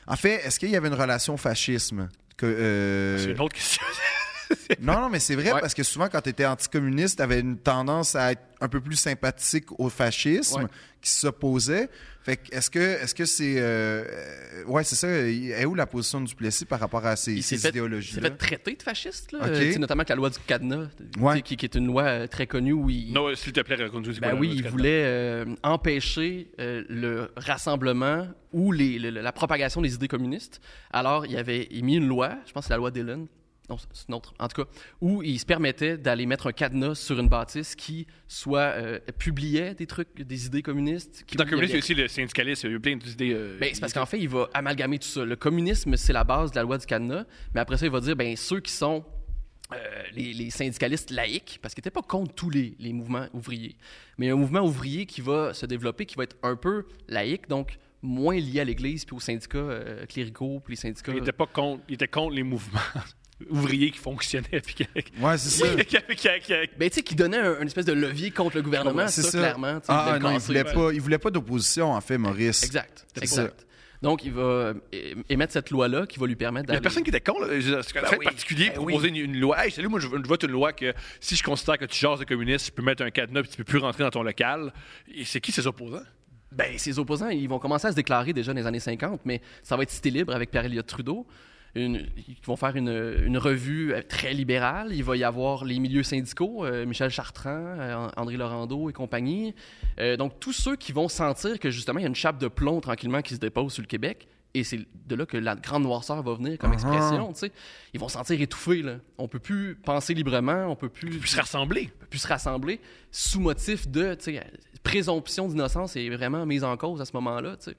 Speaker 3: en fait, est-ce qu'il y avait une relation au fascisme que euh,
Speaker 4: C'est une autre question.
Speaker 3: non non mais c'est vrai
Speaker 6: Ouais.
Speaker 3: parce que souvent quand t'étais anticommuniste, t'avais une tendance à être un peu plus sympathique au fascisme
Speaker 6: Ouais.
Speaker 3: qui s'opposait. Fait que est-ce que est-ce que c'est euh, euh, ouais c'est ça. il- Est où la position du Plessis par rapport à ces,
Speaker 6: il s'est
Speaker 3: ces
Speaker 6: fait,
Speaker 3: idéologies
Speaker 6: il s'est
Speaker 3: là
Speaker 6: fait traiter de fasciste, là,
Speaker 3: Ok.
Speaker 6: euh, tu sais, notamment avec la loi du cadenas, tu
Speaker 3: Ouais.
Speaker 6: sais, qui, qui est une loi euh, très connue où il,
Speaker 4: non, euh, s'il te plaît, raconte-nous. c'est
Speaker 6: Ben
Speaker 4: quoi la
Speaker 6: oui,
Speaker 4: loi du
Speaker 6: il
Speaker 4: Canada?
Speaker 6: voulait euh, empêcher euh, le rassemblement ou les- le- la propagation des idées communistes. Alors, il avait émis une loi, je pense que c'est la loi Dillon, non, c'est une autre, en tout cas, où il se permettait d'aller mettre un cadenas sur une bâtisse qui soit euh, publiait des trucs, des idées communistes. Qui
Speaker 4: Dans le communisme, il y a
Speaker 6: publiait-
Speaker 4: aussi le syndicaliste, il y a eu plein d'idées. euh,
Speaker 6: ben, c'est parce qu'en fait, il va amalgamer tout ça. Le communisme, c'est la base de la loi du cadenas, mais après ça, il va dire, ben, ceux qui sont euh, les, les syndicalistes laïcs, parce qu'ils n'étaient pas contre tous les, les mouvements ouvriers, mais il y a un mouvement ouvrier qui va se développer, qui va être un peu laïque, donc moins lié à l'Église, puis aux syndicats euh, cléricaux, puis les syndicats...
Speaker 4: Il était pas contre, il était contre les mouvements ouvriers qui fonctionnaient puis qui,
Speaker 3: Ouais c'est ça.
Speaker 4: qui- qui- qui- qui-
Speaker 6: Ben, tu sais, qui donnait un, une espèce de levier contre le gouvernement, ça, clairement. tu sais,
Speaker 3: Ah,
Speaker 6: il voulait le
Speaker 3: non, il
Speaker 6: casser.
Speaker 3: voulait pas, il voulait pas d'opposition en fait, Maurice.
Speaker 6: Exact,
Speaker 3: C'est
Speaker 6: exact. Donc, il va euh, é- émettre cette loi-là qui va lui permettre
Speaker 4: Il y a
Speaker 6: d'aller...
Speaker 4: personne qui était contre. là. Je veux dire, C'est
Speaker 6: Ben
Speaker 4: très
Speaker 6: oui.
Speaker 4: particulier
Speaker 6: Ben
Speaker 4: proposer une, une loi. Hey, salut, moi, je, veux- je vote une loi que si je considère que tu jases de communiste, je peux mettre un cadenas puis tu peux plus rentrer dans ton local. Et c'est qui ses opposants?
Speaker 6: Ben, ses opposants, ils vont commencer à se déclarer déjà dans les années 50, mais ça va être cité libre avec Pierre-Éliott Trudeau. Une- ils vont faire une, une revue euh, très libérale. Il va y avoir les milieux syndicaux, euh, Michel Chartrand, euh, André Laurando et compagnie. Euh, donc, tous ceux qui vont sentir que justement, il y a une chape de plomb tranquillement qui se dépose sur le Québec, Et c'est de là que la grande noirceur va venir comme expression, tu sais. Ils vont se sentir étouffés, là. On peut plus penser librement, on peut plus,
Speaker 4: Puis se rassembler.
Speaker 6: on peut plus se rassembler sous motif de, tu sais, présomption d'innocence est vraiment mise en cause à ce moment-là, tu sais.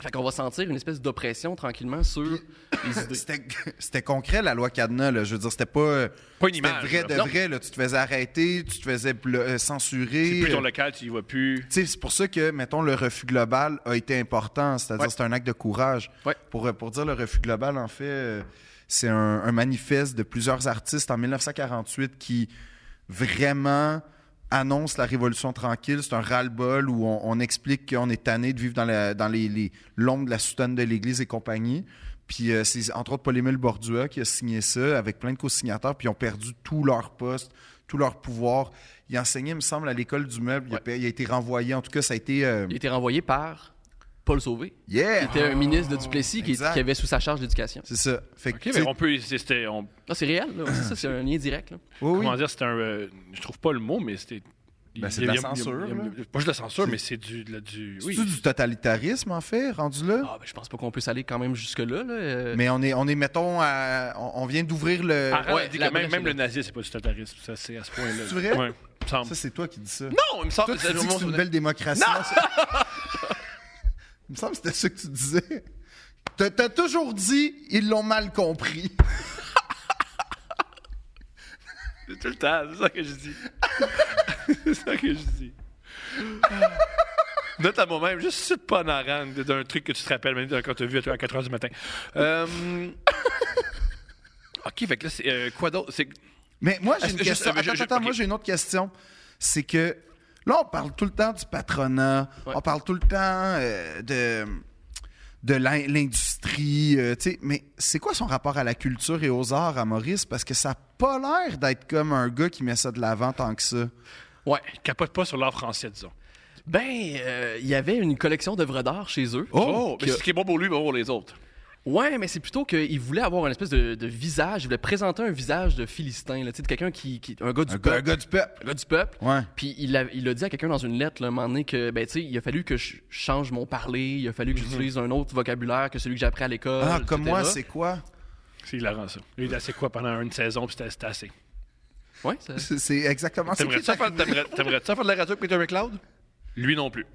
Speaker 6: Fait qu'on va sentir une espèce d'oppression tranquillement sur les idées.
Speaker 3: C'était c'était concret, la loi Cadenas. là. Je veux dire, c'était pas.
Speaker 4: Pas une
Speaker 3: c'était
Speaker 4: image,
Speaker 3: vrai
Speaker 4: là.
Speaker 3: de
Speaker 6: Non.
Speaker 3: vrai. là. Tu te faisais arrêter, tu te faisais blo- euh,
Speaker 4: C'est
Speaker 3: censurer.
Speaker 4: plus ton
Speaker 3: Euh,
Speaker 4: local, tu y vois plus.
Speaker 3: tu sais, C'est pour ça que, mettons, le refus global a été important. C'est-à-dire,
Speaker 6: Ouais.
Speaker 3: c'est un acte de courage.
Speaker 6: Ouais.
Speaker 3: Pour, euh, pour dire le refus global, en fait, euh, c'est un, un manifeste de plusieurs artistes en 1948 qui vraiment annonce la révolution tranquille. C'est un ras-le-bol où on, on explique qu'on est tanné de vivre dans, la- dans les, les l'ombre de la soutane de l'Église et compagnie. Puis euh, c'est entre autres Paul-Émile Bordua qui a signé ça avec plein de co-signataires, puis ils ont perdu tout leur poste, tout leur pouvoir. Il enseignait, il me semble, à l'école du meuble. Il, a, pa- il a été renvoyé. En tout cas, ça a été... euh,
Speaker 6: Il a été renvoyé par Paul Sauvé, qui
Speaker 3: Yeah!
Speaker 6: était un ministre de Duplessis qui, qui
Speaker 3: exact.
Speaker 6: avait sous sa charge l'éducation.
Speaker 3: C'est ça. Fait que,
Speaker 4: Ok,
Speaker 3: tu
Speaker 4: mais
Speaker 3: sais,
Speaker 4: on peut. C'était. on-
Speaker 6: Là, c'est réel, là. C'est ça, c'est un lien direct, là.
Speaker 3: oui, oui.
Speaker 4: Comment dire, c'était un. euh, je trouve pas le mot, mais c'était.
Speaker 3: Ben, c'est
Speaker 4: il y a-
Speaker 3: de
Speaker 4: il y a- il
Speaker 3: la
Speaker 4: y a-
Speaker 3: censure,
Speaker 4: il y a-
Speaker 3: là.
Speaker 4: Pas juste de la censure, mais c'est du. de la- du oui.
Speaker 3: C'est-tu du totalitarisme, en fait, rendu là?
Speaker 6: Ah, ben, je pense pas qu'on puisse aller quand même jusque-là, là. euh,
Speaker 3: Mais on est, on est mettons, à- on, on vient d'ouvrir le...
Speaker 4: Arrête
Speaker 6: ouais,
Speaker 4: de dire
Speaker 6: la
Speaker 4: que même,
Speaker 6: brèche,
Speaker 4: même
Speaker 6: là.
Speaker 4: le nazisme, c'est pas du totalitarisme. Ça, c'est à ce point-là.
Speaker 3: C'est vrai?
Speaker 4: Ouais, il me semble.
Speaker 3: Ça, c'est toi qui dis ça.
Speaker 4: Non, il me semble
Speaker 3: Toi, tu dis que c'est une belle démocratie. Non, ça- Il me semble que c'était ça que tu disais. T'as t'as toujours dit, ils l'ont mal compris.
Speaker 4: C'est tout le temps, c'est ça que je dis. c'est ça que je dis. Note à moi-même, juste cite pas en arrange d'un truc que tu te rappelles même quand t'as vu à 4 h du matin. Euh, Ok, fait que là, c'est euh, quoi d'autre? C'est-
Speaker 3: Mais moi, j'ai
Speaker 4: Est-ce
Speaker 3: une
Speaker 4: que
Speaker 3: question.
Speaker 4: juste- euh, je-
Speaker 3: Attends,
Speaker 4: je-
Speaker 3: attends,
Speaker 4: ok.
Speaker 3: moi, j'ai une autre question. C'est que là, on parle tout le temps du patronat,
Speaker 6: Ouais.
Speaker 3: on parle tout le temps euh, de, de l'in- l'industrie, euh, tu sais. Mais c'est quoi son rapport à la culture et aux arts à Maurice? Parce que ça n'a pas l'air d'être comme un gars qui met ça de l'avant tant que ça.
Speaker 6: Ouais.
Speaker 4: Il capote pas sur l'art français, disons.
Speaker 6: Ben, euh, il y avait une collection d'œuvres d'art chez eux.
Speaker 4: Oh, mais
Speaker 6: que-
Speaker 4: c'est ce qui est bon pour lui, bon pour les autres.
Speaker 6: Ouais, mais c'est plutôt qu'ils voulaient avoir une espèce de, de visage, ils voulaient présenter un visage de philistin, là, tu sais, de quelqu'un qui, qui- Un gars du
Speaker 3: Un gars, un
Speaker 6: peuple.
Speaker 3: gars du peuple.
Speaker 6: Un gars du peuple.
Speaker 3: Ouais.
Speaker 6: Puis il a, il a dit à quelqu'un dans une lettre, là, un moment donné, que, ben, tu sais, il a fallu que je change mon parler, il a fallu que j'utilise un autre vocabulaire que celui que j'ai appris à l'école.
Speaker 3: Mhm. Ah, comme
Speaker 6: etc.
Speaker 3: moi, c'est quoi?
Speaker 4: C'est hilarant, ça. Lui, il a assez quoi pendant une saison, puis c'était- c'était assez.
Speaker 6: Ouais, ça-
Speaker 3: C'est c'est exactement ça. qui
Speaker 4: T'aimerais-tu
Speaker 3: est
Speaker 4: ça, faire-
Speaker 3: arrivé.
Speaker 4: t'aimerais- t'aimerais-tu ça faire de la radio avec Peter McLeod? Lui non plus.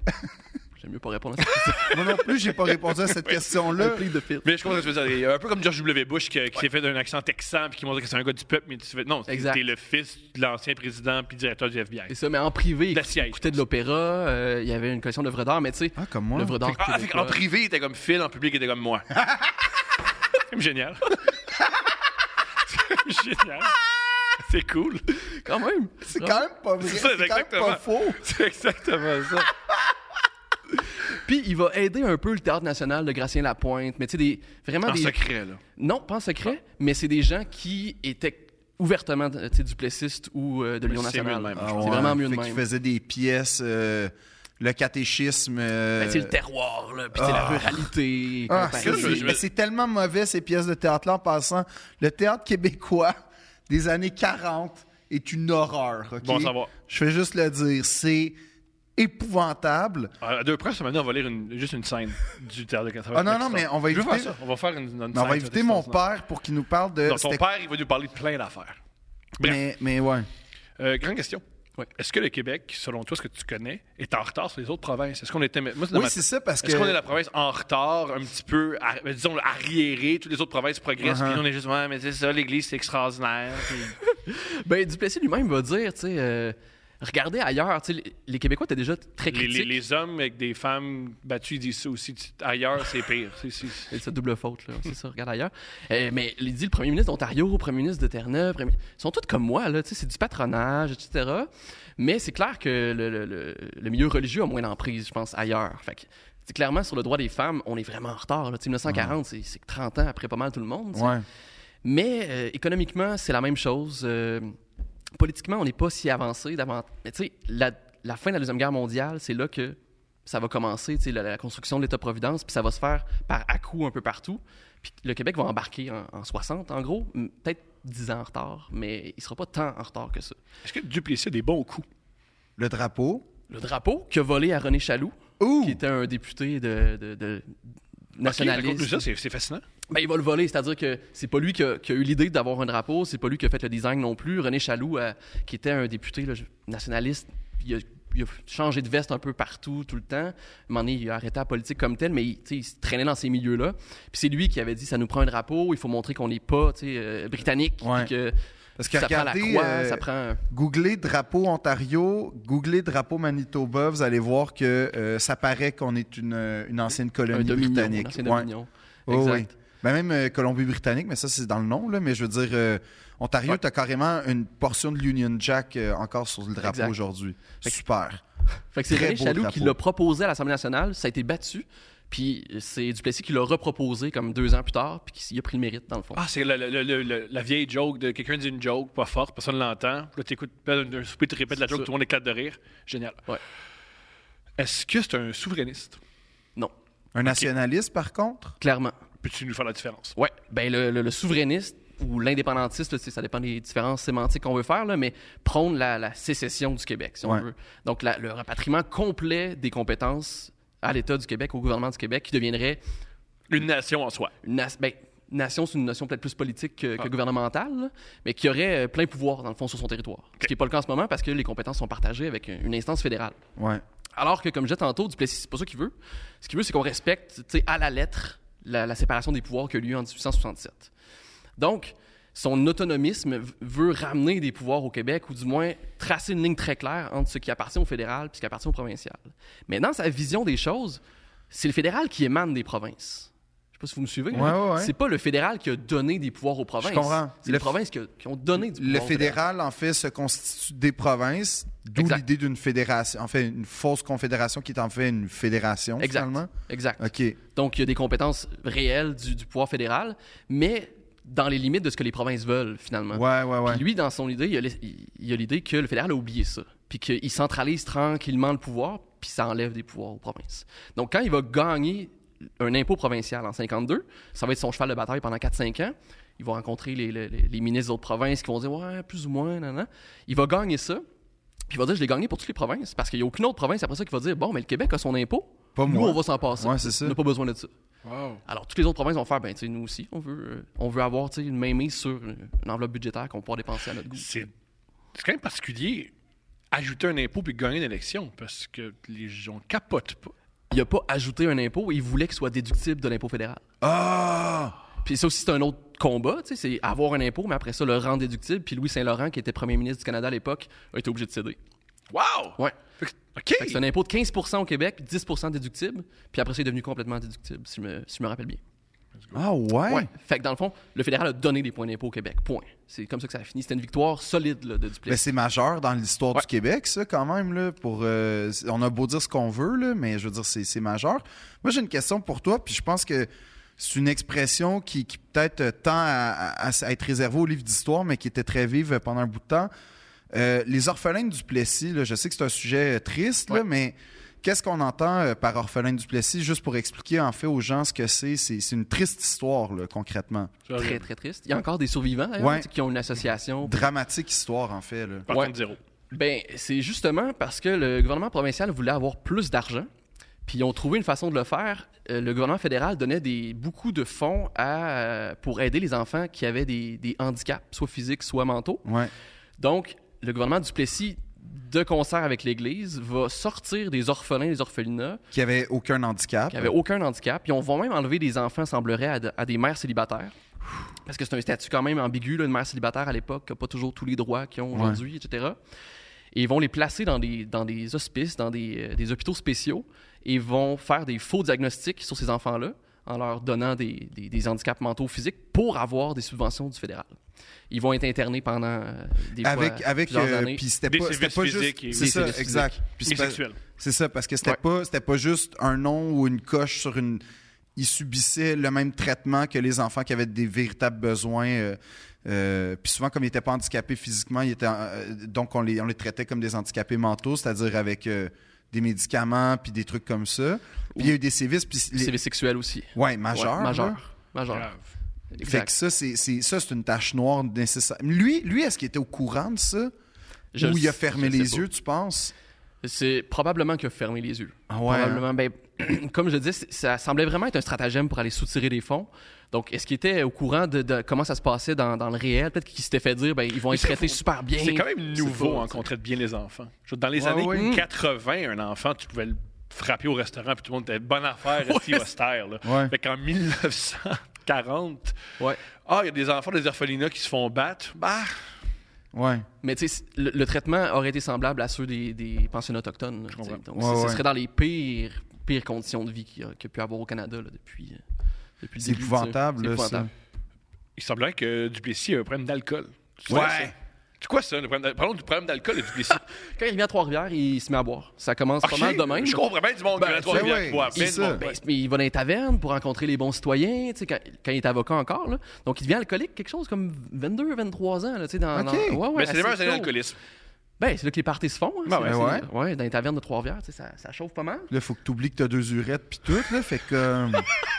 Speaker 6: j'aime mieux pas répondre à cette question.
Speaker 3: Moi non plus, j'ai pas répondu à cette
Speaker 6: Un
Speaker 3: question-là.
Speaker 6: pli de fil.
Speaker 4: Mais je comprends ce que tu veux dire. Un peu comme George W. Bush qui, qui s'est fait d'un accent texan puis qui montre que c'est un gars du peuple, mais tu fais. Non,
Speaker 6: Exact.
Speaker 4: t'es le fils de l'ancien président puis directeur du FBI.
Speaker 6: C'est ça, mais en privé,
Speaker 4: La siège.
Speaker 6: il écoutait de l'opéra, euh, il y avait une collection d'œuvres d'art, mais tu sais,
Speaker 3: Ah, comme moi.
Speaker 6: l'œuvre d'art
Speaker 4: Ah, fait qu'en
Speaker 6: québécois.
Speaker 4: privé, il était comme Phil, en public, il était comme moi. c'est comme génial. c'est comme génial. C'est cool.
Speaker 6: Quand même!
Speaker 3: C'est quand même pas vrai.
Speaker 4: C'est ça,
Speaker 3: C'est quand même
Speaker 4: exactement.
Speaker 3: pas faux.
Speaker 4: C'est exactement ça.
Speaker 6: Puis il va aider un peu le Théâtre national de Gracien Lapointe, mais tu sais, des, vraiment
Speaker 4: En
Speaker 6: des...
Speaker 4: secret, là.
Speaker 6: Non, pas en secret,
Speaker 3: Ah.
Speaker 6: mais c'est des gens qui étaient ouvertement euh, tu sais, duplessistes ou euh, de l'Union
Speaker 4: c'est
Speaker 6: nationale.
Speaker 4: mieux de même, je
Speaker 3: Ah
Speaker 6: C'est
Speaker 3: ouais,
Speaker 6: vraiment mieux de
Speaker 3: fait
Speaker 6: même.
Speaker 3: qu'il faisait des pièces, euh, le catéchisme. euh,
Speaker 6: Ben, c'est le terroir, là, puis c'est la ruralité.
Speaker 3: ah,
Speaker 6: compagnie.
Speaker 3: ça,
Speaker 4: je-
Speaker 3: c'est- mais c'est tellement mauvais ces pièces de théâtre-là en passant. Le théâtre québécois des années 40 est une horreur. ok?
Speaker 4: Bon savoir.
Speaker 3: Je vais juste le dire, c'est épouvantable.
Speaker 4: Ah, À deux près, ça m'a on va lire une- juste une scène du théâtre de Cassavant.
Speaker 3: Ah non, non, mais on va
Speaker 4: Je veux
Speaker 3: éviter-
Speaker 4: faire ça. On va faire une, une
Speaker 3: Mais on
Speaker 4: scène,
Speaker 3: va
Speaker 4: ça
Speaker 3: éviter mon
Speaker 4: extraordinaire.
Speaker 3: père pour qu'il nous parle de.
Speaker 4: Non, ton
Speaker 3: c'était-
Speaker 4: père, il va nous parler de plein d'affaires. Bref.
Speaker 3: Mais, mais ouais.
Speaker 4: Euh, grande question.
Speaker 6: Ouais.
Speaker 4: Est-ce que le Québec, selon toi, ce que tu connais, est en retard sur les autres provinces? Est-ce qu'on était. Moi, dans
Speaker 3: Oui,
Speaker 4: ma-
Speaker 3: c'est ça, parce
Speaker 4: Est-ce
Speaker 3: que-
Speaker 4: qu'on est la province en retard, un petit peu, ar- ben, disons, arriérée, toutes les autres provinces progressent,
Speaker 3: Uh-huh.
Speaker 4: puis nous, on est juste, ouais, mais c'est ça, l'Église, c'est extraordinaire. puis-
Speaker 6: Ben, Duplessis lui-même va dire, tu sais, euh, regardez ailleurs, tu sais, les- les Québécois étaient déjà très
Speaker 4: les, les-
Speaker 6: critiques.
Speaker 4: les hommes avec des femmes battues, ils disent ça aussi. Tu- Ailleurs, c'est pire. C'est- c'est- c'est-
Speaker 6: C'est sa double faute, là. C'est ça, regarde ailleurs. Euh, mais il dit le premier ministre d'Ontario, le premier ministre de Terre-Neuve, premier- ils sont tous comme moi, là. tu sais, C'est du patronage, etc. Mais c'est clair que le, le- le- le milieu religieux a moins d'emprise, je pense, ailleurs. Fait que, c'est clairement, sur le droit des femmes, on est vraiment en retard. Là. Tu sais, 1940, c'est- c'est 30 ans après pas mal tout le monde. tu sais.
Speaker 3: Ouais.
Speaker 6: Mais euh, économiquement, c'est la même chose. Euh, politiquement, on n'est pas si avancé d'avant. Mais tu sais, la, la fin de la Deuxième Guerre mondiale, c'est là que ça va commencer, tu sais, la, la construction de l'État-providence, puis ça va se faire par à-coup un peu partout. Puis le Québec va embarquer en, en 60, en gros, m- peut-être 10 ans en retard, mais il sera pas tant en retard que ça.
Speaker 4: Est-ce que Duplessis a des bons coups?
Speaker 3: Le drapeau.
Speaker 6: Le drapeau qui a volé à René Chaloux,
Speaker 3: Ouh!
Speaker 6: qui était un député de, de, de-
Speaker 4: la
Speaker 6: nationaliste.
Speaker 4: conclusion, c'est c'est fascinant.
Speaker 6: Ben, il va le voler, c'est-à-dire que c'est pas lui qui a, qui a eu l'idée d'avoir un drapeau, c'est pas lui qui a fait le design non plus. René Chaloux, euh, qui était un député là, je- nationaliste, il a, il a changé de veste un peu partout, tout le temps. À un moment donné, il a arrêté la politique comme telle, mais il, tu sais, il se traînait dans ces milieux-là. Puis c'est lui qui avait dit ça nous prend un drapeau, il faut montrer qu'on n'est pas tu sais, euh, britannique.
Speaker 3: Ouais.
Speaker 6: puis que
Speaker 3: Parce que
Speaker 6: ça prend
Speaker 3: regardez,
Speaker 6: la croix,
Speaker 3: euh,
Speaker 6: ça prend.
Speaker 3: Googlez drapeau Ontario, googlez drapeau Manitoba, vous allez voir que euh, ça paraît qu'on est une, euh, une ancienne
Speaker 6: un
Speaker 3: colonie
Speaker 6: dominion, hein,
Speaker 3: britannique.
Speaker 6: l'ancien
Speaker 3: Ouais.
Speaker 6: dominion.
Speaker 3: Oh,
Speaker 6: exact.
Speaker 3: oui. Ben, même euh, Colombie-Britannique, mais ça, c'est dans le nom, là, mais je veux dire, euh, Ontario, t'as carrément une portion de l'Union Jack euh, encore sur le drapeau
Speaker 6: Exact.
Speaker 3: aujourd'hui.
Speaker 6: que-
Speaker 3: Super.
Speaker 6: Fait que c'est
Speaker 3: Très
Speaker 6: René
Speaker 3: beau
Speaker 6: Chaloux qui
Speaker 3: drapeau.
Speaker 6: l'a proposé à l'Assemblée nationale, ça a été battu, puis c'est Duplessis qui l'a reproposé comme deux ans plus tard, puis qui il a pris le mérite, dans le fond.
Speaker 4: Ah, c'est le- le- le- le- la vieille joke de quelqu'un dit une joke pas forte, personne l'entend. Puis là, t'écoutes un un souper, tu répètes la
Speaker 6: C'est
Speaker 4: joke,
Speaker 6: ça.
Speaker 4: tout le monde éclate de rire. Génial.
Speaker 6: Ouais.
Speaker 4: Est-ce que c'est un souverainiste?
Speaker 6: Non,
Speaker 3: Un nationaliste, par contre?
Speaker 6: clairement.
Speaker 4: Peux-tu nous faire la différence?
Speaker 6: Ouais, ben le, le- le souverainiste ou l'indépendantiste, là, tu sais, ça dépend des différences sémantiques qu'on veut faire, là, mais prône la, la sécession du Québec, si on
Speaker 3: Ouais.
Speaker 6: veut. Donc la- le rapatriement complet des compétences à l'État du Québec, au gouvernement du Québec, qui deviendrait
Speaker 4: Une nation en soi.
Speaker 6: une nas- ben, nation, c'est une notion peut-être plus politique que, que gouvernementale, là, mais qui aurait euh, plein pouvoir, dans le fond, sur son territoire. Ce qui n'est pas le cas en ce moment parce que les compétences sont partagées avec euh, une instance fédérale.
Speaker 3: Ouais.
Speaker 6: Alors que, comme je disais tantôt, Duplessis, c'est pas ça qu'il veut. Ce qu'il veut, c'est qu'on respecte tu sais, à la lettre la, la séparation des pouvoirs qui a lieu en 1867. Donc, son autonomisme v- veut ramener des pouvoirs au Québec, ou du moins tracer une ligne très claire entre ce qui appartient au fédéral et ce qui appartient au provincial. Mais dans sa vision des choses, c'est le fédéral qui émane des provinces. Je sais pas si vous me suivez.
Speaker 3: Ouais,
Speaker 6: là.
Speaker 3: ouais, ouais.
Speaker 6: C'est pas le fédéral qui a donné des pouvoirs aux provinces.
Speaker 3: comprends.
Speaker 6: C'est
Speaker 3: Le
Speaker 6: les
Speaker 3: f-
Speaker 6: provinces qui, a- qui ont donné du pouvoir.
Speaker 3: Le
Speaker 6: au fédéral.
Speaker 3: fédéral, en fait, se constitue des provinces, d'où
Speaker 6: Exact.
Speaker 3: l'idée d'une fédération, en fait, une fausse confédération qui est en fait une fédération,
Speaker 6: Exact.
Speaker 3: finalement.
Speaker 6: Exact.
Speaker 3: OK.
Speaker 6: Donc, il y a des compétences réelles du, du pouvoir fédéral, mais dans les limites de ce que les provinces veulent, finalement.
Speaker 3: Ouais, ouais, ouais.
Speaker 6: Puis lui, dans son idée, il y a l'es- il il y a l'idée que le fédéral a oublié ça, puis qu'il centralise tranquillement le pouvoir, puis ça enlève des pouvoirs aux provinces. Donc, quand il va gagner un impôt provincial en 52, ça va être son cheval de bataille pendant 4-5 ans. Il va rencontrer les, les- les- les ministres d'autres provinces qui vont dire « Ouais, plus ou moins, nan, nan. Il va gagner ça, puis il va dire « Je l'ai gagné pour toutes les provinces », parce qu'il n'y a aucune autre province après ça qui va dire « Bon, mais le Québec a son impôt,
Speaker 3: Pas
Speaker 6: nous,
Speaker 3: moi.
Speaker 6: on va s'en passer.
Speaker 3: Ouais, c'est ça.
Speaker 6: On n'a pas besoin de ça.
Speaker 4: Wow.
Speaker 6: Alors, toutes les autres provinces vont faire, ben, tu sais, nous aussi, on veut, euh, on veut avoir, tu sais, une mainmise sur euh, une enveloppe budgétaire qu'on pourra dépenser à notre goût.
Speaker 4: C'est c'est quand même particulier ajouter un impôt puis gagner une élection parce que les gens capotent pas.
Speaker 6: Il n'a pas ajouté un impôt, il voulait qu'il soit déductible de l'impôt fédéral.
Speaker 3: Ah!
Speaker 6: Puis ça aussi, c'est un autre combat, tu sais, c'est avoir un impôt, mais après ça, le rendre déductible. Puis Louis Saint-Laurent, qui était premier ministre du Canada à l'époque, a été obligé de céder.
Speaker 4: Wow!
Speaker 6: Ouais.
Speaker 4: Fait que- OK!
Speaker 6: Fait que c'est un impôt de 15 au Québec, puis 10 déductible, puis après ça, il est devenu complètement déductible, si je me, si je me rappelle bien.
Speaker 3: Ah ouais?
Speaker 6: Ouais. Fait que dans le fond, le fédéral a donné des points d'impôt au Québec. Point. C'est comme ça que ça a fini. C'était une victoire solide là, de
Speaker 3: Ben,
Speaker 6: Duplessis.
Speaker 3: c'est majeur dans l'histoire du Québec, ça, quand même. Là, pour, euh, c'est- on a beau dire ce qu'on veut, là, mais je veux dire, c'est c'est majeur. Moi, j'ai une question pour toi, puis je pense que c'est une expression qui, qui peut-être euh, tend à, à- à être réservée aux livres d'histoire, mais qui était très vive pendant un bout de temps. Euh, les orphelins du Plessis, là, je sais que c'est un sujet euh, triste, là, mais qu'est-ce qu'on entend euh, par orphelin du Plessis? Juste pour expliquer en fait aux gens ce que c'est, c'est c'est une triste histoire, là, concrètement.
Speaker 6: Très, très triste. Il y a encore des survivants d'ailleurs,
Speaker 3: Ouais.
Speaker 6: tu sais, qui ont une association.
Speaker 3: Dramatique histoire, en fait. Là.
Speaker 4: Partons
Speaker 6: Ouais.
Speaker 4: de zéro.
Speaker 6: Ben, c'est justement parce que le gouvernement provincial voulait avoir plus d'argent, puis ils ont trouvé une façon de le faire. Euh, le gouvernement fédéral donnait des, beaucoup de fonds à, euh, pour aider les enfants qui avaient des, des handicaps, soit physiques, soit mentaux.
Speaker 3: Ouais.
Speaker 6: Donc, le gouvernement du Plessis, de concert avec l'Église, va sortir des orphelins, des orphelinats,
Speaker 3: Qui avait aucun handicap.
Speaker 6: qui n'avaient aucun handicap. Puis on va même enlever des enfants, semblerait, à, de- à des mères célibataires. Parce que c'est un statut quand même ambigu, là, une mère célibataire à l'époque, qui n'a pas toujours tous les droits qu'ils ont aujourd'hui, etc. Et ils vont les placer dans des, dans des hospices, dans des, euh, des hôpitaux spéciaux, et vont faire des faux diagnostics sur ces enfants-là en leur donnant des, des- des handicaps mentaux physiques pour avoir des subventions du fédéral. Ils vont être internés pendant euh, des fois
Speaker 3: avec avec
Speaker 6: plusieurs
Speaker 3: euh,
Speaker 6: années.
Speaker 3: puis c'était
Speaker 4: Des
Speaker 3: pas c'était
Speaker 4: sévices
Speaker 3: pas
Speaker 4: physiques et-
Speaker 3: juste
Speaker 4: Des
Speaker 3: c'est ça
Speaker 6: sévices
Speaker 3: exact Puis
Speaker 4: Et
Speaker 3: c'est pas-
Speaker 4: sexuel.
Speaker 3: c'est ça parce que c'était
Speaker 6: Ouais.
Speaker 3: pas c'était pas juste un nom ou une coche sur une ils subissaient le même traitement que les enfants qui avaient des véritables besoins euh, euh, puis souvent comme ils n'étaient pas handicapés physiquement ils étaient euh, donc on les on les traitait comme des handicapés mentaux c'est-à-dire avec euh, des médicaments puis des trucs comme ça puis il y a eu des sévices puis les-
Speaker 6: C'est sexuel aussi.
Speaker 3: ouais majeurs
Speaker 6: Ouais,
Speaker 3: là.
Speaker 6: majeur. Majeur.
Speaker 4: Grave.
Speaker 3: fait que
Speaker 6: Exact.
Speaker 3: ça c'est c'est- ça c'est une tache noire nécessaire lui lui est-ce qu'il était au courant de ça
Speaker 6: Je
Speaker 3: ou il
Speaker 6: le
Speaker 3: a
Speaker 6: sais-
Speaker 3: fermé
Speaker 6: je le
Speaker 3: les
Speaker 6: sais pas.
Speaker 3: yeux, tu penses?
Speaker 6: C'est probablement qu'il a fermé les yeux.
Speaker 3: Ah ouais,
Speaker 6: Probablement. Ben, comme je dis, ça semblait vraiment être un stratagème pour aller soutirer des fonds. Donc, est-ce qu'il était au courant de, de comment ça se passait dans, dans le réel? Peut-être qu'il s'était fait dire, ben, ils vont être
Speaker 4: c'est
Speaker 6: traités
Speaker 4: fou.
Speaker 6: super bien.
Speaker 4: C'est quand même
Speaker 6: Je sais
Speaker 4: nouveau
Speaker 6: pas,
Speaker 4: hein,
Speaker 6: tu sais.
Speaker 4: qu'on traite bien les enfants. Je veux dire, Dans les
Speaker 3: Ouais,
Speaker 4: années
Speaker 3: ouais.
Speaker 4: 80, un enfant, tu pouvais le frapper au restaurant puis tout le monde était bonne affaire, si austère. Là.
Speaker 3: Ouais.
Speaker 4: Fait qu'en 1940,
Speaker 6: Ouais.
Speaker 4: ah, il y a des enfants des orphelinats qui se font battre. Bah,
Speaker 3: ouais.
Speaker 6: Mais tu sais, le, le traitement aurait été semblable à ceux des, des pensionnats autochtones. là, tu sais. Donc,
Speaker 3: Ouais,
Speaker 6: ce
Speaker 3: ouais.
Speaker 6: serait dans les pires, pires conditions de vie qu'il y a, qu'il y a pu avoir au Canada là, depuis, euh, depuis le
Speaker 3: C'est
Speaker 6: début, tu sais.
Speaker 3: épouvantable,
Speaker 6: C'est
Speaker 3: là, ça.
Speaker 6: épouvantable.
Speaker 4: il semblerait que Duplessis a un problème d'alcool. Tu
Speaker 3: Ouais.
Speaker 4: sais ça? C'est quoi ça, le problème d'al- Parlons du problème d'alcool de Duplessis.
Speaker 6: Quand il revient à Trois-Rivières, il se met à boire. Ça commence
Speaker 4: Ok,
Speaker 6: pas mal de même.
Speaker 4: Ah, Je comprends bien du monde qui
Speaker 6: Ben,
Speaker 4: va à
Speaker 6: tu sais,
Speaker 4: Trois-Rivières,
Speaker 3: ouais,
Speaker 4: qui boit
Speaker 3: c'est
Speaker 4: plein de
Speaker 3: ça.
Speaker 4: monde.
Speaker 6: Ben, mais il va dans les tavernes pour rencontrer les bons citoyens, tu sais, quand, quand il est avocat encore. là. Donc, il devient alcoolique quelque chose comme 22, 23 ans. Là, tu sais, dans,
Speaker 3: Ok.
Speaker 6: dans- ouais, ouais,
Speaker 4: Mais c'est les
Speaker 6: assez
Speaker 4: meilleurs années
Speaker 6: tôt.
Speaker 4: d'alcoolisme.
Speaker 6: Ben, c'est là que les parties se font. hein.
Speaker 4: Ben
Speaker 6: C'est-
Speaker 3: ouais.
Speaker 6: c'est- ouais, dans les tavernes de Trois-Rivières, tu sais, ça, ça chauffe pas mal.
Speaker 3: Là, faut que tu oublies que t'as deux urettes pis tout, là. Fait que. euh,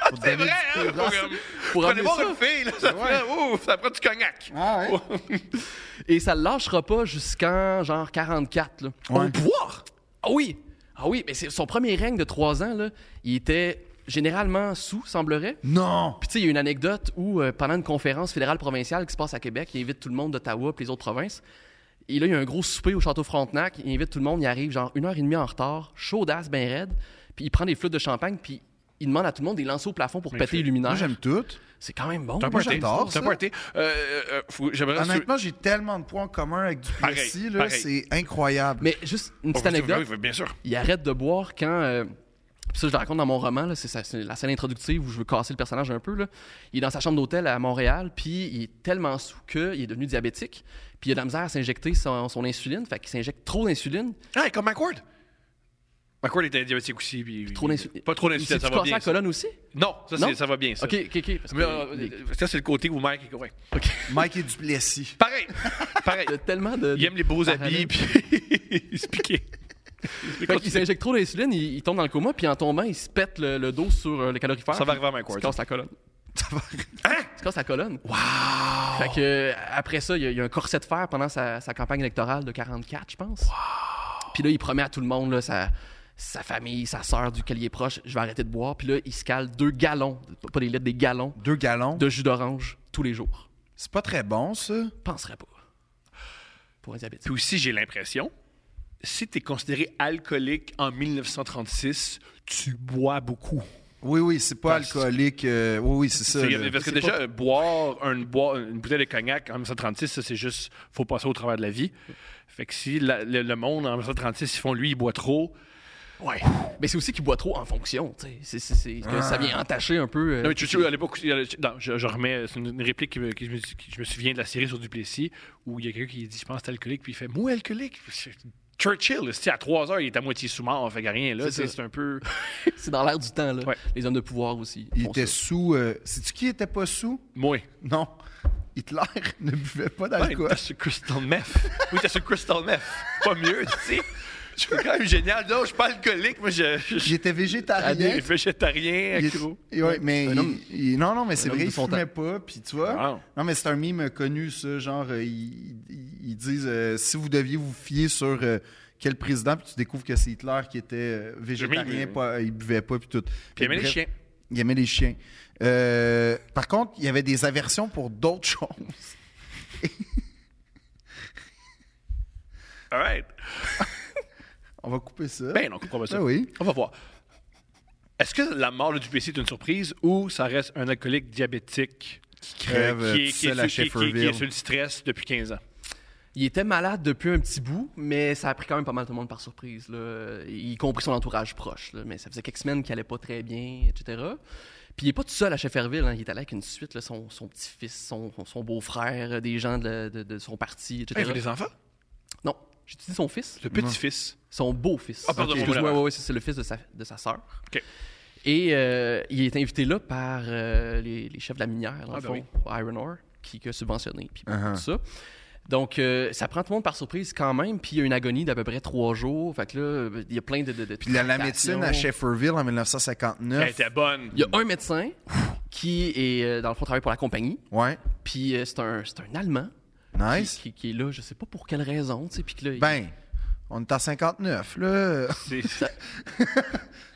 Speaker 3: faut te
Speaker 4: C'est
Speaker 3: donner
Speaker 4: vrai,
Speaker 3: du-
Speaker 4: hein? Pour, euh,
Speaker 6: Pour
Speaker 4: pour aller
Speaker 6: amener
Speaker 4: voir
Speaker 6: ça.
Speaker 4: une fille, là, ça, prend, ouf, ça prend du cognac.
Speaker 3: Ah ouais.
Speaker 6: Et ça le lâchera pas jusqu'en genre 44. Là.
Speaker 3: Ouais.
Speaker 6: pouvoir? Ah oui! Ah oui, mais c'est son premier règne de trois ans, là, il était généralement sous, semblerait.
Speaker 3: Non!
Speaker 6: Puis tu sais, il y a une anecdote où, euh, pendant une conférence fédérale provinciale qui se passe à Québec, il invite tout le monde d'Ottawa puis les autres provinces. Et là, il y a un gros souper au Château Frontenac. Il invite tout le monde. Il arrive genre une heure et demie en retard, chaud d'ass, ben raide. Puis il prend des flûtes de champagne, puis il demande à tout le monde des lancer au plafond pour péter les
Speaker 3: Moi,
Speaker 6: luminaires.
Speaker 3: j'aime tout.
Speaker 6: C'est quand même bon.
Speaker 4: T'as un
Speaker 3: Moi,
Speaker 4: party.
Speaker 3: j'adore
Speaker 4: T'as un
Speaker 3: ça.
Speaker 4: party. Euh, euh, faut- J'aimerais
Speaker 3: Honnêtement, j'ai tellement de points en commun avec du
Speaker 4: Pareil,
Speaker 3: précis, là.
Speaker 4: pareil.
Speaker 3: C'est incroyable.
Speaker 6: Mais juste une petite
Speaker 4: Oh, oui,
Speaker 6: anecdote.
Speaker 4: oui, bien sûr.
Speaker 6: il arrête de boire quand. euh, puis ça, je le raconte dans mon roman, là, c'est, sa- c'est la scène introductive où je veux casser le personnage un peu. Là. Il est dans sa chambre d'hôtel à Montréal, puis il est tellement sous qu'il est devenu diabétique, puis il a de la misère à s'injecter son, son insuline, fait qu'il s'injecte trop d'insuline.
Speaker 4: Ah, comme McCord. McCord était diabétique aussi. Puis,
Speaker 6: Trop d'insuline.
Speaker 4: Pas trop
Speaker 6: Il
Speaker 4: d'insuline,
Speaker 6: s'est-tu
Speaker 4: ça va
Speaker 6: cassé
Speaker 4: bien.
Speaker 6: la colonne aussi?
Speaker 4: ça. Non, ça,
Speaker 6: Non?
Speaker 4: c'est- ça va bien. Ça.
Speaker 6: Ok, ok, ok. parce
Speaker 4: Mais,
Speaker 6: que-
Speaker 4: euh, ça, c'est le côté où Mike est ouais.
Speaker 6: ok.
Speaker 3: Mike est du Plessis.
Speaker 4: Pareil. Pareil.
Speaker 6: Il y a tellement de.
Speaker 4: Il aime les beaux
Speaker 6: parallèles.
Speaker 4: habits, puis il se piquait.
Speaker 6: Fait qu'il s'injecte trop d'insuline, il, il tombe dans le coma, puis en tombant, il se pète le, le dos sur euh, le calorifère.
Speaker 4: Ça va
Speaker 6: puis
Speaker 4: arriver à ma
Speaker 6: Il se
Speaker 4: cour.
Speaker 6: casse la colonne. Il se casse la colonne. Wow! Fait que, euh, après ça, il y, a- il y a un corset de fer pendant sa, sa campagne électorale de 44, je pense. Puis là, il promet à tout le monde, là, sa, sa famille, sa sœur, duquel il est proche, je vais arrêter de boire. Puis là, il se cale deux gallons, pas des litres, des gallons
Speaker 3: Deux gallons.
Speaker 6: de jus d'orange tous les jours.
Speaker 3: C'est pas très bon, ça.
Speaker 6: Penserais pas. Pour un diabétique.
Speaker 4: Puis aussi, j'ai l'impression, si t'es considéré alcoolique en 1936, tu bois beaucoup.
Speaker 3: Oui, oui, c'est pas
Speaker 4: Parce-
Speaker 3: alcoolique. euh, oui, oui, c'est ça.
Speaker 4: C'est-
Speaker 3: là.
Speaker 4: parce que
Speaker 3: C'est
Speaker 4: déjà,
Speaker 3: pas-
Speaker 4: euh, boire une, boire une bouteille de cognac en 1936, ça, c'est juste, faut passer au travers de la vie. Fait que si la- le, le monde en 1936, ils font lui, il boit trop.
Speaker 6: Ouais. Mais c'est aussi qu'il boit trop en fonction, tu sais. C'est- c'est- c'est que Ça vient entacher un peu. euh,
Speaker 4: Non, mais Churchill, à l'époque, il y a- non, je, je remets, c'est une, une réplique qui, me- qui je me- qui- je me souviens de la série sur Duplessis, où il y a quelqu'un qui dit, je pense, que t'es alcoolique, puis il fait, moi, alcoolique. C'est- Churchill, c'est- à 3 heures, il est à moitié sous mort, fait qu'il y a rien, là.
Speaker 6: C'est
Speaker 4: C'est
Speaker 6: ça.
Speaker 4: c'est un peu.
Speaker 6: C'est dans l'air du temps, là.
Speaker 4: Ouais.
Speaker 6: Les hommes de pouvoir aussi.
Speaker 3: Il
Speaker 6: font
Speaker 3: était
Speaker 6: ça.
Speaker 3: sous. euh, Sais-tu qui était pas sous?
Speaker 4: Moi.
Speaker 3: Non. Hitler ne buvait pas
Speaker 4: Ouais,
Speaker 3: d'alcool.
Speaker 4: t'as ce Ben, crystal meth. Oui, t'as ce crystal meth. Pas mieux, tu sais. Je suis quand même génial. Non, je suis pas alcoolique, moi, je. je- je-
Speaker 3: J'étais
Speaker 4: Ah,
Speaker 3: végétarien.
Speaker 4: végétarien,
Speaker 3: Il est-
Speaker 4: accro.
Speaker 3: Et ouais, mais il- il- non, non, mais c'est
Speaker 6: homme
Speaker 3: vrai,
Speaker 6: de
Speaker 3: il
Speaker 6: son
Speaker 3: fumait pas, puis tu vois.
Speaker 4: Wow.
Speaker 3: Non, mais c'est un mime connu, ça, genre, euh, ils, ils- ils disent, euh, si vous deviez vous fier sur euh, quel président, puis tu découvres que c'est Hitler qui était euh, végétarien,
Speaker 4: Oui, oui.
Speaker 3: pas, euh, il buvait pas, puis tout.
Speaker 4: Puis il aimait les
Speaker 3: Bref,
Speaker 4: chiens.
Speaker 3: Il aimait les chiens. Euh, par contre, il y avait des aversions pour d'autres choses.
Speaker 4: All right.
Speaker 3: On va couper ça.
Speaker 4: Ben, non, on comprend pas ça.
Speaker 3: Ah oui.
Speaker 4: On va voir. Est-ce que la mort de Duplessis est une surprise ou ça reste un alcoolique diabétique qui
Speaker 3: crève, euh,
Speaker 4: qui, est-
Speaker 3: tout
Speaker 4: qui est
Speaker 3: seul
Speaker 4: sur-
Speaker 3: à
Speaker 4: qui- qui- qui
Speaker 3: Shefferville.
Speaker 4: est sur le stress depuis 15 ans?
Speaker 6: Il était malade depuis un petit bout, mais ça a pris quand même pas mal tout le monde par surprise, là, y compris son entourage proche. là, Mais ça faisait quelques semaines qu'il allait pas très bien, etc. Puis il est pas tout seul à Shefferville, hein, il est allé avec une suite, là, son, son petit-fils, son, son beau-frère, euh, des gens de, la- de- de son parti,
Speaker 4: Hey,
Speaker 6: etc.
Speaker 4: il a des enfants?
Speaker 6: Non, j'ai dit son fils,
Speaker 4: Le petit-fils.
Speaker 6: son beau-fils.
Speaker 4: Ah, pardon,
Speaker 6: Excuse-moi,
Speaker 4: voilà.
Speaker 6: ouais, ouais, c'est c'est le fils de sa, de sa sœur.
Speaker 4: OK.
Speaker 6: Et euh, il est invité là par euh, les, les chefs de la minière, dans
Speaker 4: Ah,
Speaker 6: le
Speaker 4: ben
Speaker 6: fond,
Speaker 4: oui.
Speaker 6: Iron Ore, qui, qui a subventionné, puis bon,
Speaker 3: Uh-huh.
Speaker 6: tout ça. Donc, euh, ça prend tout le monde par surprise quand même, puis il y a une agonie d'à peu près trois jours. Fait que là, euh, il y a plein de. de, de
Speaker 3: Puis la, la
Speaker 6: tractations.
Speaker 3: médecine à Shefferville en 1959.
Speaker 4: Elle était bonne.
Speaker 6: Il y a un médecin qui est, euh, dans le fond, travaille pour la compagnie,
Speaker 3: Ouais.
Speaker 6: puis euh, c'est un, c'est un Allemand. qui-
Speaker 3: Nice.
Speaker 6: Qui, qui est là, je sais pas pour quelle raison, tu sais, puis que là, il-
Speaker 3: Ben, On est à 59, là.
Speaker 4: C'est c'est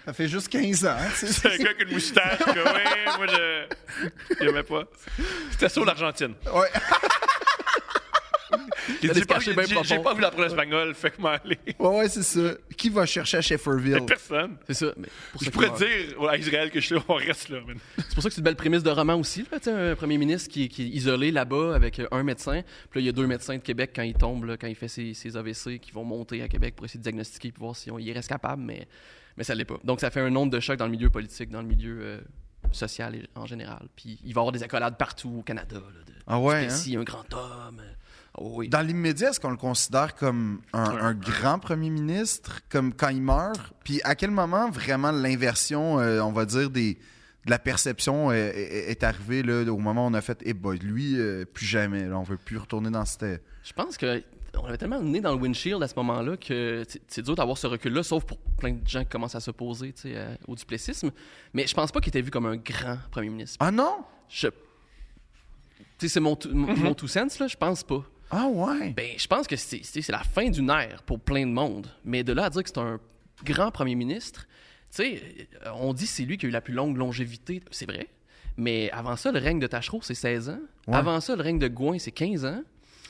Speaker 3: Ça fait juste 15 ans. hein, tu sais.
Speaker 4: un gars qui a une moustache. que, ouais, moi, je. J'aimais pas. C'était sur l'Argentine.
Speaker 3: Ouais.
Speaker 4: Il
Speaker 6: T'allais
Speaker 4: dit
Speaker 6: te
Speaker 4: pas,
Speaker 6: cacher
Speaker 4: j'ai
Speaker 6: bien
Speaker 4: j'ai-
Speaker 6: profond.
Speaker 4: j'ai pas vu la presse espagnole, fait que m'en aller.
Speaker 3: ouais, ouais, c'est ça. Qui va chercher à Shefferville?
Speaker 4: Personne.
Speaker 6: C'est ça. Mais pour
Speaker 4: Je
Speaker 6: ça
Speaker 4: pourrais
Speaker 6: qu'on-
Speaker 4: dire à Israël que je suis là, on reste là. man.
Speaker 6: C'est pour ça que c'est une belle prémisse de roman aussi, là, tu sais, un premier ministre qui, qui est isolé là-bas avec euh, un médecin. Puis là, il y a deux médecins de Québec quand il tombe, là, quand il fait ses, ses AVC, qui vont monter à Québec pour essayer de diagnostiquer et voir si on y reste capable, mais, mais ça l'est pas. Donc ça fait un onde de choc dans le milieu politique, dans le milieu euh, social et- en général. Puis il va y avoir des accolades partout au Canada. Là, de,
Speaker 3: Ah ouais, hein?
Speaker 6: Duplessis, un grand homme. Oh oui.
Speaker 3: Dans l'immédiat, est-ce qu'on le considère comme un, un grand premier ministre, comme quand il meurt? Puis à quel moment vraiment l'inversion, euh, on va dire, des, de la perception euh, est, est arrivée là, au moment où on a fait, eh ben, lui, euh, plus jamais, là, on veut plus retourner dans cette.
Speaker 6: Je pense que on avait tellement né dans le windshield à ce moment-là que c'est- c'est dur d'avoir ce recul-là, sauf pour plein de gens qui commencent à s'opposer tu sais, euh, au duplessisme. Mais je pense pas qu'il était vu comme un grand premier ministre.
Speaker 3: Ah non?
Speaker 6: Je... Tu sais, c'est mon, tout- mon, mon two cents, là, je pense pas.
Speaker 3: Ah ouais?
Speaker 6: Ben, je pense que c'est c'est- c'est la fin d'une ère pour plein de monde. Mais de là à dire que c'est un grand premier ministre, tu sais, euh, on dit que c'est lui qui a eu la plus longue longévité. C'est vrai. Mais avant ça, le règne de Tachereau, c'est 16 ans. Avant ça, le règne de Gouin, c'est 15 ans.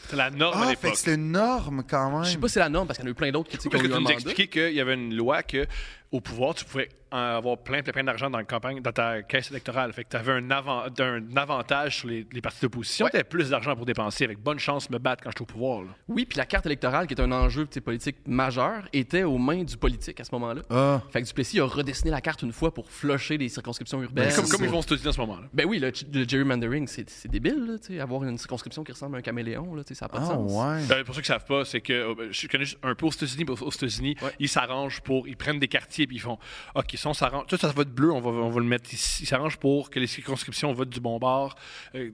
Speaker 4: C'est la norme à
Speaker 3: Ah, fait
Speaker 4: l'époque.
Speaker 3: que c'est une norme quand même.
Speaker 6: Je sais pas si c'est la norme, parce qu'il y en a eu plein d'autres qui, tu sais, qui
Speaker 4: Parce
Speaker 6: ont
Speaker 4: que
Speaker 6: eu
Speaker 4: tu
Speaker 6: un
Speaker 4: nous
Speaker 6: mandat.
Speaker 4: expliqué qu'il y avait une loi que au pouvoir, tu pouvais avoir plein, plein, plein d'argent dans, la campagne- dans ta caisse électorale. Fait que tu avais un, avant- un avantage sur les, les partis d'opposition. Tu avais plus d'argent pour dépenser. Avec bonne chance de me battre quand je suis au pouvoir. là.
Speaker 6: Oui, puis la carte électorale, qui est un enjeu tu sais, politique majeur, était aux mains du politique à ce moment-là.
Speaker 3: Ah.
Speaker 6: Fait que Duplessis a redessiné la carte une fois pour flusher les circonscriptions urbaines.
Speaker 4: Ben, Comme,
Speaker 3: c'est
Speaker 4: comme
Speaker 3: ça.
Speaker 4: ils vont se dire en ce moment. là
Speaker 6: Ben oui, le, le gerrymandering, c'est c'est débile, là, tu sais, avoir une circonscription qui ressemble à un caméléon, là, tu sais, ça n'a pas de
Speaker 3: Ah
Speaker 6: sens.
Speaker 3: ouais.
Speaker 4: Euh, pour ceux qui ne savent pas, c'est que euh, je connais juste un peu aux États-Unis. mais Aux États-Unis, ils s'arrangent pour. Ils prennent des quartiers puis ils font OK, si on s'arrange. Ça, ça va être bleu, on va, on va le mettre ici. Ils s'arrangent pour que les circonscriptions votent du bon bord. euh,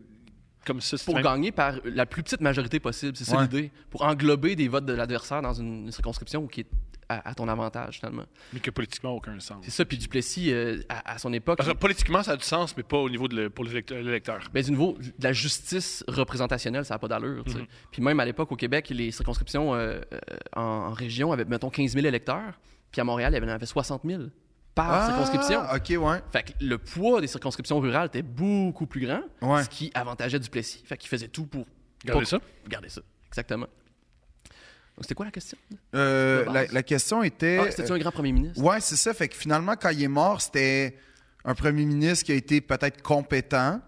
Speaker 4: comme ça, c'est
Speaker 6: Pour
Speaker 4: même-
Speaker 6: gagner par la plus petite majorité possible, c'est ça
Speaker 3: Ouais.
Speaker 6: l'idée. Pour englober des votes de l'adversaire dans une, une circonscription qui est à, à ton avantage, finalement.
Speaker 4: Mais que politiquement, aucun sens.
Speaker 6: C'est ça, puis Duplessis, euh, à, à son époque.
Speaker 4: Parce que politiquement, ça a du sens, mais pas au niveau de le- pour l'électeur- l'électeur.
Speaker 6: Ben, du niveau de la justice représentationnelle, ça n'a pas d'allure.
Speaker 3: Mhm.
Speaker 6: tu sais. Puis même à l'époque, au Québec, les circonscriptions euh, euh, en, en région avaient, mettons, 15 000 électeurs. Puis à Montréal, il y en avait 60 000 par
Speaker 3: Ah,
Speaker 6: circonscription.
Speaker 3: Ok, ouais.
Speaker 6: Fait que le poids des circonscriptions rurales était beaucoup plus grand,
Speaker 3: Ouais.
Speaker 6: ce qui avantageait Duplessis. Fait qu'il faisait tout pour
Speaker 4: Regardez
Speaker 6: pour-
Speaker 4: ça.
Speaker 6: Garder ça, exactement. Donc, c'était quoi la question?
Speaker 3: Euh,
Speaker 6: De base.
Speaker 3: la, la question était.
Speaker 6: Ah, c'était-tu un grand premier ministre?
Speaker 3: Ouais, c'est ça. Fait que finalement, quand il est mort, c'était un premier ministre qui a été peut-être compétent,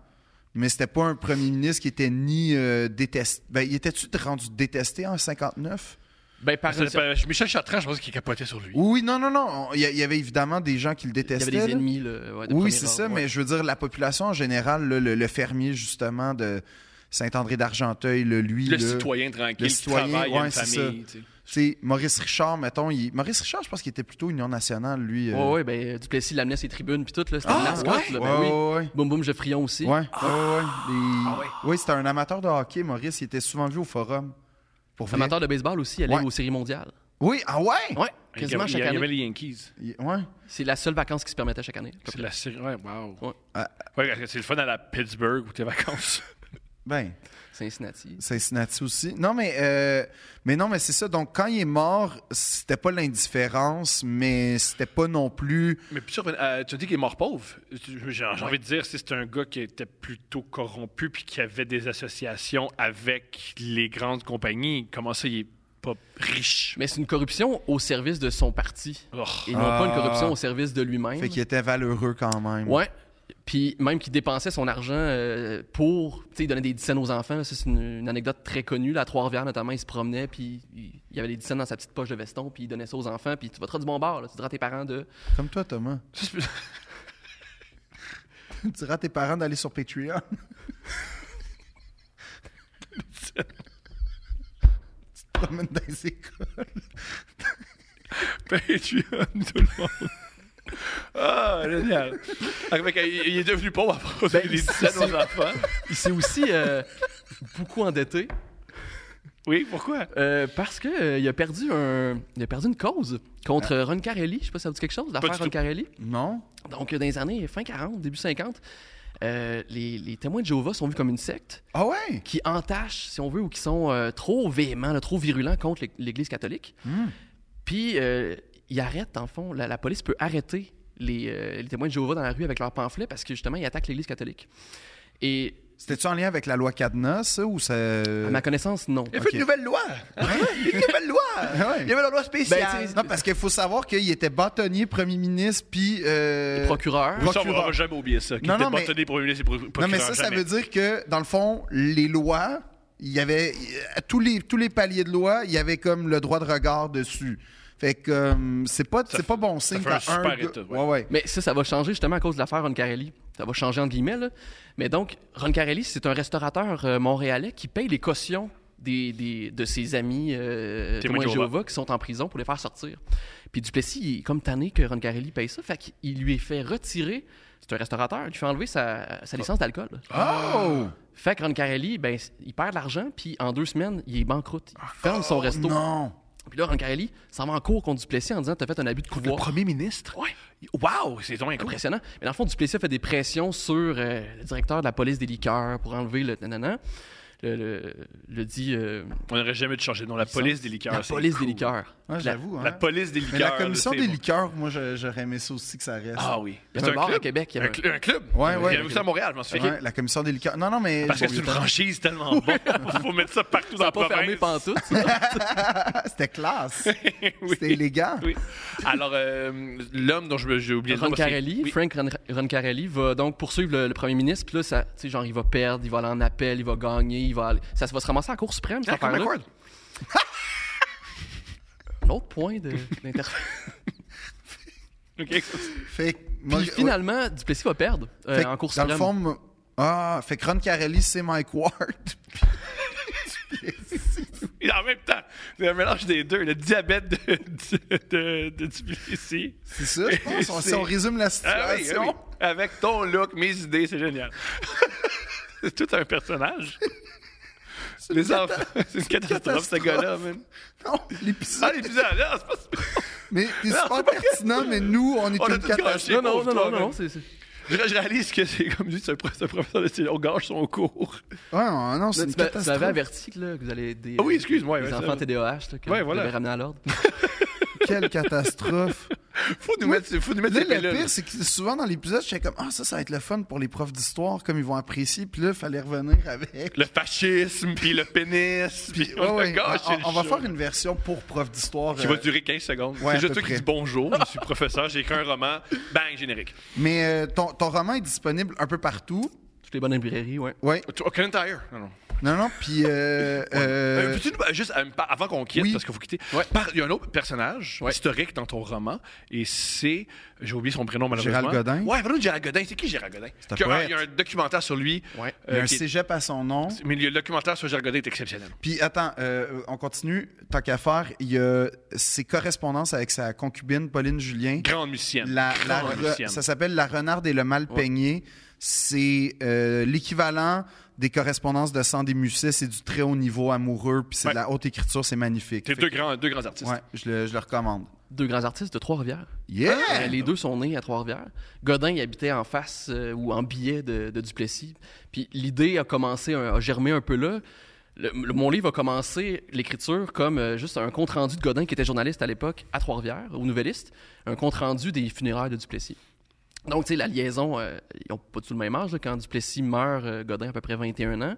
Speaker 3: mais c'était pas un premier ministre qui était ni euh, détesté. Ben, il était-tu rendu détesté en 59?
Speaker 6: Ben, par
Speaker 4: Ça dépend- Michel Chartrand, je pense qu'il capotait sur lui.
Speaker 3: Oui, oui, non, non, non. On- Il y, a- il y avait évidemment des gens qui le
Speaker 6: il y
Speaker 3: détestaient.
Speaker 6: avait
Speaker 3: là.
Speaker 6: des ennemis, là, ouais, de
Speaker 3: oui,
Speaker 6: premier
Speaker 3: c'est
Speaker 6: ordre,
Speaker 3: ça,
Speaker 6: ouais.
Speaker 3: mais je veux dire, la population en général, là, le, le fermier, justement, de Saint-André d'Argenteuil, le, lui.
Speaker 4: Le
Speaker 3: là,
Speaker 4: citoyen tranquille
Speaker 3: le
Speaker 4: qui
Speaker 3: citoyen,
Speaker 4: travaille, il a
Speaker 3: ouais,
Speaker 4: une
Speaker 3: c'est
Speaker 4: famille. tu sais.
Speaker 3: tu sais, Maurice Richard, mettons. il- Maurice Richard, je pense qu'il était plutôt Union nationale, lui. euh.
Speaker 6: Ouais, ouais, ben, Duplessis l'amenait à ses tribunes, puis tout, là, c'était une mascotte,
Speaker 3: Ah, ouais,
Speaker 6: là, ben oui.
Speaker 3: ouais, ouais.
Speaker 6: Boum Boum Geoffrion aussi.
Speaker 3: Ouais, ouais, ouais. Les- Oui, c'était un amateur de hockey, Maurice. Il était souvent vu au forum. Pour vrai.
Speaker 6: Amateur de baseball aussi, elle
Speaker 3: Ouais.
Speaker 6: est aux séries mondiales.
Speaker 3: Oui, ah ouais?
Speaker 6: Ouais,
Speaker 4: Il y
Speaker 6: quasiment
Speaker 4: avait- il y
Speaker 6: chaque
Speaker 4: avait
Speaker 6: année.
Speaker 4: les Yankees.
Speaker 3: Il- ouais.
Speaker 6: C'est la seule vacance qui se permettait chaque année.
Speaker 4: C'est la série. Ouais, wow.
Speaker 6: Ouais.
Speaker 4: Ouais, c'est le fun à la Pittsburgh ou tes vacances.
Speaker 3: Ben,
Speaker 6: Cincinnati.
Speaker 3: Cincinnati aussi. Non, mais, euh, mais non, mais c'est ça. Donc, quand il est mort, c'était pas l'indifférence, mais c'était pas non plus.
Speaker 4: Mais puis sur- euh, tu dis qu'il est mort pauvre. J'ai j'ai envie de dire, si c'est un gars qui était plutôt corrompu puis qui avait des associations avec les grandes compagnies, comment ça, il est pas riche?
Speaker 6: Mais c'est une corruption au service de son parti.
Speaker 4: Oh.
Speaker 6: Et non pas une
Speaker 3: Ah.
Speaker 6: corruption au service de lui-même.
Speaker 3: Fait qu'il était valeureux quand même.
Speaker 6: Ouais. Puis même qu'il dépensait son argent euh, pour tu sais, donner des dizaines aux enfants. là, ça, C'est une, une anecdote très connue. Là, à Trois-Rivières, notamment, il se promenait, puis il il y avait des dizaines dans sa petite poche de veston, puis il donnait ça aux enfants. Puis tu vas te faire du bon bar, là, tu diras à tes parents de.
Speaker 3: Comme toi, Thomas.
Speaker 4: Ça, c'est-
Speaker 3: tu diras à tes parents d'aller sur Patreon. tu te promènes dans les écoles.
Speaker 4: Ben, Patreon, tout le monde. Ah, génial. Fait Ah, qu'il- il est devenu pauvre après
Speaker 6: Ben,
Speaker 4: les
Speaker 6: il-
Speaker 4: dizaines aux enfants.
Speaker 6: Il s'est aussi euh, beaucoup endetté.
Speaker 4: Oui, pourquoi?
Speaker 6: Euh, parce que euh, il a perdu un, il a perdu une cause contre Ron Carelli. Je sais pas si ça vous dit quelque chose,
Speaker 4: Ah. du
Speaker 6: l'affaire Ron
Speaker 4: tout.
Speaker 6: Carelli.
Speaker 3: Non?
Speaker 6: Donc euh, dans les années fin 40, début 50, euh, les, les témoins de Jéhovah sont vus comme une secte
Speaker 3: Ah ouais?
Speaker 4: Hmm.
Speaker 6: qui entache, si on veut, ou qui sont euh, trop véhéments, là, trop virulents contre l'É- l'Église catholique. Puis, euh, il arrête, en fond, la, la police peut arrêter les, euh, les témoins de Jéhovah dans la rue avec leurs pamphlets parce que justement, ils attaquent l'Église catholique. Et
Speaker 3: C'était-tu en lien avec la loi Cadenas, ça, ou ça.
Speaker 6: à ma connaissance, non.
Speaker 4: Ah, Euh, Il a fait
Speaker 3: Ok.
Speaker 4: une nouvelle loi. Une nouvelle loi.
Speaker 3: Ouais.
Speaker 4: Il y avait la loi spéciale.
Speaker 6: Ben, tu sais,
Speaker 3: Non, parce qu'il faut savoir qu'il était bâtonnier, premier ministre, puis. euh,
Speaker 6: Procureur.
Speaker 4: Ça, on va-
Speaker 3: procureur.
Speaker 4: on va jamais oublier ça. Qui
Speaker 3: Non,
Speaker 4: était
Speaker 3: non, mais-
Speaker 4: bâtonné pour humilier ses pro- procureurs.
Speaker 3: Non, mais ça, ça
Speaker 4: jamais.
Speaker 3: veut dire que, dans le fond, les lois, il y avait. à Tous les, tous les paliers de loi, il y avait comme le droit de regard dessus. Fait que euh, c'est pas, c'est pas bon signe
Speaker 4: fait un
Speaker 3: quand
Speaker 4: super
Speaker 3: gars-
Speaker 4: état, ouais.
Speaker 3: ouais, ouais.
Speaker 6: Mais ça, ça va changer justement à cause de l'affaire Ron Carelli. Ça va changer entre guillemets. Là. Mais donc, Ron Carelli, c'est un restaurateur euh, montréalais qui paye les cautions des, des- de ses amis euh,
Speaker 4: Témoins
Speaker 6: témoins
Speaker 4: de
Speaker 6: de
Speaker 4: Jéhovah.
Speaker 6: Jéhovah qui sont en prison pour les faire sortir. Puis Duplessis, il est comme tanné que Ron Carelli paye ça. Fait qu'il lui est fait retirer. C'est un restaurateur, il lui fait enlever sa, sa licence d'alcool.
Speaker 3: Oh!
Speaker 6: Fait que Ron Carelli, ben, il perd de l'argent, puis en deux semaines, il est banqueroute. Il ferme son resto.
Speaker 3: Ah, Non!
Speaker 6: Puis là, Ron Carelli s'en va en cours contre Duplessis en disant T'as fait un abus de
Speaker 4: Le
Speaker 6: pouvoir.
Speaker 4: premier ministre.
Speaker 6: Ouais.
Speaker 4: Wow, c'est donc incroyable.
Speaker 6: impressionnant. Mais dans le fond, Duplessis a fait des pressions sur euh, le directeur de la police des liqueurs pour enlever le nanana. Le, le, le dit. euh,
Speaker 4: On n'aurait jamais dû changer. Non, la police des liqueurs.
Speaker 6: La
Speaker 4: c'est
Speaker 6: police
Speaker 4: cool.
Speaker 6: des liqueurs.
Speaker 3: Ouais,
Speaker 6: Puis la-
Speaker 3: j'avoue. Hein?
Speaker 4: La police des liqueurs.
Speaker 3: Mais la commission
Speaker 4: là,
Speaker 3: des
Speaker 4: c'est-
Speaker 3: liqueurs, moi, je- j'aurais aimé ça aussi que ça reste.
Speaker 4: Ah oui.
Speaker 6: Il y avait un bar à Québec, il y
Speaker 4: Un,
Speaker 6: avait-
Speaker 4: cl- un club.
Speaker 3: Ouais, ouais.
Speaker 4: Il y avait ça à Montréal, je m'en souviens.
Speaker 3: Ouais, la commission des liqueurs. Non, non, mais.
Speaker 4: Ah, Parce que c'est une franchise tellement bon. faut mettre ça partout dans la
Speaker 6: Pas
Speaker 4: province.
Speaker 6: fermé pantoute.
Speaker 3: C'était classe.
Speaker 4: Oui.
Speaker 3: C'était élégant.
Speaker 4: Oui. Alors, euh, l'homme dont je me- j'ai oublié le nom.
Speaker 6: Ron
Speaker 4: parce que-
Speaker 6: Carelli,
Speaker 4: Oui.
Speaker 6: Frank Ron, Ron Carelli va donc poursuivre le, le premier ministre. Puis là, ça, tu sais, genre, il va perdre, il va aller en appel, il va gagner, il va aller- ça se va se ramasser à la Cour suprême, cette
Speaker 4: Ah, Conor
Speaker 6: affaire-là.
Speaker 4: McGuard.
Speaker 6: L'autre point de- d'intervention.
Speaker 4: Ok.
Speaker 3: Fait que moi,
Speaker 6: Puis
Speaker 3: ouais.
Speaker 6: finalement, Duplessis va perdre euh,
Speaker 3: Fait que,
Speaker 6: en Cour
Speaker 3: Dans
Speaker 6: suprême.
Speaker 3: le fond, moi- ah, fait que Ron Carelli, c'est Mike Ward.
Speaker 4: Et en même temps, c'est un mélange des deux. Le diabète de, de, de, de Duplessis.
Speaker 3: C'est ça, je pense. On- si
Speaker 4: C'est-
Speaker 3: on résume la
Speaker 4: Ah oui,
Speaker 3: situation.
Speaker 4: ah oui. Avec ton look, mes idées, c'est génial. c'est tout un personnage. Les enfants, c'est une catastrophe, ce
Speaker 3: catastrophe.
Speaker 4: gars-là, man.
Speaker 3: Non, l'épisode.
Speaker 4: Ah, l'épisode, là, c'est pas
Speaker 3: Mais t'es
Speaker 4: Non,
Speaker 3: super
Speaker 4: c'est pas-
Speaker 3: pertinent, mais nous, on est
Speaker 4: On a
Speaker 3: une
Speaker 4: tout
Speaker 3: catastrophe.
Speaker 4: gâché.
Speaker 6: non, non, non,
Speaker 4: Pauvre
Speaker 6: non,
Speaker 4: toi,
Speaker 6: non,
Speaker 4: man.
Speaker 6: c'est c'est-
Speaker 4: Je, je réalise que c'est comme dit, c'est un prof- c'est un professeur de style. On gâche son cours.
Speaker 3: Ouais, non, non, c'est
Speaker 6: Là,
Speaker 3: une
Speaker 6: tu m'as- tu m'avais
Speaker 3: catastrophe.
Speaker 6: averti là, que vous allez aider
Speaker 4: Ah oui, excuse-moi,
Speaker 6: les
Speaker 4: ouais,
Speaker 6: enfants
Speaker 4: ça-
Speaker 6: TDAH là, que
Speaker 4: Ouais,
Speaker 6: vous
Speaker 4: voilà.
Speaker 6: devez ramener à l'ordre.
Speaker 3: Quelle catastrophe.
Speaker 4: Faut nous
Speaker 3: Oui.
Speaker 4: mettre, faut nous mettre
Speaker 3: Là,
Speaker 4: ces
Speaker 3: le
Speaker 4: pelles-là, là.
Speaker 3: pire, c'est que souvent dans l'épisode, j'étais comme, ah, ça, ça va être le fun pour les profs d'histoire, comme ils vont apprécier. Puis là, il fallait revenir avec.
Speaker 4: Le fascisme, puis le pénis, puis
Speaker 3: Ouais,
Speaker 4: on
Speaker 3: ouais.
Speaker 4: gâche.
Speaker 3: On- on, va faire une version pour prof d'histoire.
Speaker 4: Qui
Speaker 3: euh,
Speaker 4: va durer 15 secondes.
Speaker 3: Ouais, à
Speaker 4: c'est juste
Speaker 3: peu
Speaker 4: toi qui
Speaker 3: près.
Speaker 4: dis bonjour, je suis professeur, j'ai écrit un roman, bang, générique.
Speaker 3: Mais euh, ton, ton roman est disponible un peu partout.
Speaker 6: Toutes les bonnes librairies, ouais.
Speaker 3: Ouais.
Speaker 4: Tu- Aucun tire. Non, non.
Speaker 3: Non, non, puis... euh,
Speaker 4: Euh,
Speaker 3: euh,
Speaker 4: peux-tu nous- juste euh, par- avant qu'on quitte,
Speaker 3: oui.
Speaker 4: parce qu'il faut quitter,
Speaker 6: Ouais.
Speaker 4: par- il y a un autre personnage
Speaker 6: Ouais.
Speaker 4: historique dans ton roman, et c'est. J'ai oublié son prénom malheureusement.
Speaker 3: Gérald Godin.
Speaker 4: Ouais, vraiment Gérald Godin. C'est qui Gérald Godin
Speaker 3: un
Speaker 4: Que-
Speaker 3: poète.
Speaker 4: Il y a un documentaire sur lui.
Speaker 6: Ouais.
Speaker 4: euh,
Speaker 3: il y a un
Speaker 4: qui est-
Speaker 3: cégep à son nom.
Speaker 4: mais le documentaire sur Gérald Godin est exceptionnel.
Speaker 3: Puis attends, euh, on continue. Tant qu'à faire, il y a ses correspondances avec sa concubine, Pauline Julien.
Speaker 4: Grande musicienne.
Speaker 3: La, la
Speaker 4: Grande
Speaker 3: re-
Speaker 4: musicienne.
Speaker 3: ça s'appelle La Renarde et le Mal Peigné. C'est euh, l'équivalent des correspondances de Sang des Musées. C'est du très haut niveau amoureux, puis c'est
Speaker 4: Ouais.
Speaker 3: de la haute écriture, c'est magnifique.
Speaker 4: C'est
Speaker 3: Fait
Speaker 4: deux
Speaker 3: que-
Speaker 4: grands, deux grands artistes.
Speaker 3: ouais, je le, je le recommande.
Speaker 6: Deux grands artistes de Trois-Rivières.
Speaker 3: Yeah!
Speaker 4: Ah!
Speaker 6: Euh, les deux sont nés à Trois-Rivières. Godin, il habitait en face euh, ou en billet de, de Duplessis. Puis l'idée a commencé, un- a germé un peu là. Le- le- mon livre a commencé l'écriture comme euh, juste un compte-rendu de Godin qui était journaliste à l'époque à Trois-Rivières, au Nouvelliste, un compte-rendu des funérailles de Duplessis. Donc, tu sais, la liaison, euh, ils n'ont pas tout le même âge. là. Quand Duplessis meurt, euh, Godin a à peu près 21 ans.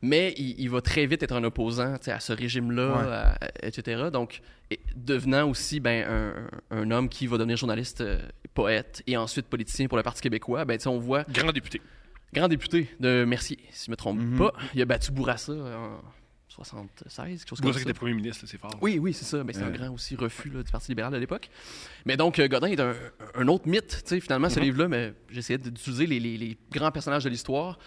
Speaker 6: Mais il, il va très vite être un opposant tu sais, à ce régime-là,
Speaker 3: Ouais.
Speaker 6: à- à- etc. Donc, et- devenant aussi ben, un, un homme qui va devenir journaliste, euh, poète et ensuite politicien pour le Parti québécois, ben, tu sais, on voit
Speaker 4: Grand député.
Speaker 6: grand député de Mercier, si je me trompe
Speaker 4: Mhm.
Speaker 6: pas. Il a battu Bourassa euh, en 76, quelque chose
Speaker 4: C'est pour ça
Speaker 6: comme ça.
Speaker 4: qu'il était premier ministre, c'est fort.
Speaker 6: Oui, oui, c'est ça. Mais c'est un grand aussi refus là, du Parti libéral à l'époque. Mais donc, euh, Godin est un, un autre mythe. tu sais, Finalement,
Speaker 4: Mhm.
Speaker 6: ce livre-là, mais j'essayais d'utiliser les, les- les grands personnages de l'histoire,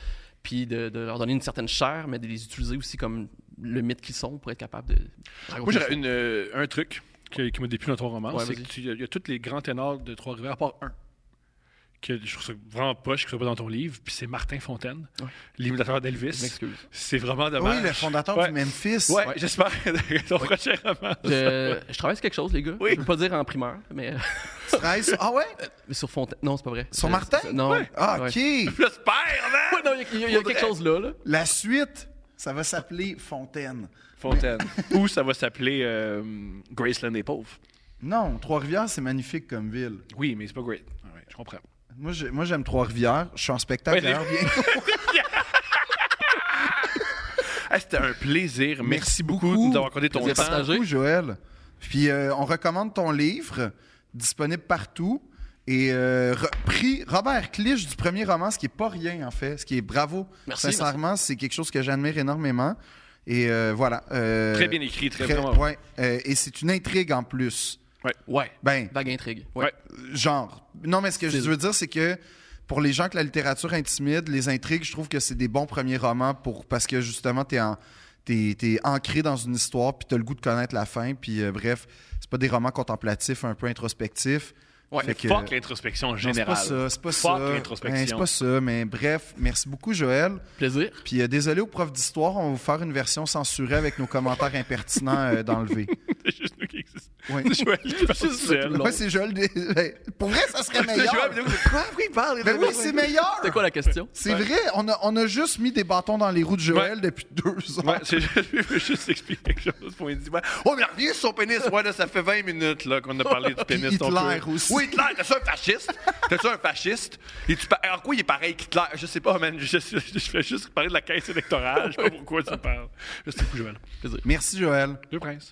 Speaker 6: puis de, de leur donner une certaine chair, mais de les utiliser aussi comme le mythe qu'ils sont pour être capable de.
Speaker 4: Moi, j'aurais une, euh, un truc que- qui m'a déplu dans ton roman,
Speaker 6: Ouais,
Speaker 4: c'est
Speaker 6: vas-y.
Speaker 4: qu'il y a tous les grands ténors de Trois-Rivières, à part un, que je trouve ça vraiment poche, qui soit pas dans ton livre, puis c'est Martin Fontaine,
Speaker 6: Ouais.
Speaker 4: l'imitateur
Speaker 6: Je
Speaker 4: d'Elvis.
Speaker 6: m'excuse.
Speaker 4: C'est vraiment dommage.
Speaker 3: Oui, le fondateur
Speaker 4: Ouais.
Speaker 3: du Memphis.
Speaker 4: Ouais, j'espère que ton prochain roman.
Speaker 6: Je, je travaille sur quelque chose, les gars.
Speaker 4: Oui.
Speaker 6: Je ne pas dire en primeur, mais
Speaker 3: Tu travailles sur- Ah ouais?
Speaker 6: mais sur Fontaine. Non, c'est pas vrai.
Speaker 3: Sur
Speaker 6: Euh,
Speaker 3: Martin?
Speaker 6: c'est- Non.
Speaker 3: Ah,
Speaker 6: Ouais.
Speaker 3: OK.
Speaker 4: J'espère,
Speaker 6: Ouais,
Speaker 4: man!
Speaker 6: non, il y a- il y, a- il y a quelque chose là. là.
Speaker 3: La suite, ça va s'appeler Fontaine.
Speaker 4: Fontaine. Ou ça va s'appeler euh, Graceland des pauvres.
Speaker 3: Non, Trois-Rivières, c'est magnifique comme ville.
Speaker 4: Oui, mais c'est pas great. All right, je comprends.
Speaker 3: Moi, j'ai- moi, j'aime Trois-Rivières. Je suis en spectacle
Speaker 4: Ouais,
Speaker 3: d'ailleurs
Speaker 4: les-
Speaker 3: bientôt.
Speaker 4: Ah, C'était un plaisir. Merci,
Speaker 3: Merci
Speaker 4: beaucoup de
Speaker 3: beaucoup.
Speaker 4: nous avoir accordé ton
Speaker 6: Plaisir
Speaker 4: temps.
Speaker 6: partagé.
Speaker 3: beaucoup, Joël. Puis euh, on recommande ton livre, disponible partout. Et euh, re- prix Robert Clich du premier roman, ce qui est pas rien en fait, ce qui est bravo.
Speaker 6: Merci,
Speaker 3: Sincèrement, c'est quelque chose que j'admire énormément. Et euh, voilà. euh,
Speaker 4: Très bien écrit, très,
Speaker 3: très-
Speaker 4: vraiment.
Speaker 3: ouais, euh, et c'est une intrigue en plus.
Speaker 4: Ouais.
Speaker 6: Ouais.
Speaker 3: Ben,
Speaker 6: Vague intrigue. Ouais.
Speaker 4: Ouais.
Speaker 3: genre. Non, mais ce que je
Speaker 6: C'est-
Speaker 3: veux dire, c'est que pour les gens que la littérature intimide, les intrigues, je trouve que c'est des bons premiers romans pour parce que justement, t'es en. T'es, t'es ancré dans une histoire, puis t'as le goût de connaître la fin, puis euh, bref, c'est pas des romans contemplatifs, un peu introspectifs.
Speaker 6: Ouais,
Speaker 3: Fait que-
Speaker 4: Fuck l'introspection
Speaker 3: Non, c'est
Speaker 4: générale.
Speaker 3: pas ça, c'est pas
Speaker 4: Fuck
Speaker 3: ça.
Speaker 4: l'introspection.
Speaker 3: Hein, c'est pas ça, mais bref, merci beaucoup, Joël.
Speaker 6: Plaisir.
Speaker 3: Puis euh, désolé aux profs d'histoire, on va vous faire une version censurée avec nos commentaires impertinents euh, d'enlever.
Speaker 4: C'est juste nous qui existons.
Speaker 3: Ouais.
Speaker 4: C'est Joël qui parle tout seul.
Speaker 6: long.
Speaker 3: Ouais, c'est Joël. des- ben, Pour vrai, ça serait meilleur.
Speaker 4: Joël, mais
Speaker 3: Quoi? Pourquoi il parle? Ben oui, c'est meilleur.
Speaker 6: C'était quoi la question?
Speaker 3: C'est vrai, on a, on a juste mis des bâtons dans les roues de Joël
Speaker 4: Ouais.
Speaker 3: depuis deux ans.
Speaker 4: Ouais, c'est- je veux juste expliquer quelque chose pour il dit ouais, Oh, mais reviens sur son pénis. Ouais, là, ça fait 20 minutes là, qu'on a parlé du pénis.
Speaker 3: Puis
Speaker 4: ton
Speaker 3: Hitler
Speaker 4: peu.
Speaker 3: aussi.
Speaker 4: Oui, Hitler, t'es-tu un fasciste T'es-tu un fasciste Et tu par- En quoi il est pareil qu'Hitler Je sais pas, man. Je, je, je fais juste parler de la caisse électorale. Je sais pas pourquoi tu me parles. Je sais pas, Joël.
Speaker 3: Merci, Joël.
Speaker 4: Deux princes.